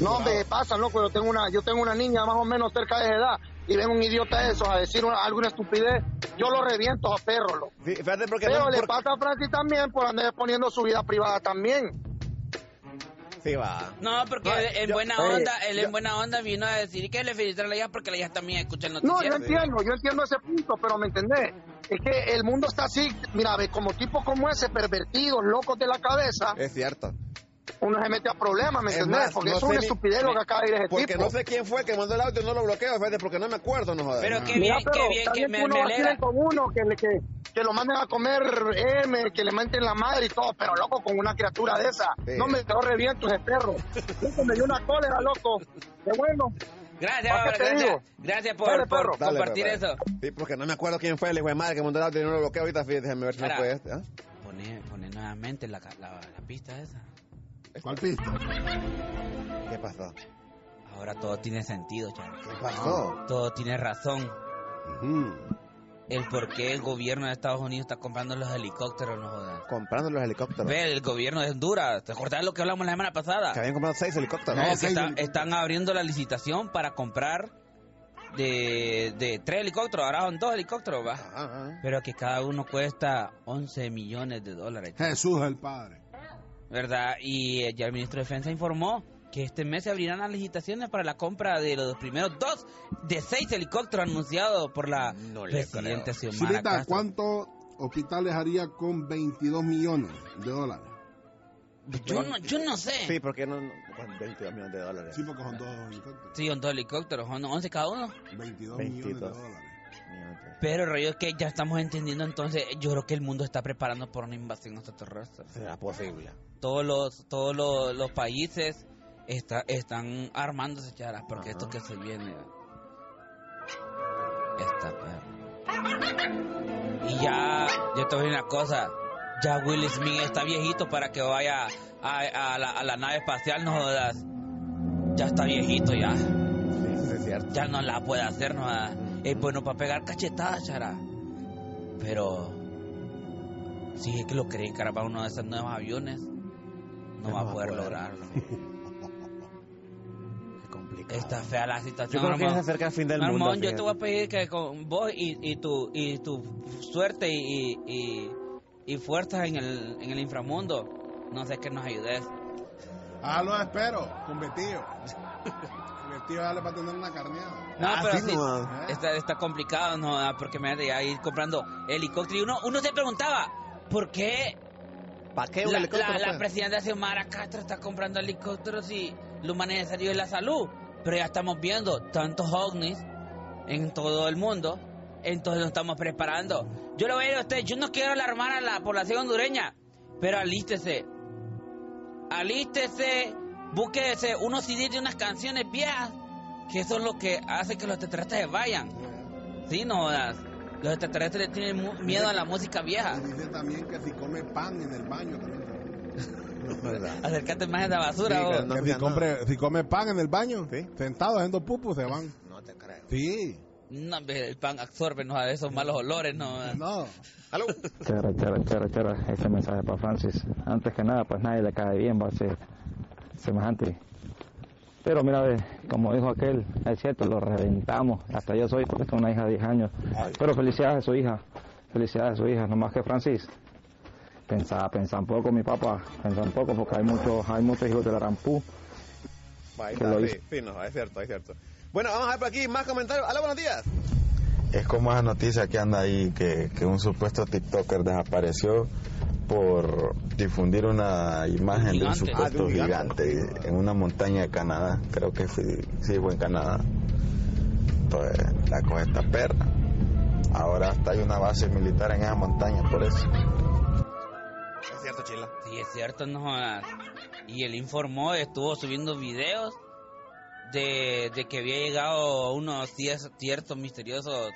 [SPEAKER 22] No, me pasa, loco. Yo tengo, una, yo tengo una niña más o menos cerca de esa edad. Y ven un idiota de esos a decir una- alguna estupidez. Yo lo reviento a perro, loco.
[SPEAKER 3] Sí, Fíjate porque...
[SPEAKER 22] Pero le
[SPEAKER 3] porque-
[SPEAKER 22] pasa a Francis también por andar exponiendo su vida privada también.
[SPEAKER 3] Sí, va.
[SPEAKER 5] No, porque
[SPEAKER 22] No,
[SPEAKER 5] él en
[SPEAKER 22] yo-
[SPEAKER 5] buena
[SPEAKER 22] Oye,
[SPEAKER 5] onda, él en
[SPEAKER 22] yo-
[SPEAKER 5] buena onda vino a decir que le felicitara a la hija porque la hija también escucha el
[SPEAKER 22] No,
[SPEAKER 5] noticiero.
[SPEAKER 22] yo entiendo, yo entiendo ese punto, pero ¿me entendés? Es que el mundo está así, mira, ve, como tipos como ese, pervertidos, locos de la cabeza,
[SPEAKER 3] Es cierto.
[SPEAKER 22] uno se mete a problemas, ¿me
[SPEAKER 3] Es
[SPEAKER 22] entendés?
[SPEAKER 3] más,
[SPEAKER 22] porque
[SPEAKER 3] no
[SPEAKER 22] eso
[SPEAKER 3] sé
[SPEAKER 22] es una
[SPEAKER 3] ni-
[SPEAKER 22] estupidez lo que acaba de ir ese
[SPEAKER 3] Porque
[SPEAKER 22] tipo.
[SPEAKER 3] no sé quién fue que mandó el audio y no lo bloqueo, fíjate, porque no me acuerdo, no jodas.
[SPEAKER 22] Mira, pero está bien uno vacile con uno, que, le- que, que lo manden a comer M, que le manden la madre y todo, pero loco, con una criatura de esa.
[SPEAKER 3] Sí.
[SPEAKER 22] No me quedó reviento ese perro. Eso me dio una cólera, loco. Qué bueno.
[SPEAKER 5] Gracias,
[SPEAKER 22] ¿Para qué
[SPEAKER 5] Bárbara,
[SPEAKER 22] te
[SPEAKER 5] gracias.
[SPEAKER 22] digo?
[SPEAKER 5] Gracias por,
[SPEAKER 22] Dale,
[SPEAKER 5] por
[SPEAKER 22] perro.
[SPEAKER 3] Dale,
[SPEAKER 5] compartir
[SPEAKER 3] dale,
[SPEAKER 5] eso.
[SPEAKER 3] dale. Sí, porque no me acuerdo quién fue el hijo de madre que mandó el audio y no lo bloqueo ahorita, fíjate, déjame ver si no
[SPEAKER 5] Espera.
[SPEAKER 3] fue este. ¿ah?
[SPEAKER 5] Poné, poné nuevamente la, ca- la, la pista esa.
[SPEAKER 17] ¿Cuál pista?
[SPEAKER 3] ¿Qué pasó?
[SPEAKER 5] Ahora todo tiene sentido, chaval. ¿Qué
[SPEAKER 3] pasó?
[SPEAKER 5] Todo tiene razón. El por qué el gobierno de Estados Unidos está comprando los helicópteros, no jodas.
[SPEAKER 3] Comprando los helicópteros.
[SPEAKER 5] Ve, el gobierno de Honduras. ¿Te acordás lo que hablamos la semana pasada?
[SPEAKER 3] Que habían comprado seis helicópteros.
[SPEAKER 5] No, que está- están abriendo la licitación para comprar de, de tres helicópteros, ahora son dos helicópteros, va. Pero que cada uno cuesta 11 millones de dólares,
[SPEAKER 17] Jesús el Padre.
[SPEAKER 5] ¿verdad? Y eh, ya el ministro de Defensa informó que este mes se abrirán las licitaciones para la compra de los primeros dos de seis helicópteros anunciados por la presidenta Xiomara
[SPEAKER 17] Silita,
[SPEAKER 5] Castro.
[SPEAKER 17] ¿cuántos hospitales haría con 22 millones de dólares?
[SPEAKER 5] Yo no, yo no sé.
[SPEAKER 3] Sí, porque no, no- con 22 millones de dólares.
[SPEAKER 17] Sí, porque son dos helicópteros.
[SPEAKER 5] Sí, son dos helicópteros, son 11 cada uno.
[SPEAKER 17] 22, millones de
[SPEAKER 3] 22
[SPEAKER 17] dólares.
[SPEAKER 5] Pero rollo es que ya estamos entendiendo entonces, yo creo que el mundo está preparando por una invasión extraterrestre.
[SPEAKER 3] Será posible.
[SPEAKER 5] Todos los, todos los, los países está- están armándose charas porque esto que se viene está perro. Y ya, yo te voy a decir una cosa, ya Will Smith está viejito para que vaya a, a la, a la nave espacial, no jodas. Ya está viejito ya. Ya no la puede hacer, no jodas. Es bueno para pegar cachetadas, chara. Pero si es que lo creen para uno de esos nuevos aviones, no va a poder lograrlo. Está fea la
[SPEAKER 3] Yo
[SPEAKER 5] situación.
[SPEAKER 3] creo que ya
[SPEAKER 5] hermano.
[SPEAKER 3] se acerca el fin del
[SPEAKER 5] Ramón,
[SPEAKER 3] mundo.
[SPEAKER 5] yo te
[SPEAKER 3] fíjate.
[SPEAKER 5] voy a pedir que con vos y, y tu, y tu suerte y, y, y fuerzas en el, en el inframundo, no sé que nos ayudes.
[SPEAKER 17] Ah, lo espero, con Betío. Con Betío, dale para tener una carneada.
[SPEAKER 5] No,
[SPEAKER 17] Ah,
[SPEAKER 5] pero
[SPEAKER 17] sí,
[SPEAKER 5] sí,
[SPEAKER 17] no.
[SPEAKER 5] está, está complicado, no, ah, porque me voy a ir comprando helicóptero. Y uno, uno se preguntaba, ¿por qué
[SPEAKER 3] ¿Para qué un
[SPEAKER 5] la,
[SPEAKER 3] helicóptero?
[SPEAKER 5] la- la
[SPEAKER 3] pues?
[SPEAKER 5] presidenta Xiomara Castro está comprando helicópteros y lo más necesario es la salud? Pero ya estamos viendo tantos ovnis en todo el mundo, entonces nos estamos preparando. Yo lo voy a decir a usted, yo no quiero alarmar a la población hondureña, pero alístese, alístese, búsquese unos CDs de unas canciones viejas, que eso es lo que hace que los extraterrestres vayan. Sí, no jodas. Los extraterrestres le tienen mu- miedo a la música vieja.
[SPEAKER 17] Dice también que si come pan en el baño también.
[SPEAKER 5] Acércate más a la basura, oh.
[SPEAKER 17] Sí,
[SPEAKER 5] vos.
[SPEAKER 17] que si, compre- si come pan en el baño, sentado haciendo pupus, se van.
[SPEAKER 3] No te creo.
[SPEAKER 17] Sí.
[SPEAKER 5] No, hombre, el pan absorbe no, esos malos olores, no.
[SPEAKER 17] No.
[SPEAKER 3] ¿Aló?
[SPEAKER 4] Chara, chara, chara, chara. Este mensaje para Francis. Antes que nada, pues nadie le cae bien, va a ser semejante. Pero mira, ve, como dijo aquel, es cierto, lo reventamos. Hasta yo soy, porque tengo una hija de 10 años. Pero felicidades a su hija. Felicidades a su hija. No más que Francis. Pensá, pensá un poco, mi papá. Pensá un poco, porque hay muchos, hay muchos hijos de la rampú.
[SPEAKER 3] Ahí
[SPEAKER 4] Que
[SPEAKER 3] está,
[SPEAKER 4] lo
[SPEAKER 3] sí, sí, no, es cierto, es cierto. Bueno, vamos a ver por aquí más comentarios. Hola, buenos días.
[SPEAKER 2] Es como esa noticia que anda ahí, que, que un supuesto TikToker desapareció por difundir una imagen de un
[SPEAKER 23] Gigante.
[SPEAKER 2] supuesto
[SPEAKER 23] Ah, de un gigante.
[SPEAKER 2] gigante. en una montaña de Canadá. Creo Pues, que fue- sí, fue en Canadá. Entonces, la cosa está perra.
[SPEAKER 24] Ahora hasta hay una base militar en esa montaña, por eso.
[SPEAKER 3] Es cierto, Chila.
[SPEAKER 5] Sí, es cierto, no jodas. Y él informó, estuvo subiendo videos de, de que había llegado unos cies- ciertos misteriosos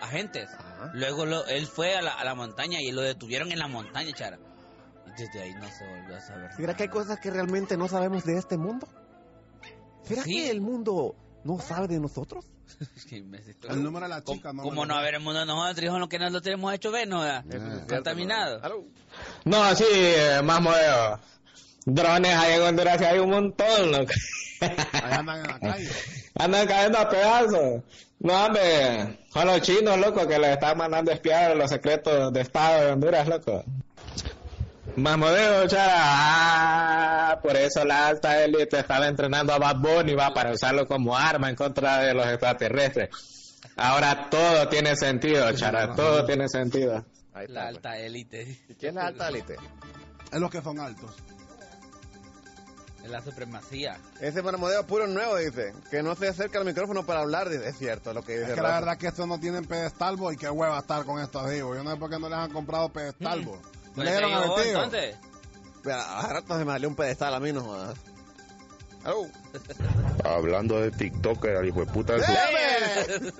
[SPEAKER 5] agentes. Luego lo- él fue a la, a la montaña y lo detuvieron en la montaña, Chara. Y desde ahí no se volvió a saber.
[SPEAKER 3] ¿Será que hay cosas que realmente no sabemos de este mundo? ¿Será que el mundo no sabe de nosotros?
[SPEAKER 17] El número de la chica,
[SPEAKER 5] ¿Cómo,
[SPEAKER 17] mamá,
[SPEAKER 5] cómo no
[SPEAKER 17] mamá.
[SPEAKER 5] haber el mundo de nosotros, hijo, lo que nosotros tenemos hecho ver, no? ¿verdad? Contaminado.
[SPEAKER 4] No, así, eh, más modelo. Drones ahí en Honduras hay un montón, loco.
[SPEAKER 17] andan en la calle.
[SPEAKER 4] Andan cayendo a pedazos. No, hombre, son los chinos, loco, que les están mandando a espiar los secretos de Estado de Honduras, loco. Más modelo, chara. Ah, por eso la alta élite estaba entrenando a Bad Bunny, va, para usarlo como arma en contra de los extraterrestres. Ahora todo tiene sentido, chara, todo tiene sentido.
[SPEAKER 5] la alta élite.
[SPEAKER 3] ¿Quién es la alta élite?
[SPEAKER 17] Es los que son altos.
[SPEAKER 5] Es la supremacía.
[SPEAKER 3] Ese marmodeo puro nuevo, dice. Que no se acerca al micrófono para hablar. dice. Es cierto lo que dice.
[SPEAKER 17] Es que la
[SPEAKER 3] Rafa.
[SPEAKER 17] verdad que estos no tienen pedestal, boy. Qué hueva estar con estos vivos. Yo no sé por qué no les han comprado
[SPEAKER 5] Mm.
[SPEAKER 17] pedestal, boy.
[SPEAKER 3] Pues
[SPEAKER 5] Pues
[SPEAKER 17] No le dieron a vestido.
[SPEAKER 3] Mira, a rato se me salió un pedestal a mí, no jodas. Au.
[SPEAKER 25] Hablando de TikToker, al hijo de puta. de su-
[SPEAKER 3] ¡Eh! ¡Déjame!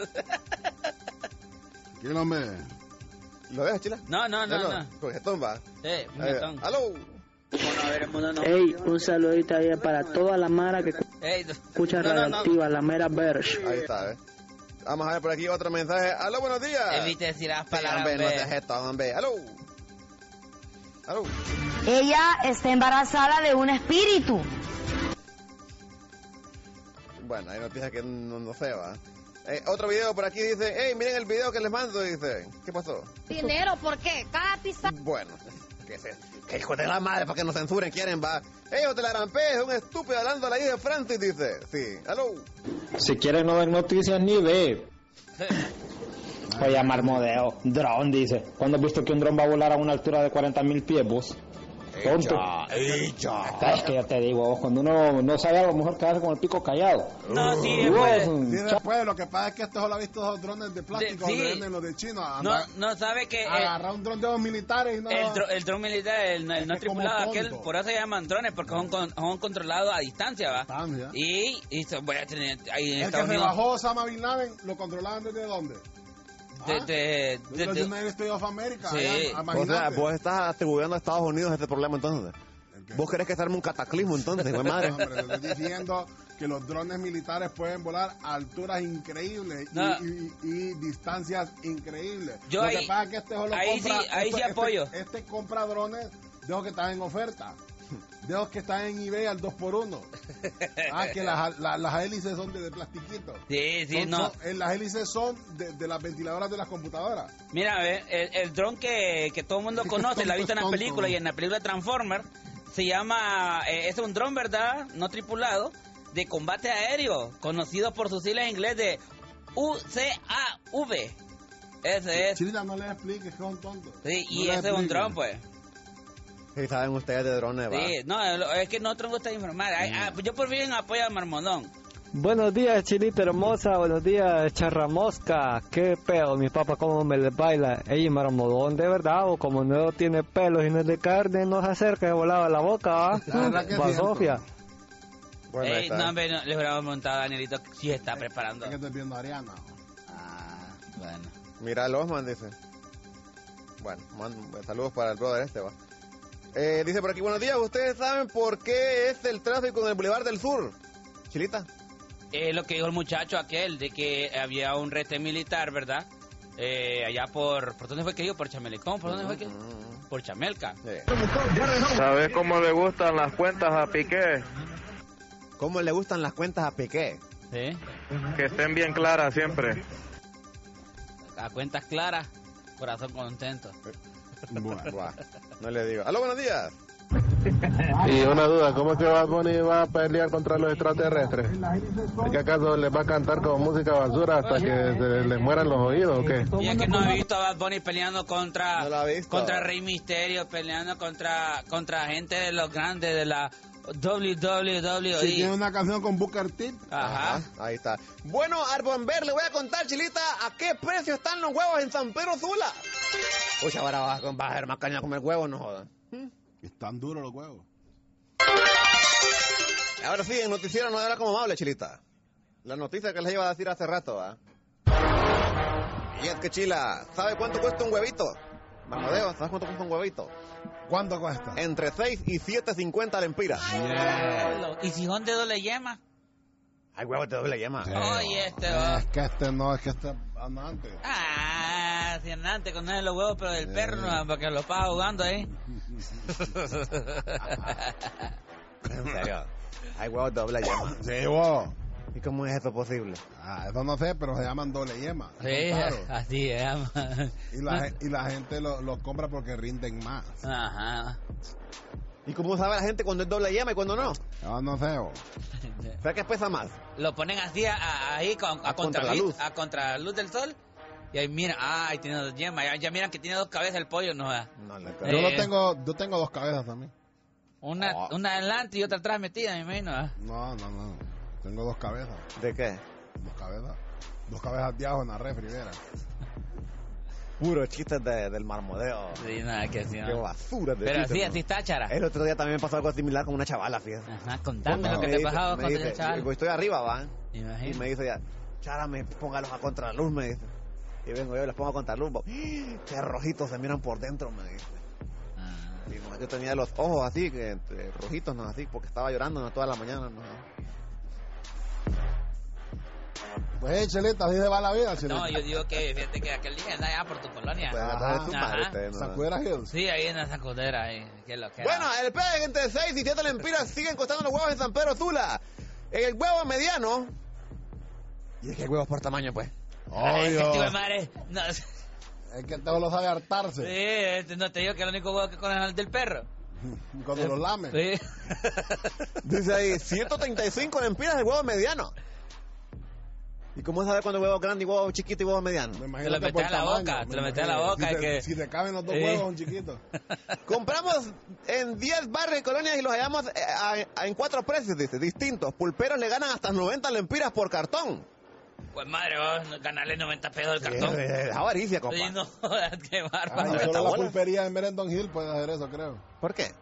[SPEAKER 17] ¿Quién hombre?
[SPEAKER 3] ¿Lo ves, Chila?
[SPEAKER 5] No, no, no,
[SPEAKER 3] Déjalo.
[SPEAKER 5] no.
[SPEAKER 3] Cogetón va.
[SPEAKER 5] Sí,
[SPEAKER 3] Ahí va. ¡Aló!
[SPEAKER 26] Ey, un saludito ahí para toda la mara que
[SPEAKER 5] Ey,
[SPEAKER 26] escucha
[SPEAKER 3] no, no, no.
[SPEAKER 26] radioactiva, la mera verge.
[SPEAKER 3] Ahí está, ¿eh? Vamos a ver por aquí otro mensaje. ¡Aló, buenos días!
[SPEAKER 5] Evite decir las
[SPEAKER 3] Sí,
[SPEAKER 5] palabras,
[SPEAKER 3] hombre, no
[SPEAKER 5] hombre.
[SPEAKER 3] seas esto, hombre. ¡Aló! ¡Aló!
[SPEAKER 27] Ella está embarazada de un espíritu.
[SPEAKER 3] Bueno, hay noticias que no, no se va. Eh, otro video por aquí dice, hey, miren el video que les mando, dice. ¿Qué pasó?
[SPEAKER 27] Dinero, ¿por qué? Cada pizza.
[SPEAKER 3] Bueno, que, se, que hijo de la madre, para que nos censuren, quieren, va. Ellos te la rampé, es un estúpido hablando a la hija de Francis, dice. Sí, aló.
[SPEAKER 4] Si quieres no ver noticias ni ve. Oye, marmodeo, dron dice. ¿Cuándo has visto que un dron va a volar a una altura de 40.000 pies, vos? Tonto. Es que ya te digo, vos, cuando uno no sabe algo, mejor quedarse con el pico callado.
[SPEAKER 17] No,
[SPEAKER 4] Y
[SPEAKER 17] Uh. sí, pues.
[SPEAKER 4] vos,
[SPEAKER 17] después.
[SPEAKER 4] mm,
[SPEAKER 17] Lo que pasa es que estos solo han visto esos drones de plástico
[SPEAKER 5] De-
[SPEAKER 17] donde
[SPEAKER 5] sí.
[SPEAKER 17] venden los de China.
[SPEAKER 5] No,
[SPEAKER 17] Anda-
[SPEAKER 5] no sabe que... eh,
[SPEAKER 17] Agarra un dron de los militares y no.
[SPEAKER 5] El, dro- el dron militar, el, el no
[SPEAKER 17] que como
[SPEAKER 5] tripulado,
[SPEAKER 17] tonto.
[SPEAKER 5] aquel, por eso se llaman drones, porque son, con- son controlados a distancia, ¿va? Y, y se- voy a tener ahí en
[SPEAKER 17] el que
[SPEAKER 5] Estados
[SPEAKER 17] se
[SPEAKER 5] Unidos.
[SPEAKER 17] bajó Osama Bin Laden lo controlaban desde dónde? ¿ah?
[SPEAKER 5] de- de- de-
[SPEAKER 17] Desde los
[SPEAKER 5] de-
[SPEAKER 17] United States of America.
[SPEAKER 5] Sí.
[SPEAKER 17] allá,
[SPEAKER 3] O sea,
[SPEAKER 17] Ah, imagínate.
[SPEAKER 3] vos estás atribuyendo a Estados Unidos este problema entonces. ¿Vos querés que se arme un cataclismo entonces, hijo de madre?
[SPEAKER 17] Hombre, le estoy diciendo que los drones militares pueden volar a alturas increíbles y-
[SPEAKER 5] No.
[SPEAKER 17] y, y distancias increíbles.
[SPEAKER 5] Yo
[SPEAKER 17] Lo
[SPEAKER 5] ahí-
[SPEAKER 17] que pasa es que este solo
[SPEAKER 5] ahí
[SPEAKER 17] compra,
[SPEAKER 5] sí- ahí
[SPEAKER 17] esto-
[SPEAKER 5] sí
[SPEAKER 17] este-
[SPEAKER 5] apoyo.
[SPEAKER 17] Este, compra drones de los que están en oferta. De los que están en eBay al 2x1. Ah, que las, la- las hélices son de, de plastiquito.
[SPEAKER 5] Sí, sí,
[SPEAKER 17] Son-
[SPEAKER 5] no.
[SPEAKER 17] son- eh, las hélices son de, de las ventiladoras de las computadoras.
[SPEAKER 5] Mira, a ver, el, el dron que, que todo el mundo conoce, la ha visto en las
[SPEAKER 17] tonto.
[SPEAKER 5] películas y en la película Transformer, se llama, eh, es un dron, ¿verdad? No tripulado, de combate aéreo, conocido por sus siglas en inglés de UCAV. Ese es.
[SPEAKER 17] Chilita, no les expliques, que son tontos.
[SPEAKER 5] Sí, y
[SPEAKER 17] No les
[SPEAKER 5] ese es un
[SPEAKER 17] expliques.
[SPEAKER 5] dron, pues.
[SPEAKER 3] Sí, saben ustedes de drones, va. Mm.
[SPEAKER 5] Sí, no, es que no tengo esta informar. Ay, ah, Yo por fin apoyo a Marmonón.
[SPEAKER 28] Buenos días, chilita hermosa. Buenos días, charramosca. Qué pedo, mi papá, cómo me les baila. Ey, marmodón, de verdad, o como no tiene pelos y no es de carne, no se acerca de volaba la boca, ¿va?
[SPEAKER 5] La verdad que es
[SPEAKER 28] Va,
[SPEAKER 5] cierto.
[SPEAKER 28] Sofía.
[SPEAKER 3] Bueno, ahí
[SPEAKER 5] Ey,
[SPEAKER 3] está.
[SPEAKER 5] no, hombre, no, le hubiéramos montado a Danielito que sí está preparando.
[SPEAKER 17] Es que estoy viendo a Ariana.
[SPEAKER 5] Bueno.
[SPEAKER 3] Mira el Osman, dice. Bueno, mando- saludos para el brother este, va. Eh, dice por aquí, buenos días, ¿ustedes saben por qué es el tráfico en el Boulevard del Sur? Chilita.
[SPEAKER 5] Eh, lo que dijo el muchacho aquel, de que había un rete militar, ¿verdad? Eh, allá por... ¿Por dónde fue que dijo? ¿Por Chamelecón? ¿Por dónde fue que...?
[SPEAKER 3] Mm.
[SPEAKER 5] Por Chamelca.
[SPEAKER 25] ¿Sabes cómo le gustan las cuentas a Piqué?
[SPEAKER 3] ¿Cómo le gustan las cuentas a Piqué?
[SPEAKER 5] Sí.
[SPEAKER 25] Que estén bien claras siempre.
[SPEAKER 5] A cuentas claras, corazón contento.
[SPEAKER 3] Buah, no le digo. Aló, buenos días.
[SPEAKER 29] Y una duda, ¿cómo es que Bad Bunny va a pelear contra los extraterrestres? ¿Es que acaso les va a cantar con música basura hasta que se les mueran los oídos o qué?
[SPEAKER 5] Y es que no he visto a Bad Bunny peleando contra
[SPEAKER 3] visto.
[SPEAKER 5] contra Rey Misterio, peleando contra contra gente de los grandes de la www.
[SPEAKER 17] Si tiene una canción con Booker T.
[SPEAKER 5] Ajá.
[SPEAKER 3] Ahí está. Bueno, Arbomber, le voy a contar, Chilita, a qué precio están los huevos en San Pedro Sula. Uy, ahora vas a, vas a ver más caña a comer huevos, no jodan.
[SPEAKER 17] Mm. Están duros los huevos.
[SPEAKER 3] Ahora sí, en noticiero no habla como amable, Chilita. La noticia que les iba a decir hace rato, ¿ah? Y es que Chila, ¿sabe cuánto cuesta un huevito? Mamadeo, ¿sabes cuánto cuesta un huevito?
[SPEAKER 17] ¿Cuánto cuesta?
[SPEAKER 3] Entre 6 y 7.50 lempiras.
[SPEAKER 5] ¿Y si son de doble yema?
[SPEAKER 3] Ay, huevo, te doble yema.
[SPEAKER 5] Oye, este
[SPEAKER 17] Es que este no, es que este andante.
[SPEAKER 5] Ah, si andante con los huevos, pero del perro, no, porque lo pasa jugando ahí.
[SPEAKER 3] En serio. Hay huevos de doble yema.
[SPEAKER 17] Sí, vos.
[SPEAKER 3] ¿Y cómo es eso posible?
[SPEAKER 17] Ah, eso no sé, pero se llaman doble yema.
[SPEAKER 5] Sí,
[SPEAKER 17] Son caros.
[SPEAKER 5] así es.
[SPEAKER 17] Y la, gen- y la gente lo- los compra porque rinden más.
[SPEAKER 5] Ajá.
[SPEAKER 3] ¿Y cómo sabe la gente cuando es doble yema y cuando no?
[SPEAKER 17] No, no sé. vos.
[SPEAKER 3] ¿Sabes qué pesa más?
[SPEAKER 5] Lo ponen así a- a- ahí con, a,
[SPEAKER 3] contra la
[SPEAKER 5] contraluz-
[SPEAKER 3] luz.
[SPEAKER 5] a contraluz del sol. Y ahí mira, ay, tiene dos yemas. Ya, ya miran que tiene dos cabezas el pollo, no jodas.
[SPEAKER 17] Yo
[SPEAKER 5] Eh,
[SPEAKER 17] lo tengo, yo tengo dos cabezas también.
[SPEAKER 5] Una,
[SPEAKER 3] Oh.
[SPEAKER 5] una adelante y otra atrás metida, me imagino. ¿ah?
[SPEAKER 17] No, no, no. Tengo dos cabezas.
[SPEAKER 3] ¿De qué?
[SPEAKER 17] Dos cabezas. Dos cabezas de ajo en la refri, viera.
[SPEAKER 3] Puro chistes de- del marmodeo.
[SPEAKER 5] Sí, nada que así, ¿no?
[SPEAKER 3] Qué basura de
[SPEAKER 5] Pero
[SPEAKER 3] chistes,
[SPEAKER 5] así,
[SPEAKER 3] ¿no?
[SPEAKER 5] así está, Chara.
[SPEAKER 3] El otro día también me pasó algo similar con una chavala, fíjate.
[SPEAKER 5] Ajá, contame lo que te pasaba cuando eras chaval.
[SPEAKER 3] Estoy arriba, va.
[SPEAKER 5] Imagino.
[SPEAKER 3] Y me dice ya, Chara, me póngalos a contraluz, me dice. Y vengo yo y los pongo a contraluz. va. Qué rojitos se miran por dentro, me dice. Y no, yo tenía los ojos así, que, eh, rojitos, no así, porque estaba llorando no, toda la mañana. No,
[SPEAKER 17] Pues, hey, Chelita, así se va la vida, Chelita.
[SPEAKER 5] No, yo digo que fíjate que aquel día andaba allá por tu colonia.
[SPEAKER 3] Pues, atrás de tu
[SPEAKER 5] Ajá.
[SPEAKER 3] madre, ustedes, ¿no?
[SPEAKER 17] Sacudera Hills.
[SPEAKER 5] Sí, ahí en la sacudera, ahí. que lo que era.
[SPEAKER 3] Bueno, el pedo entre 6 y 7 lempiras siguen costando los huevos en San Pedro Sula. El huevo mediano. Y es que huevos por tamaño, pues.
[SPEAKER 5] Ay,
[SPEAKER 17] Obvio.
[SPEAKER 5] este tipo de madre. No, sí,
[SPEAKER 17] Es que todo lo sabe hartarse.
[SPEAKER 5] este, no te digo que el único huevo que conoces es el del perro.
[SPEAKER 17] Cuando lo lame.
[SPEAKER 5] Sí.
[SPEAKER 3] Dice ahí, 135 lempiras el huevo mediano. ¿Y cómo saber cuando huevo grande y huevo chiquito y huevo mediano?
[SPEAKER 5] Te lo metes a la boca, te lo metes a la boca.
[SPEAKER 17] Si
[SPEAKER 5] y
[SPEAKER 17] te,
[SPEAKER 5] que...
[SPEAKER 17] si te caben los dos
[SPEAKER 5] Sí.
[SPEAKER 17] huevos, un chiquito.
[SPEAKER 3] Compramos en 10 barrios y colonias y los hallamos eh, a- a- en cuatro precios, dice, distintos. Pulperos le ganan hasta 90 lempiras por cartón.
[SPEAKER 5] Pues madre, vos ganarle 90 pesos al cartón.
[SPEAKER 3] Eh, eh, Es avaricia, compa.
[SPEAKER 5] Sí, no, jodas, qué
[SPEAKER 17] Ah,
[SPEAKER 5] bárbaro.
[SPEAKER 17] y solo la
[SPEAKER 3] bolas.
[SPEAKER 17] pulpería de Merendon Hill puede hacer eso, creo.
[SPEAKER 3] ¿Por qué?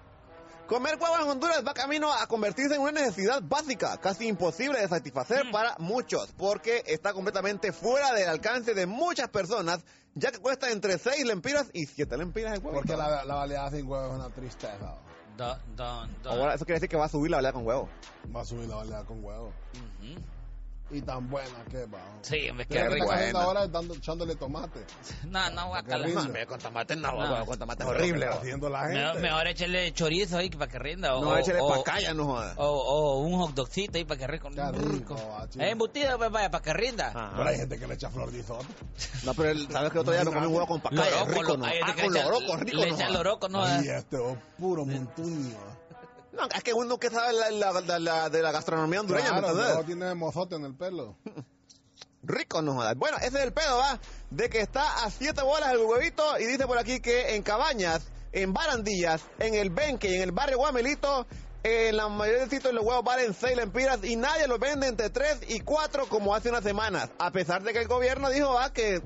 [SPEAKER 3] Comer huevos en Honduras va camino a convertirse en una necesidad básica, casi imposible de satisfacer
[SPEAKER 5] Mm.
[SPEAKER 3] para muchos, porque está completamente fuera del alcance de muchas personas, ya que cuesta entre 6 lempiras y 7 lempiras el huevo.
[SPEAKER 17] Porque la, la baleada sin huevos es una tristeza.
[SPEAKER 5] Don, don, don.
[SPEAKER 3] Ahora, eso quiere decir que va a subir la oleada con huevo.
[SPEAKER 17] Va a subir la baleada con huevos.
[SPEAKER 5] Ujú.
[SPEAKER 17] Y tan buena que va.
[SPEAKER 5] Sí, me
[SPEAKER 17] Mira
[SPEAKER 5] quedé
[SPEAKER 17] que
[SPEAKER 5] rico.
[SPEAKER 17] está haciendo ahora es dando, echándole tomate.
[SPEAKER 5] No, no, guacala.
[SPEAKER 17] rindo.
[SPEAKER 5] No, me-
[SPEAKER 3] Con tomate no,
[SPEAKER 5] No.
[SPEAKER 3] huevo, con tomate es horrible.
[SPEAKER 17] Lo
[SPEAKER 3] va.
[SPEAKER 17] está haciendo la gente.
[SPEAKER 5] Mejor, mejor échale chorizo ahí para que rinda. O,
[SPEAKER 3] No, échale
[SPEAKER 5] o-
[SPEAKER 3] pacaya, no jodas.
[SPEAKER 5] O, o un hot dogcito ahí para que rico.
[SPEAKER 17] Qué rico, va, chico.
[SPEAKER 5] Eh, embutido, pues vaya, para que rinda.
[SPEAKER 17] Pero hay gente que le echa flor de izote.
[SPEAKER 3] No, pero el- sabes que otro día me comí un huevo con pacaya,
[SPEAKER 5] Loroco,
[SPEAKER 3] es rico,
[SPEAKER 5] eh, lo-
[SPEAKER 3] no.
[SPEAKER 5] hay gente
[SPEAKER 3] Ah,
[SPEAKER 5] que
[SPEAKER 3] con
[SPEAKER 5] le echa-
[SPEAKER 3] loroco, rico,
[SPEAKER 5] Le
[SPEAKER 3] no.
[SPEAKER 5] echa loroco, no.
[SPEAKER 17] Y este oh, puro montuño.
[SPEAKER 3] No, es que uno que sabe la, la- la- la- de la gastronomía hondureña, ¿me
[SPEAKER 17] Claro,
[SPEAKER 3] entendés?
[SPEAKER 17] luego tiene mozote en el pelo.
[SPEAKER 3] Rico no jodas. Bueno, ese es el pedo, va. De que está a siete bolas el huevito y dice por aquí que en Cabañas, en Barandillas, en el Benque y en el barrio Guamelito, en la mayoría de sitios los huevos valen seis lempiras y nadie los vende entre tres y cuatro como hace unas semanas. A pesar de que el gobierno dijo, va, que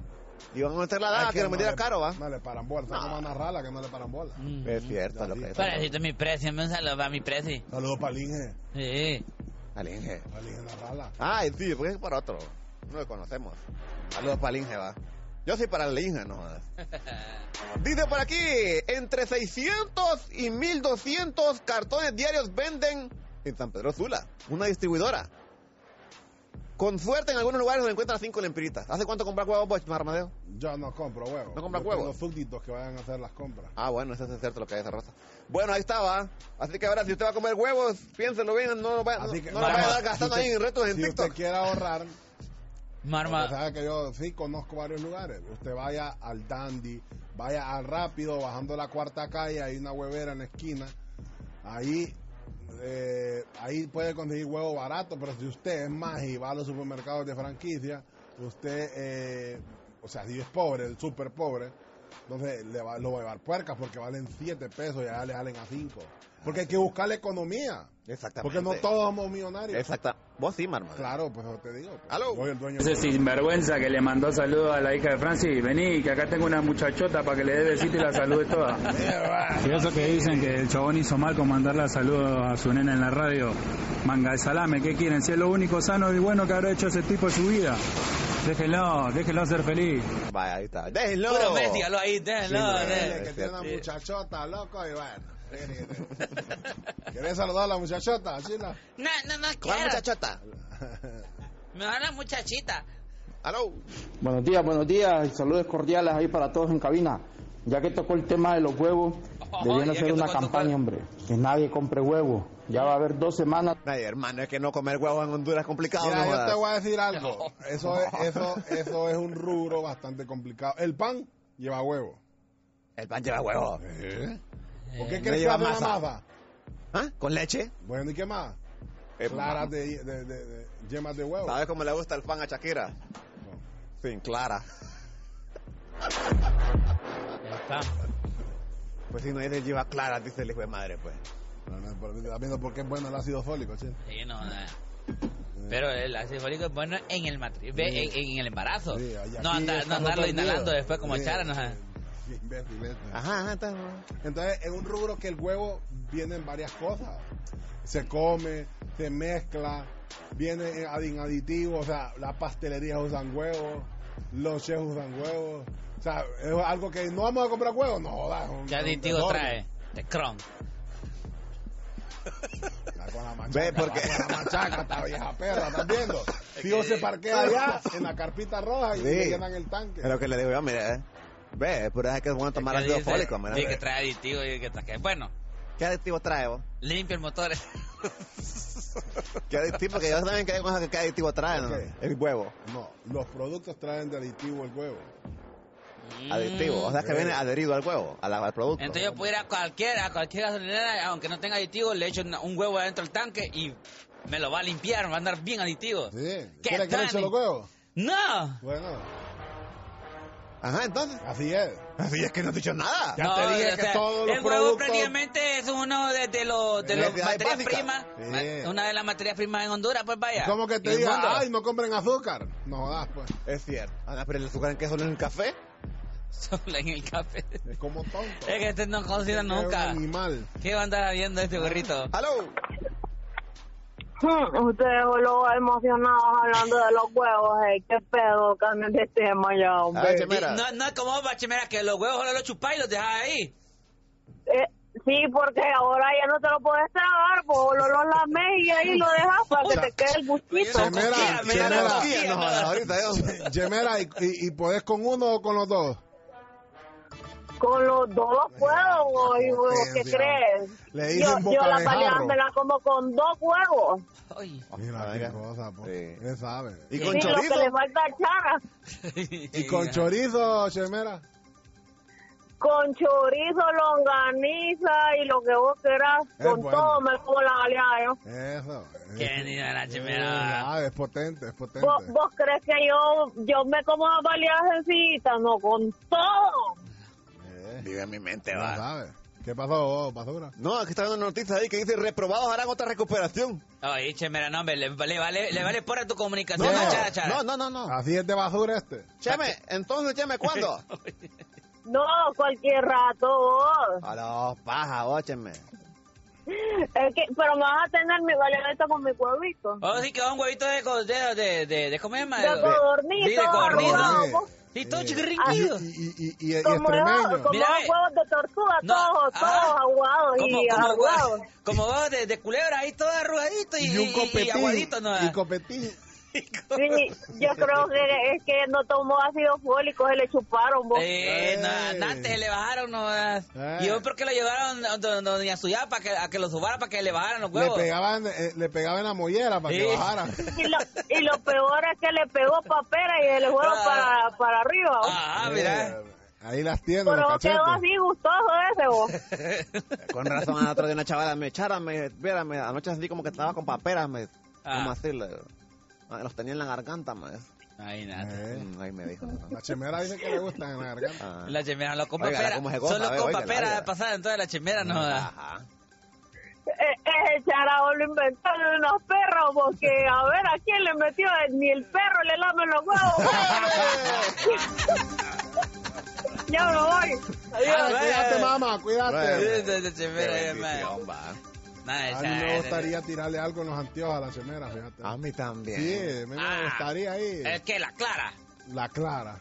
[SPEAKER 3] iban a meter la
[SPEAKER 17] Es
[SPEAKER 5] Ah,
[SPEAKER 3] dada, que lo
[SPEAKER 17] no
[SPEAKER 3] metiera
[SPEAKER 17] le-
[SPEAKER 3] caro, va.
[SPEAKER 17] No le paran bola. Está como una rala que no le paran bola.
[SPEAKER 5] Mm.
[SPEAKER 3] Es cierto lo que es.
[SPEAKER 5] Para decirte mi precio, me un saludo para mi precio.
[SPEAKER 17] Saludos para Linge.
[SPEAKER 5] Sí.
[SPEAKER 3] Alinge.
[SPEAKER 17] Para Linge la rala.
[SPEAKER 3] Ay, sí, porque es para otro. No lo conocemos. Saludos para Linge, va. Yo soy para el Inge, no jodas. Dice por aquí, entre 600 y 1200 cartones diarios venden en San Pedro Sula, una distribuidora. Con suerte en algunos lugares se encuentran cinco lempiritas. ¿Hace cuánto compras huevos, Boch, Marmadeo?
[SPEAKER 17] Yo no compro huevos.
[SPEAKER 3] ¿No compras
[SPEAKER 17] Yo
[SPEAKER 3] huevos?
[SPEAKER 17] Tengo súbditos que vayan a hacer las compras.
[SPEAKER 3] Ah, bueno, eso es cierto lo que hay esa rosa. Bueno, ahí estaba. Así que ahora, si usted va a comer huevos, piénselo bien, no lo va, no,
[SPEAKER 17] Así que,
[SPEAKER 3] no lo vaya a
[SPEAKER 17] vamos,
[SPEAKER 3] dar gastando
[SPEAKER 17] si
[SPEAKER 3] ahí
[SPEAKER 17] usted-
[SPEAKER 3] en retos en
[SPEAKER 17] si
[SPEAKER 3] TikTok.
[SPEAKER 17] usted quiere ahorrar,
[SPEAKER 5] Marma.
[SPEAKER 17] usted sabe que yo sí conozco varios lugares. Usted vaya al Dandy, vaya al Rápido, bajando la cuarta calle, hay una huevera en la esquina. Ahí, eh, ahí puede conseguir huevo barato, pero si usted es más y va a los supermercados de franquicia, usted, eh, o sea, si es pobre, súper pobre, Entonces le va- lo va a llevar puercas porque valen 7 pesos y allá le salen a 5. Porque hay que buscar la economía.
[SPEAKER 3] Exactamente.
[SPEAKER 17] Porque no todos somos millonarios.
[SPEAKER 3] Exacta. Vos sí, Marmol.
[SPEAKER 17] Claro, pues eso te digo. pues.
[SPEAKER 3] Aló.
[SPEAKER 17] Soy el dueño
[SPEAKER 8] Ese sinvergüenza que le mandó saludos a la hija de Francis, vení, que acá tengo una muchachota para que le dé besito y la salude toda.
[SPEAKER 21] Y eso que dicen que el chabón hizo mal con mandarle saludos a su nena en la radio. Manga de salame, ¿qué quieren? Si es lo único sano y bueno que habrá hecho ese tipo de su vida. Déjenlo, déjenlo ser feliz.
[SPEAKER 3] Vaya, ahí está. Déjenlo.
[SPEAKER 5] Puro mes, dígalo ahí,
[SPEAKER 17] Sí,
[SPEAKER 5] déjenlo.
[SPEAKER 17] hombre,
[SPEAKER 5] déjenlo.
[SPEAKER 17] que tiene una muchachota, loco, y bueno. ¿Querés saludar a la muchachota, Chila?
[SPEAKER 5] No, no, no
[SPEAKER 17] ¿Cuál
[SPEAKER 5] quiero.
[SPEAKER 17] muchachota?
[SPEAKER 5] Mejor la muchachita.
[SPEAKER 3] Aló.
[SPEAKER 9] Buenos días, buenos días y saludos cordiales ahí para todos en cabina. Ya que tocó el tema de los huevos, debían
[SPEAKER 3] ya que
[SPEAKER 9] hacer una
[SPEAKER 3] tocó, tocó.
[SPEAKER 9] campaña, hombre. Que nadie compre huevos. Ya va a haber dos semanas.
[SPEAKER 3] Ay, hermano, es que no comer huevos en Honduras es complicado.
[SPEAKER 17] Mira,
[SPEAKER 3] no
[SPEAKER 17] yo te
[SPEAKER 3] jodas.
[SPEAKER 17] voy a decir algo. Eso es, eso, eso es un rubro bastante complicado. El pan lleva huevo.
[SPEAKER 3] El pan lleva huevo.
[SPEAKER 17] ¿Por qué
[SPEAKER 3] No
[SPEAKER 17] crees que
[SPEAKER 3] lleva
[SPEAKER 17] hace una
[SPEAKER 3] masa.
[SPEAKER 17] masa?
[SPEAKER 3] ¿Ah? ¿Con leche?
[SPEAKER 17] Bueno, ¿y qué más?
[SPEAKER 3] Eh,
[SPEAKER 17] Claras
[SPEAKER 3] mam-
[SPEAKER 17] de, de- de- de- yemas de huevo.
[SPEAKER 3] ¿Sabes cómo le gusta el pan a Shakira? Sin clara. Pues si no dice lleva clara, dice el hijo de madre, pues.
[SPEAKER 17] No, no, pero estás viendo por qué es bueno el ácido fólico, che.
[SPEAKER 5] Sí, no, no. Pero el ácido fólico es bueno en el matri- ve,
[SPEAKER 17] Sí.
[SPEAKER 5] en, en el embarazo.
[SPEAKER 17] Sí, ahí
[SPEAKER 5] no,
[SPEAKER 17] aquí
[SPEAKER 5] andar-
[SPEAKER 17] está
[SPEAKER 5] no andarlo
[SPEAKER 17] todo
[SPEAKER 5] inhalando
[SPEAKER 17] perdido.
[SPEAKER 5] después como
[SPEAKER 17] Sí.
[SPEAKER 5] Chara. No,
[SPEAKER 17] Qué imbécil este.
[SPEAKER 3] Ajá, ajá, Ah, está.
[SPEAKER 17] Entonces, es un rubro que el huevo viene en varias cosas. Se come, se mezcla, viene en adin- aditivo, o sea, las pastelerías usan huevos, los chefs usan huevos. O sea, es algo que no vamos a comprar huevos, no, jodas, es un-
[SPEAKER 5] ¿Qué
[SPEAKER 17] es un
[SPEAKER 5] aditivo
[SPEAKER 17] desorden.
[SPEAKER 5] trae? De Chrome.
[SPEAKER 17] Está con la machaca,
[SPEAKER 3] Ve, porque-
[SPEAKER 17] está con la machaca, Ah, esta vieja perra, ¿estás viendo? Tío se parquea allá en la carpita roja y
[SPEAKER 3] Sí.
[SPEAKER 17] le llenan el tanque.
[SPEAKER 3] Es lo que le digo yo, mira, eh. Ve, pero es que es bueno tomar ácido fólico, mira.
[SPEAKER 5] Sí, que trae aditivo y que trae. Bueno,
[SPEAKER 3] ¿Qué adictivo trae vos?
[SPEAKER 5] limpia el motor.
[SPEAKER 3] ¿Qué adictivo? Porque yo también que hay cosas que qué adictivo trae, ¿no?
[SPEAKER 17] Ok.
[SPEAKER 3] El huevo.
[SPEAKER 17] No, los productos traen de aditivo el huevo.
[SPEAKER 3] Adictivo. O sea que
[SPEAKER 17] Sí.
[SPEAKER 3] viene adherido al huevo, al, al producto.
[SPEAKER 5] Mm. Entonces yo puedo ir a cualquier, a cualquier gasolinera, aunque no tenga aditivo, le echo una- un huevo adentro del tanque y me lo va a limpiar, me va a andar bien aditivo. ¿Qué
[SPEAKER 17] ¿Quieres que le eche
[SPEAKER 5] tal?
[SPEAKER 17] los huevos?
[SPEAKER 5] ¡No!
[SPEAKER 17] Bueno,
[SPEAKER 3] Ajá, entonces.
[SPEAKER 17] así es.
[SPEAKER 3] Así es que no he dicho nada.
[SPEAKER 17] Ya te dije
[SPEAKER 5] o
[SPEAKER 17] que
[SPEAKER 5] sea,
[SPEAKER 17] todos los
[SPEAKER 5] el huevo
[SPEAKER 17] productos...
[SPEAKER 5] prácticamente es uno de, de los de
[SPEAKER 17] Es
[SPEAKER 5] los
[SPEAKER 17] que hay
[SPEAKER 5] materias
[SPEAKER 17] básica.
[SPEAKER 5] primas,
[SPEAKER 17] Sí.
[SPEAKER 5] una de las materias primas en Honduras, pues vaya.
[SPEAKER 17] ¿Cómo que
[SPEAKER 5] En
[SPEAKER 17] te
[SPEAKER 5] el
[SPEAKER 17] diga,
[SPEAKER 5] mundo.
[SPEAKER 17] ay, no compren azúcar? No jodas, pues.
[SPEAKER 3] Es cierto. Ana, Ah, pero el azúcar en qué solo en el café.
[SPEAKER 5] Solo en el café.
[SPEAKER 17] Es como tonto.
[SPEAKER 5] Es que este no
[SPEAKER 17] Es
[SPEAKER 5] cocina
[SPEAKER 17] un
[SPEAKER 5] nunca.
[SPEAKER 17] animal.
[SPEAKER 5] ¿Qué va a andar haciendo este gorrito?
[SPEAKER 3] ¡Aló!
[SPEAKER 27] Hmm, Ustedes los emocionados hablando de los huevos, eh. ¿Qué pedo? Cambien de tema
[SPEAKER 17] Ah,
[SPEAKER 27] ya, hombre.
[SPEAKER 5] No, no es como bachemera que los huevos solo los chupás y los dejás ahí.
[SPEAKER 27] Eh, sí, porque ahora ya no te lo puedes tragar, pues lo, lo lames y ahí lo dejas para que te quede el gustito.
[SPEAKER 17] Chemera,
[SPEAKER 3] Me da la
[SPEAKER 17] chemera.
[SPEAKER 3] cosquilla, no jodas, ahorita yo.
[SPEAKER 17] Yemera, ¿y, y, y podés con uno o con los dos?
[SPEAKER 27] Con los dos puedo, güey, güey, ¿qué
[SPEAKER 17] potencia.
[SPEAKER 27] crees?
[SPEAKER 17] Le
[SPEAKER 27] yo,
[SPEAKER 17] dicen
[SPEAKER 27] yo
[SPEAKER 17] boca
[SPEAKER 27] la
[SPEAKER 17] de
[SPEAKER 27] baleada
[SPEAKER 17] jarro.
[SPEAKER 27] me la como con dos huevos.
[SPEAKER 5] Ay.
[SPEAKER 17] Mira, qué cosa, po. Usted sabe.
[SPEAKER 3] ¿Y
[SPEAKER 27] Sí, lo que le falta a Chara.
[SPEAKER 17] ¿Y con chorizo, Chemera?
[SPEAKER 27] Con chorizo, longaniza y lo que vos querás.
[SPEAKER 17] Es
[SPEAKER 27] con
[SPEAKER 17] bueno.
[SPEAKER 27] todo me como la baleada, ¿yo?
[SPEAKER 17] Eso.
[SPEAKER 5] ¿Qué ni de la chemera?
[SPEAKER 17] Ah, es potente, es potente.
[SPEAKER 27] ¿Vos, vos crees que yo, yo me como las baleadas sencitas? No, con todo.
[SPEAKER 3] Vive en mi mente,
[SPEAKER 17] No
[SPEAKER 3] va.
[SPEAKER 17] sabe. ¿Qué pasó, vos, basura?
[SPEAKER 3] No, aquí está viendo una noticia ahí que dice reprobados harán otra recuperación.
[SPEAKER 5] Ay, chemera, no, hombre, le, le vale, le vale porra tu comunicación
[SPEAKER 3] No,
[SPEAKER 5] a
[SPEAKER 3] no,
[SPEAKER 5] Chara Chara.
[SPEAKER 3] no, no, no, no.
[SPEAKER 17] Así es de basura este.
[SPEAKER 3] Cheme, entonces, Cheme, ¿cuándo?
[SPEAKER 27] No, cualquier rato vos.
[SPEAKER 3] A los
[SPEAKER 17] Ah,
[SPEAKER 3] paja, vos, Cheme.
[SPEAKER 27] Es que, pero me vas a tener mi baleadita con mi huevito.
[SPEAKER 5] Oh, sí, que va un huevito de, co- de, de, de, de ¿cómo se llama?
[SPEAKER 27] De codorniz,
[SPEAKER 5] Sí, de codorniz, ¿no?
[SPEAKER 27] arrugado.
[SPEAKER 5] Sí, todo
[SPEAKER 27] Así-
[SPEAKER 5] chiquirrinquido.
[SPEAKER 17] Y, y, y, y
[SPEAKER 27] como los,
[SPEAKER 17] extremeño.
[SPEAKER 27] como
[SPEAKER 5] Mira,
[SPEAKER 27] los
[SPEAKER 5] eh.
[SPEAKER 27] huevos de tortuga,
[SPEAKER 5] No,
[SPEAKER 27] todos,
[SPEAKER 5] ajá.
[SPEAKER 27] todos aguados y arrugados.
[SPEAKER 5] como, como vos de, de culebra ahí todo arrugadito y,
[SPEAKER 17] Y un
[SPEAKER 5] y- y
[SPEAKER 17] copetín.
[SPEAKER 5] aguadito, ¿no?
[SPEAKER 17] Y copetín.
[SPEAKER 27] Sí, yo creo que es que no tomó ácido fólico, se le chuparon. vos.
[SPEAKER 5] Eh, no, antes se le bajaron, no.
[SPEAKER 17] Eh.
[SPEAKER 5] Y yo porque lo llevaron a don- doña Suyapa que, a que lo subara para que le bajaran los
[SPEAKER 17] Le
[SPEAKER 5] huevos.
[SPEAKER 17] pegaban, eh, le pegaban en la mollera para que
[SPEAKER 5] Sí.
[SPEAKER 17] bajara.
[SPEAKER 27] Y lo, y lo peor es que le pegó papera y el juego para, para arriba. vos.
[SPEAKER 5] Ah, mira.
[SPEAKER 17] Eh, Ahí las tienen, los
[SPEAKER 27] Pero
[SPEAKER 17] cachetes.
[SPEAKER 27] quedó así gustoso ese, vos.
[SPEAKER 3] Con razón, al otro día una chavala me echara, me, viera, me, ah, anoche así como que estaba con paperas, me. ¿Cómo decirle? Ah, Los tenía en la garganta, me.
[SPEAKER 5] Ahí nada.
[SPEAKER 3] Ahí me dijo.
[SPEAKER 17] Eh. La chemera dice que le gustan en la garganta.
[SPEAKER 5] La chimera lo compra
[SPEAKER 3] Oiga,
[SPEAKER 5] pera.
[SPEAKER 3] ¿cómo se goza?
[SPEAKER 5] Solo
[SPEAKER 3] Ve,
[SPEAKER 5] compra
[SPEAKER 3] oiga,
[SPEAKER 5] pera
[SPEAKER 3] oiga.
[SPEAKER 5] de pasada, entonces la chimera no da.
[SPEAKER 27] Eh, Ese charabo lo inventaron unos perros porque a ver a quién le metió, Eh, ni el perro le lame los huevos. ya me voy.
[SPEAKER 17] Ahora, cuídate, mamá,
[SPEAKER 5] Ah, Sí,
[SPEAKER 17] cuídate.
[SPEAKER 5] sí, sí, chimera, ya, man.
[SPEAKER 3] Ah,
[SPEAKER 5] Nada,
[SPEAKER 17] A
[SPEAKER 5] esa-
[SPEAKER 17] mí me
[SPEAKER 5] esa-
[SPEAKER 17] gustaría tirarle algo en los anteojos a la chemera, fíjate.
[SPEAKER 3] A mí también.
[SPEAKER 17] Sí, me
[SPEAKER 5] Ah,
[SPEAKER 17] gustaría ahí.
[SPEAKER 5] Es que la clara.
[SPEAKER 17] La clara.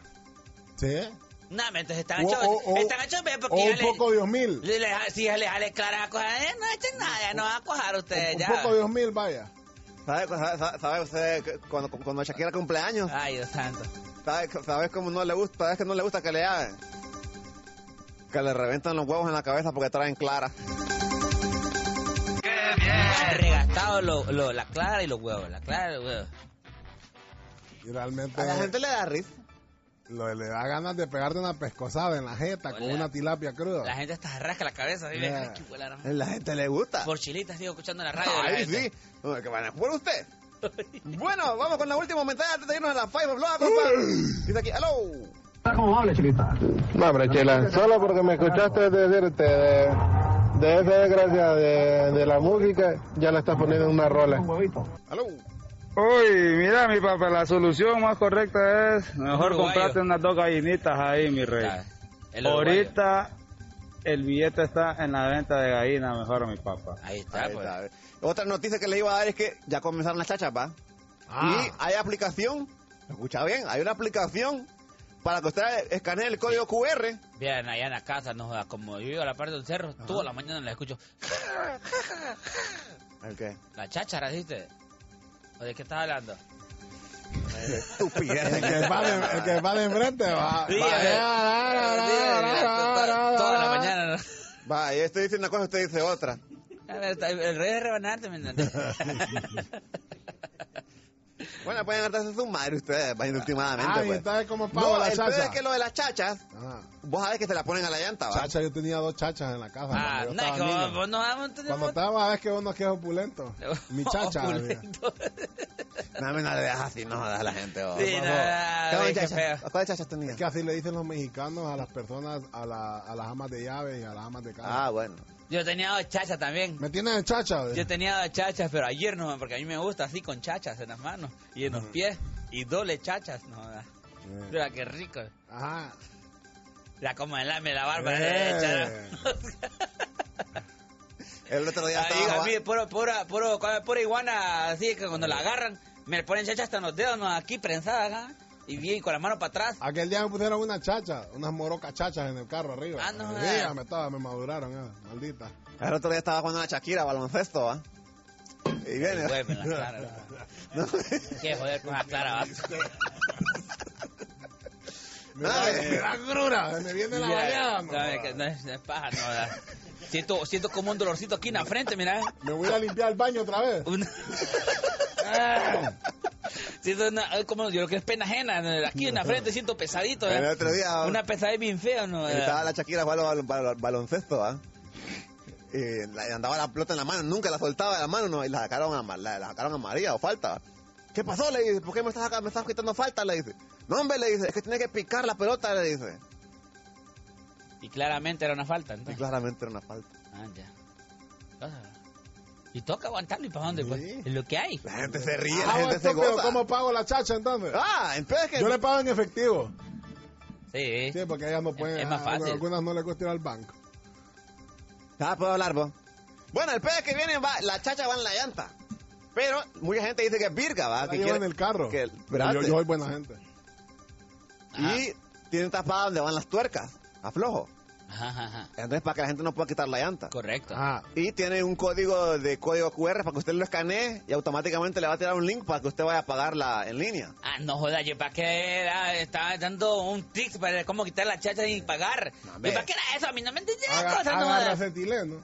[SPEAKER 17] ¿Sí?
[SPEAKER 5] No, me entonces están
[SPEAKER 17] O-
[SPEAKER 5] hechos.
[SPEAKER 17] o- o-
[SPEAKER 5] Están hechos, ve, porque
[SPEAKER 17] o
[SPEAKER 5] ya
[SPEAKER 17] un
[SPEAKER 5] le-
[SPEAKER 17] poco Dios mil.
[SPEAKER 5] le- le- Si ya le jale clara a cojar, eh, no echen nada, ya no van a cojar ustedes.
[SPEAKER 17] Un
[SPEAKER 5] Eh, ya.
[SPEAKER 17] poco Dios mil, vaya.
[SPEAKER 3] ¿Sabe, sabe, sabe usted que cuando, cuando Shakira cumpleaños?
[SPEAKER 5] Ay, Dios santo.
[SPEAKER 3] ¿Sabes sabe cómo no le gusta? ¿Sabes que no le gusta que le hagan? Que le reventan los huevos en la cabeza porque traen clara.
[SPEAKER 5] Regastado lo, lo- la clara y los huevos. La clara y los huevos.
[SPEAKER 17] Y realmente.
[SPEAKER 3] A la gente le da risa.
[SPEAKER 17] Lo, le da ganas de pegarte una pescosada en la jeta con
[SPEAKER 5] Hola.
[SPEAKER 17] una tilapia cruda.
[SPEAKER 5] La gente hasta rasca la cabeza. ¿sí?
[SPEAKER 17] Ya.
[SPEAKER 5] Ay, qué huele a rama.
[SPEAKER 3] La gente le gusta.
[SPEAKER 5] Por chilitas, digo, escuchando la radio. la
[SPEAKER 3] Ay,
[SPEAKER 5] gente.
[SPEAKER 3] sí. Bueno, Que van a jugar usted. bueno, vamos con la última mentada antes de irnos a la Five Blog, compadre. Dice aquí, hello.
[SPEAKER 30] ¿Cómo habla, chiquita? No, hombre, chela, solo porque me escuchaste decirte de, de esa desgracia de, de la música, ya la estás poniendo en una rola.
[SPEAKER 8] Uy, mira mi papá, la solución más correcta es mejor
[SPEAKER 5] Uruguayo.
[SPEAKER 8] comprarte unas dos gallinitas ahí, mi rey.
[SPEAKER 5] el uruguayo.
[SPEAKER 8] Ahorita el billete está en la venta de gallina, mejor mi papá.
[SPEAKER 5] Ahí está,
[SPEAKER 3] Ahí
[SPEAKER 5] pues.
[SPEAKER 3] está. Otra noticia que le iba a dar es que ya comenzaron las chachas, ¿va?
[SPEAKER 17] Ah.
[SPEAKER 3] Y hay aplicación, escucha bien, hay una aplicación para que usted escanee el código QR.
[SPEAKER 5] Vean, allá en la casa, no jodas, como yo vivo a la parte del cerro, toda la mañana la escucho.
[SPEAKER 3] ¿El qué?
[SPEAKER 5] La cháchara, ¿viste? ¿O de qué estás hablando?
[SPEAKER 3] Estupidez.
[SPEAKER 17] El que va de, el que va de enfrente va.
[SPEAKER 5] Sí,
[SPEAKER 17] va-
[SPEAKER 5] eh. Toda la mañana.
[SPEAKER 3] eh, Va, y usted dice una cosa, usted dice otra.
[SPEAKER 5] A ver, está- Ah, el rey de rebanarte, ¿me entiendes?
[SPEAKER 3] Bueno, pueden hartarse su madre ustedes, va, últimamente.
[SPEAKER 17] Ah, y
[SPEAKER 3] pues.
[SPEAKER 17] entonces como pago
[SPEAKER 3] No,
[SPEAKER 17] la
[SPEAKER 3] el peor es
[SPEAKER 17] chacha.
[SPEAKER 3] que lo de las chachas,
[SPEAKER 17] Ah,
[SPEAKER 3] vos sabés que se la ponen a la llanta, ¿va?
[SPEAKER 17] chacha, yo tenía dos chachas en la casa.
[SPEAKER 5] Ah,
[SPEAKER 17] cuando yo
[SPEAKER 5] no, es
[SPEAKER 17] estaba
[SPEAKER 5] que vos,
[SPEAKER 17] niño.
[SPEAKER 5] vos no vamos a tener
[SPEAKER 17] Cuando estaba, es que uno que es opulento. Mi chacha.
[SPEAKER 5] Opulento.
[SPEAKER 3] No, no le dejas así, no jodas a la gente. vos.
[SPEAKER 5] Sí,
[SPEAKER 3] Por
[SPEAKER 5] no,
[SPEAKER 3] favor.
[SPEAKER 5] no,
[SPEAKER 3] ¿Cuáles
[SPEAKER 5] qué
[SPEAKER 3] chachas?
[SPEAKER 5] feo.
[SPEAKER 3] ¿Cuáles chachas tenías?
[SPEAKER 17] Es que así le dicen los mexicanos a las personas, a, la- a las amas de llaves y a las amas de casa.
[SPEAKER 3] Ah, bueno.
[SPEAKER 5] Yo tenía dos chachas también.
[SPEAKER 17] ¿Me tienes en chacha?
[SPEAKER 5] Yo tenía dos chachas, pero ayer no, porque a mí me gusta así con chachas en las manos y en los pies y doble chachas, no jodas. Mira, qué rico.
[SPEAKER 17] Ajá.
[SPEAKER 5] La como el lame la barba
[SPEAKER 17] Eh.
[SPEAKER 5] derecha.
[SPEAKER 3] El otro día
[SPEAKER 5] Ahí,
[SPEAKER 3] estaba...
[SPEAKER 5] a mí, puro, pura, puro, pura iguana, así que cuando la agarran, me ponen chacha hasta en los dedos, ¿no? aquí prensada acá, y bien con la mano para atrás.
[SPEAKER 17] Aquel día me pusieron una chacha, unas morocas chachas en el carro arriba.
[SPEAKER 5] Ah, no,
[SPEAKER 17] Sí,
[SPEAKER 5] eh.
[SPEAKER 17] me, estaba, me maduraron, eh, maldita.
[SPEAKER 3] El otro día estaba jugando la Shakira, baloncesto, ¿va? Y viene.
[SPEAKER 5] Güey, me la clara, ¿verdad?
[SPEAKER 17] Ah.
[SPEAKER 5] Qué joder con la clara, va.
[SPEAKER 17] Me da,
[SPEAKER 3] Ay.
[SPEAKER 17] me da grura, me viene la
[SPEAKER 5] Ya,
[SPEAKER 17] baleada. no,
[SPEAKER 5] sabe que no es, no es paja, no, ¿verdad? Siento, siento como un dolorcito aquí en la frente, mira. eh.
[SPEAKER 17] Me voy a limpiar el baño otra vez.
[SPEAKER 5] Un-
[SPEAKER 17] Ah.
[SPEAKER 5] siento una- ay, como yo creo que es pena ajena, ¿no? aquí en la frente siento pesadito, ¿verdad?
[SPEAKER 3] El otro día-
[SPEAKER 5] Una pesadez bien fea, ¿no? ¿verdad?
[SPEAKER 3] Estaba la Shakira jugando bal- bal- baloncesto, ¿va? Y la- andaba la pelota en la mano, nunca la soltaba de la mano, no, y la sacaron a, Ma- la, la sacaron a María o falta. ¿Qué pasó? Le dice, ¿por qué me estás, saca- me estás quitando falta? Le dice. No, hombre, le dice, es que tiene que picar la pelota, le dice.
[SPEAKER 5] Y claramente era una falta,
[SPEAKER 3] Y
[SPEAKER 5] entonces.
[SPEAKER 3] claramente era una falta.
[SPEAKER 5] Ah, ya. Ah. Y toca aguantarlo y para dónde, pues. Es lo que hay.
[SPEAKER 3] La gente se ríe, la
[SPEAKER 17] Hago
[SPEAKER 3] gente se
[SPEAKER 17] esto, Ah, pero
[SPEAKER 3] goza.
[SPEAKER 17] ¿cómo pago la chacha entonces?
[SPEAKER 3] Ah, entonces que...
[SPEAKER 17] Yo le pago en efectivo.
[SPEAKER 5] Sí.
[SPEAKER 17] Sí, porque ellas no pueden.
[SPEAKER 5] es más
[SPEAKER 17] a-
[SPEAKER 5] fácil.
[SPEAKER 17] Algunas no les gusta ir al banco.
[SPEAKER 3] Ah, puedo hablar, vos. Bueno, el pedo es que viene, va, la chacha va en la llanta. Pero mucha gente dice que es virga, va.
[SPEAKER 17] La
[SPEAKER 3] que
[SPEAKER 17] llevo
[SPEAKER 3] quiere-
[SPEAKER 17] en el carro.
[SPEAKER 3] que-
[SPEAKER 17] Pero yo,
[SPEAKER 3] espérate.
[SPEAKER 17] yo soy buena gente.
[SPEAKER 3] Y tienen tapada donde van las tuercas, aflojo.
[SPEAKER 5] Ajá, ajá, ajá.
[SPEAKER 3] Entonces, para que la gente no pueda quitar la llanta.
[SPEAKER 5] Correcto.
[SPEAKER 17] Ah,
[SPEAKER 3] Y tiene un código de código QR para que usted lo escanee y automáticamente le va a tirar un link para que usted vaya a pagarla en línea.
[SPEAKER 5] Ah, no jodas, yo para qué era, estaba dando un tips para cómo quitar la chacha y pagar.
[SPEAKER 3] No, hombre.
[SPEAKER 5] yo para qué era eso, a mí no me entendía
[SPEAKER 17] Haga-
[SPEAKER 5] cosas, no
[SPEAKER 17] agarra
[SPEAKER 5] jodas.
[SPEAKER 17] acetileno.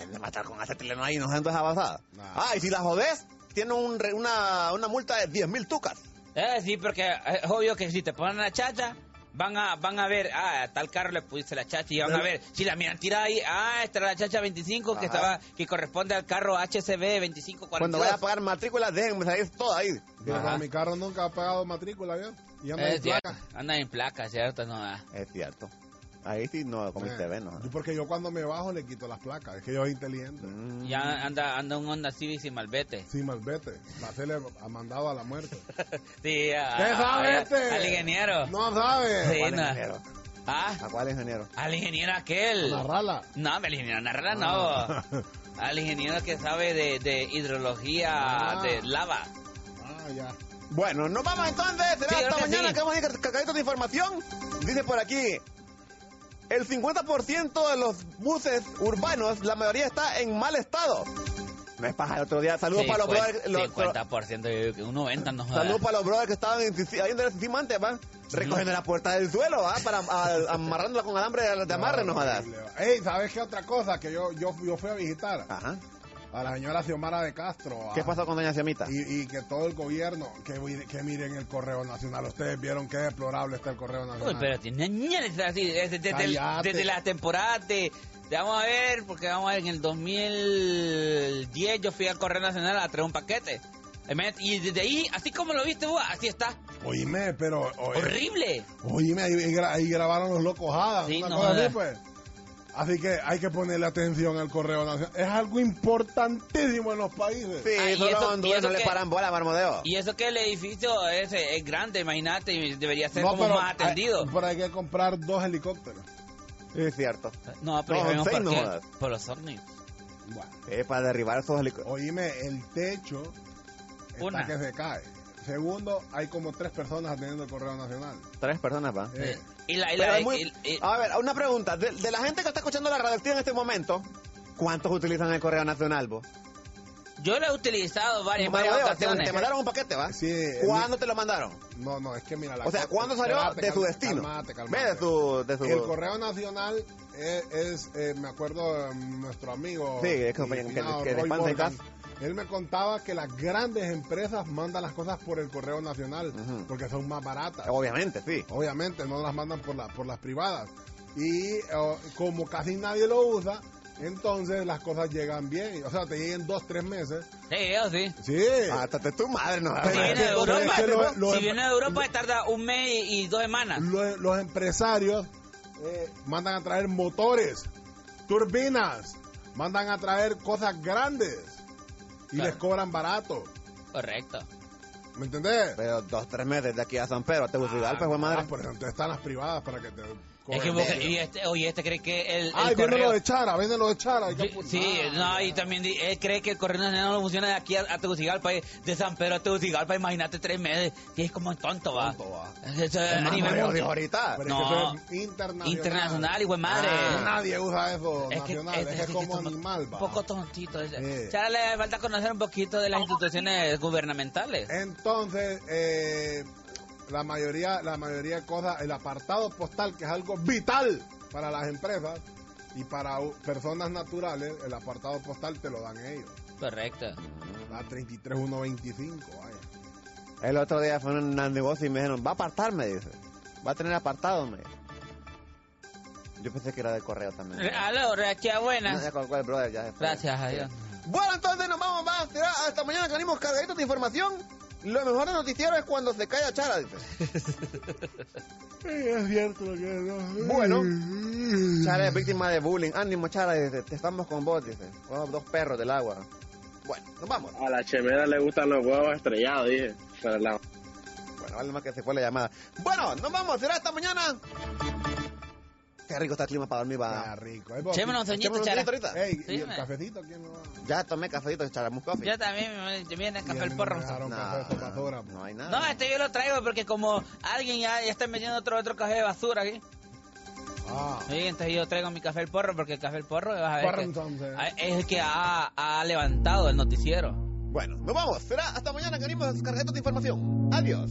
[SPEAKER 3] Ay, me va a estar con acetileno ahí, no sé, entonces avanzada.
[SPEAKER 17] Nah.
[SPEAKER 3] Ah, y si la jodés, tiene un re- una, una multa de 10 mil tucas.
[SPEAKER 5] Eh, sí, porque es obvio que si te ponen la chacha, Van a, van a ver, ah, a tal carro le pusiste la chacha y van a ver, si la miran tirada ahí, ah, esta era la chacha 25 que
[SPEAKER 3] Ajá.
[SPEAKER 5] estaba, que corresponde al carro HCB 2542.
[SPEAKER 3] Cuando vaya a pagar matrícula, déjenme salir todo ahí. Eh,
[SPEAKER 17] Pero
[SPEAKER 5] Ajá.
[SPEAKER 17] mi carro nunca ha pagado matrícula, ¿vio? Y anda
[SPEAKER 5] Es
[SPEAKER 17] en
[SPEAKER 5] cierto,
[SPEAKER 17] placa.
[SPEAKER 5] anda en placa, ¿cierto? No, ah.
[SPEAKER 3] Es cierto. Ahí sí no este comiste
[SPEAKER 17] Eh,
[SPEAKER 3] veneno.
[SPEAKER 17] yo- Porque yo cuando me bajo le quito las placas, es que yo soy inteligente.
[SPEAKER 3] Mm.
[SPEAKER 5] Ya anda, anda un Honda Civic sin malvete.
[SPEAKER 17] Sí, malvete. La tele ha mandado a la muerte.
[SPEAKER 5] Sí, a-
[SPEAKER 17] ¿Qué
[SPEAKER 5] a-
[SPEAKER 17] sabe
[SPEAKER 5] a-
[SPEAKER 17] este?
[SPEAKER 5] Al ingeniero.
[SPEAKER 17] No sabe.
[SPEAKER 5] Sí,
[SPEAKER 17] ¿Cuál
[SPEAKER 5] no.
[SPEAKER 17] ingeniero?
[SPEAKER 5] ¿Ah?
[SPEAKER 3] ¿A cuál ingeniero?
[SPEAKER 5] Al ingeniero aquel.
[SPEAKER 17] Narrala.
[SPEAKER 5] No, hombre, al ingeniero Narrala
[SPEAKER 3] Ah.
[SPEAKER 5] no. Al ingeniero que sabe de, de hidrología
[SPEAKER 3] Ah.
[SPEAKER 5] de lava.
[SPEAKER 17] Ah, ya.
[SPEAKER 3] Bueno, nos vamos entonces. Será
[SPEAKER 5] Sí,
[SPEAKER 3] hasta
[SPEAKER 5] creo que
[SPEAKER 3] mañana
[SPEAKER 5] sí.
[SPEAKER 3] que vamos a ir con cargaditos de información. Dice por aquí. El 50% de los buses urbanos, la mayoría está en mal estado. No es paja, el otro día. Saludos para los brothers. los-
[SPEAKER 5] 50%, yo digo que un 90% no jodas.
[SPEAKER 3] Saludos para los brothers que estaban en Sisi- ahí donde era Sisi antes, ¿va? Recogiendo la puerta del suelo, ¿va? Para a- amarrándola con alambre de, de amarre, no jodas.
[SPEAKER 17] Ey, ¿sabes qué otra cosa? Que yo, yo, yo fui a visitar a la señora Xiomara de Castro. ah.
[SPEAKER 3] ¿Qué pasó con doña Siamita?
[SPEAKER 17] Y, y que todo el gobierno, que, vi- que miren el Correo Nacional. Ustedes vieron qué deplorable está el Correo
[SPEAKER 5] Uy,
[SPEAKER 17] Nacional.
[SPEAKER 5] pero tiene ñales así, desde, desde, el-
[SPEAKER 17] Cállate.
[SPEAKER 5] desde las temporadas de, de- Vamos a ver, porque vamos a ver, en el 2010 yo fui al Correo Nacional a traer un paquete. Emet, Y desde ahí, así como lo viste vos, así está.
[SPEAKER 17] Oíme, pero... oye,
[SPEAKER 5] Horrible.
[SPEAKER 17] Oíme, ahí, ahí gra- ahí grabaron los locos Hadas.
[SPEAKER 5] Sí,
[SPEAKER 17] una
[SPEAKER 5] no
[SPEAKER 17] cosa así,
[SPEAKER 5] jodas.
[SPEAKER 17] pues. Así que hay que ponerle atención al Correo Nacional. Es algo importantísimo en los países.
[SPEAKER 3] Sí,
[SPEAKER 5] Ah, y
[SPEAKER 3] solo
[SPEAKER 5] eso-
[SPEAKER 3] a Honduras
[SPEAKER 5] y eso
[SPEAKER 3] no le
[SPEAKER 5] que-
[SPEAKER 3] paran bola, marmodeo.
[SPEAKER 5] Y eso que el edificio es, es grande, imagínate, y debería ser
[SPEAKER 17] No,
[SPEAKER 5] como
[SPEAKER 17] pero
[SPEAKER 5] más atendido.
[SPEAKER 17] Hay, pero hay que comprar dos helicópteros.
[SPEAKER 3] Es cierto.
[SPEAKER 5] no, pero
[SPEAKER 3] no,
[SPEAKER 5] ya vemos
[SPEAKER 3] seis,
[SPEAKER 5] por
[SPEAKER 3] no
[SPEAKER 5] qué.
[SPEAKER 3] jodas.
[SPEAKER 5] Por los ovnis.
[SPEAKER 3] Eh, para derribar esos helicópteros.
[SPEAKER 17] Oíme, el techo está
[SPEAKER 3] Una.
[SPEAKER 17] que se cae. Segundo, hay como tres personas atendiendo el Correo Nacional.
[SPEAKER 3] Tres personas, ¿va?
[SPEAKER 17] Eh,
[SPEAKER 5] Y la- y
[SPEAKER 3] Pero
[SPEAKER 5] la-
[SPEAKER 3] es muy-
[SPEAKER 5] y- y-
[SPEAKER 3] A ver, una pregunta. De, de la gente que está escuchando la radio activa en este momento, ¿cuántos utilizan el Correo Nacional, vos?
[SPEAKER 5] Yo lo he utilizado varias, varias
[SPEAKER 3] Marmodeo, te,
[SPEAKER 5] ocasiones.
[SPEAKER 3] te mandaron un paquete, ¿va?
[SPEAKER 17] Sí. eh,
[SPEAKER 3] ¿Cuándo te lo mandaron?
[SPEAKER 17] No, no, es que mira la
[SPEAKER 3] O sea,
[SPEAKER 17] cosa-
[SPEAKER 3] ¿cuándo salió
[SPEAKER 17] Espérate,
[SPEAKER 3] de su
[SPEAKER 17] calma-
[SPEAKER 3] destino?
[SPEAKER 17] calmate, calmate.
[SPEAKER 3] Ve de su- de su-
[SPEAKER 17] El Correo Nacional es, es, eh, me acuerdo, eh, nuestro amigo.
[SPEAKER 3] Sí, es que-
[SPEAKER 17] mi
[SPEAKER 3] que-
[SPEAKER 17] finado
[SPEAKER 3] que- que
[SPEAKER 17] Roy
[SPEAKER 3] descanse en
[SPEAKER 17] Morgan, Él me contaba que las grandes empresas mandan las cosas por el Correo Nacional porque son más baratas.
[SPEAKER 3] Obviamente, sí.
[SPEAKER 17] Obviamente, no las mandan por, la, por las privadas. Y eh, como casi nadie lo usa, entonces las cosas llegan bien. O sea, te lleguen dos, tres meses.
[SPEAKER 5] Sí, yo sí.
[SPEAKER 17] Sí.
[SPEAKER 3] Hasta tu madre no.
[SPEAKER 5] Si viene de
[SPEAKER 17] Pero es
[SPEAKER 5] Europa,
[SPEAKER 17] que lo- lo-
[SPEAKER 5] si viene de Europa tarda un mes y, y dos semanas.
[SPEAKER 17] Los, los empresarios eh, mandan a traer motores, turbinas, mandan a traer cosas grandes y les cobran barato.
[SPEAKER 5] Correcto.
[SPEAKER 17] ¿Me entendés?
[SPEAKER 3] Pero dos, tres meses de aquí a San Pedro, a Tegucigalpa, pues, fue madre.
[SPEAKER 17] Ah, por ejemplo, están las privadas para que te cobren.
[SPEAKER 5] Es que vos- y este, oye, este cree que el, el
[SPEAKER 17] Ay, viene
[SPEAKER 5] correo...
[SPEAKER 17] lo de Chara, viene lo de Chara. hay que
[SPEAKER 3] Pues
[SPEAKER 17] apuntar.
[SPEAKER 5] Sí, no, y también di- él cree que el correo nacional no funciona de aquí a, a Tegucigalpa, eh, de San Pedro a Tegucigalpa, imagínate tres meses, y es como tonto, va. Eso es a
[SPEAKER 3] Mamá,
[SPEAKER 5] nivel
[SPEAKER 3] yo
[SPEAKER 5] mundial.
[SPEAKER 3] digo ahorita.
[SPEAKER 17] Pero es que
[SPEAKER 5] No,
[SPEAKER 17] eso es internacional.
[SPEAKER 5] internacional, hijo de madre.
[SPEAKER 17] Ah, nadie usa eso
[SPEAKER 5] Es que-
[SPEAKER 17] nacional,
[SPEAKER 5] es-
[SPEAKER 17] ese
[SPEAKER 5] es
[SPEAKER 17] es
[SPEAKER 5] que
[SPEAKER 17] como
[SPEAKER 5] somos
[SPEAKER 17] animal. va.
[SPEAKER 5] un poco tontito. es-
[SPEAKER 17] Eh.
[SPEAKER 5] Ya le falta conocer un poquito de las instituciones gubernamentales.
[SPEAKER 17] Entonces, eh, la mayoría, la mayoría de cosas, el apartado postal, que es algo vital para las empresas y para u- personas naturales, el apartado postal te lo dan ellos.
[SPEAKER 5] Correcto.
[SPEAKER 17] A 33125, vaya.
[SPEAKER 3] El otro día fueron al negocio y me dijeron, va a apartar, me dice. Va a tener apartado, me dice. Yo pensé que era del correo también.
[SPEAKER 5] Aló, Rachia,
[SPEAKER 3] No,
[SPEAKER 5] buenas.
[SPEAKER 3] ya colgó el brother, ya.
[SPEAKER 5] Gracias a Dios.
[SPEAKER 3] Bueno, entonces nos vamos, va. Será hasta mañana que venimos cargaditos de información. Lo mejor del noticiero es cuando se cae a Chara, dice.
[SPEAKER 17] Es cierto lo que es.
[SPEAKER 3] Bueno, Chara es víctima de bullying. Ánimo, Chara, dice. Te estamos con vos, dice. Somos dos perros del agua. Bueno, nos vamos.
[SPEAKER 19] A la chemera le gustan los huevos estrellados, dije. Para la...
[SPEAKER 3] Bueno, vale más que se fue la llamada. Bueno, nos vamos. Será hasta mañana. Qué rico está el clima para dormir, va.
[SPEAKER 17] Está rico. Ahí,
[SPEAKER 3] Echémonos
[SPEAKER 17] Echémonos
[SPEAKER 3] un sueñito,
[SPEAKER 17] sueñito
[SPEAKER 3] Chara.
[SPEAKER 17] ahorita. Ey,
[SPEAKER 5] Sí,
[SPEAKER 17] ¿y el
[SPEAKER 5] me-
[SPEAKER 17] cafecito quién lo va?
[SPEAKER 3] Ya tomé cafecito de Charamus Coffee.
[SPEAKER 5] Yo también me, me viene a
[SPEAKER 3] Y
[SPEAKER 5] café
[SPEAKER 3] a
[SPEAKER 5] el
[SPEAKER 3] mí no
[SPEAKER 5] porro.
[SPEAKER 3] me dejaron café de sopadora, No hay nada.
[SPEAKER 5] No, este yo lo traigo porque como alguien ya, ya está metiendo otro otro café de basura aquí. Sí, entonces yo traigo mi café el porro porque el café el porro vas a ver
[SPEAKER 3] Ah. Porro,
[SPEAKER 5] que-
[SPEAKER 3] entonces.
[SPEAKER 5] a- es el que ha, ha levantado el noticiero.
[SPEAKER 3] Bueno, nos vamos. Será hasta mañana que venimos cargaditos de información. Adiós.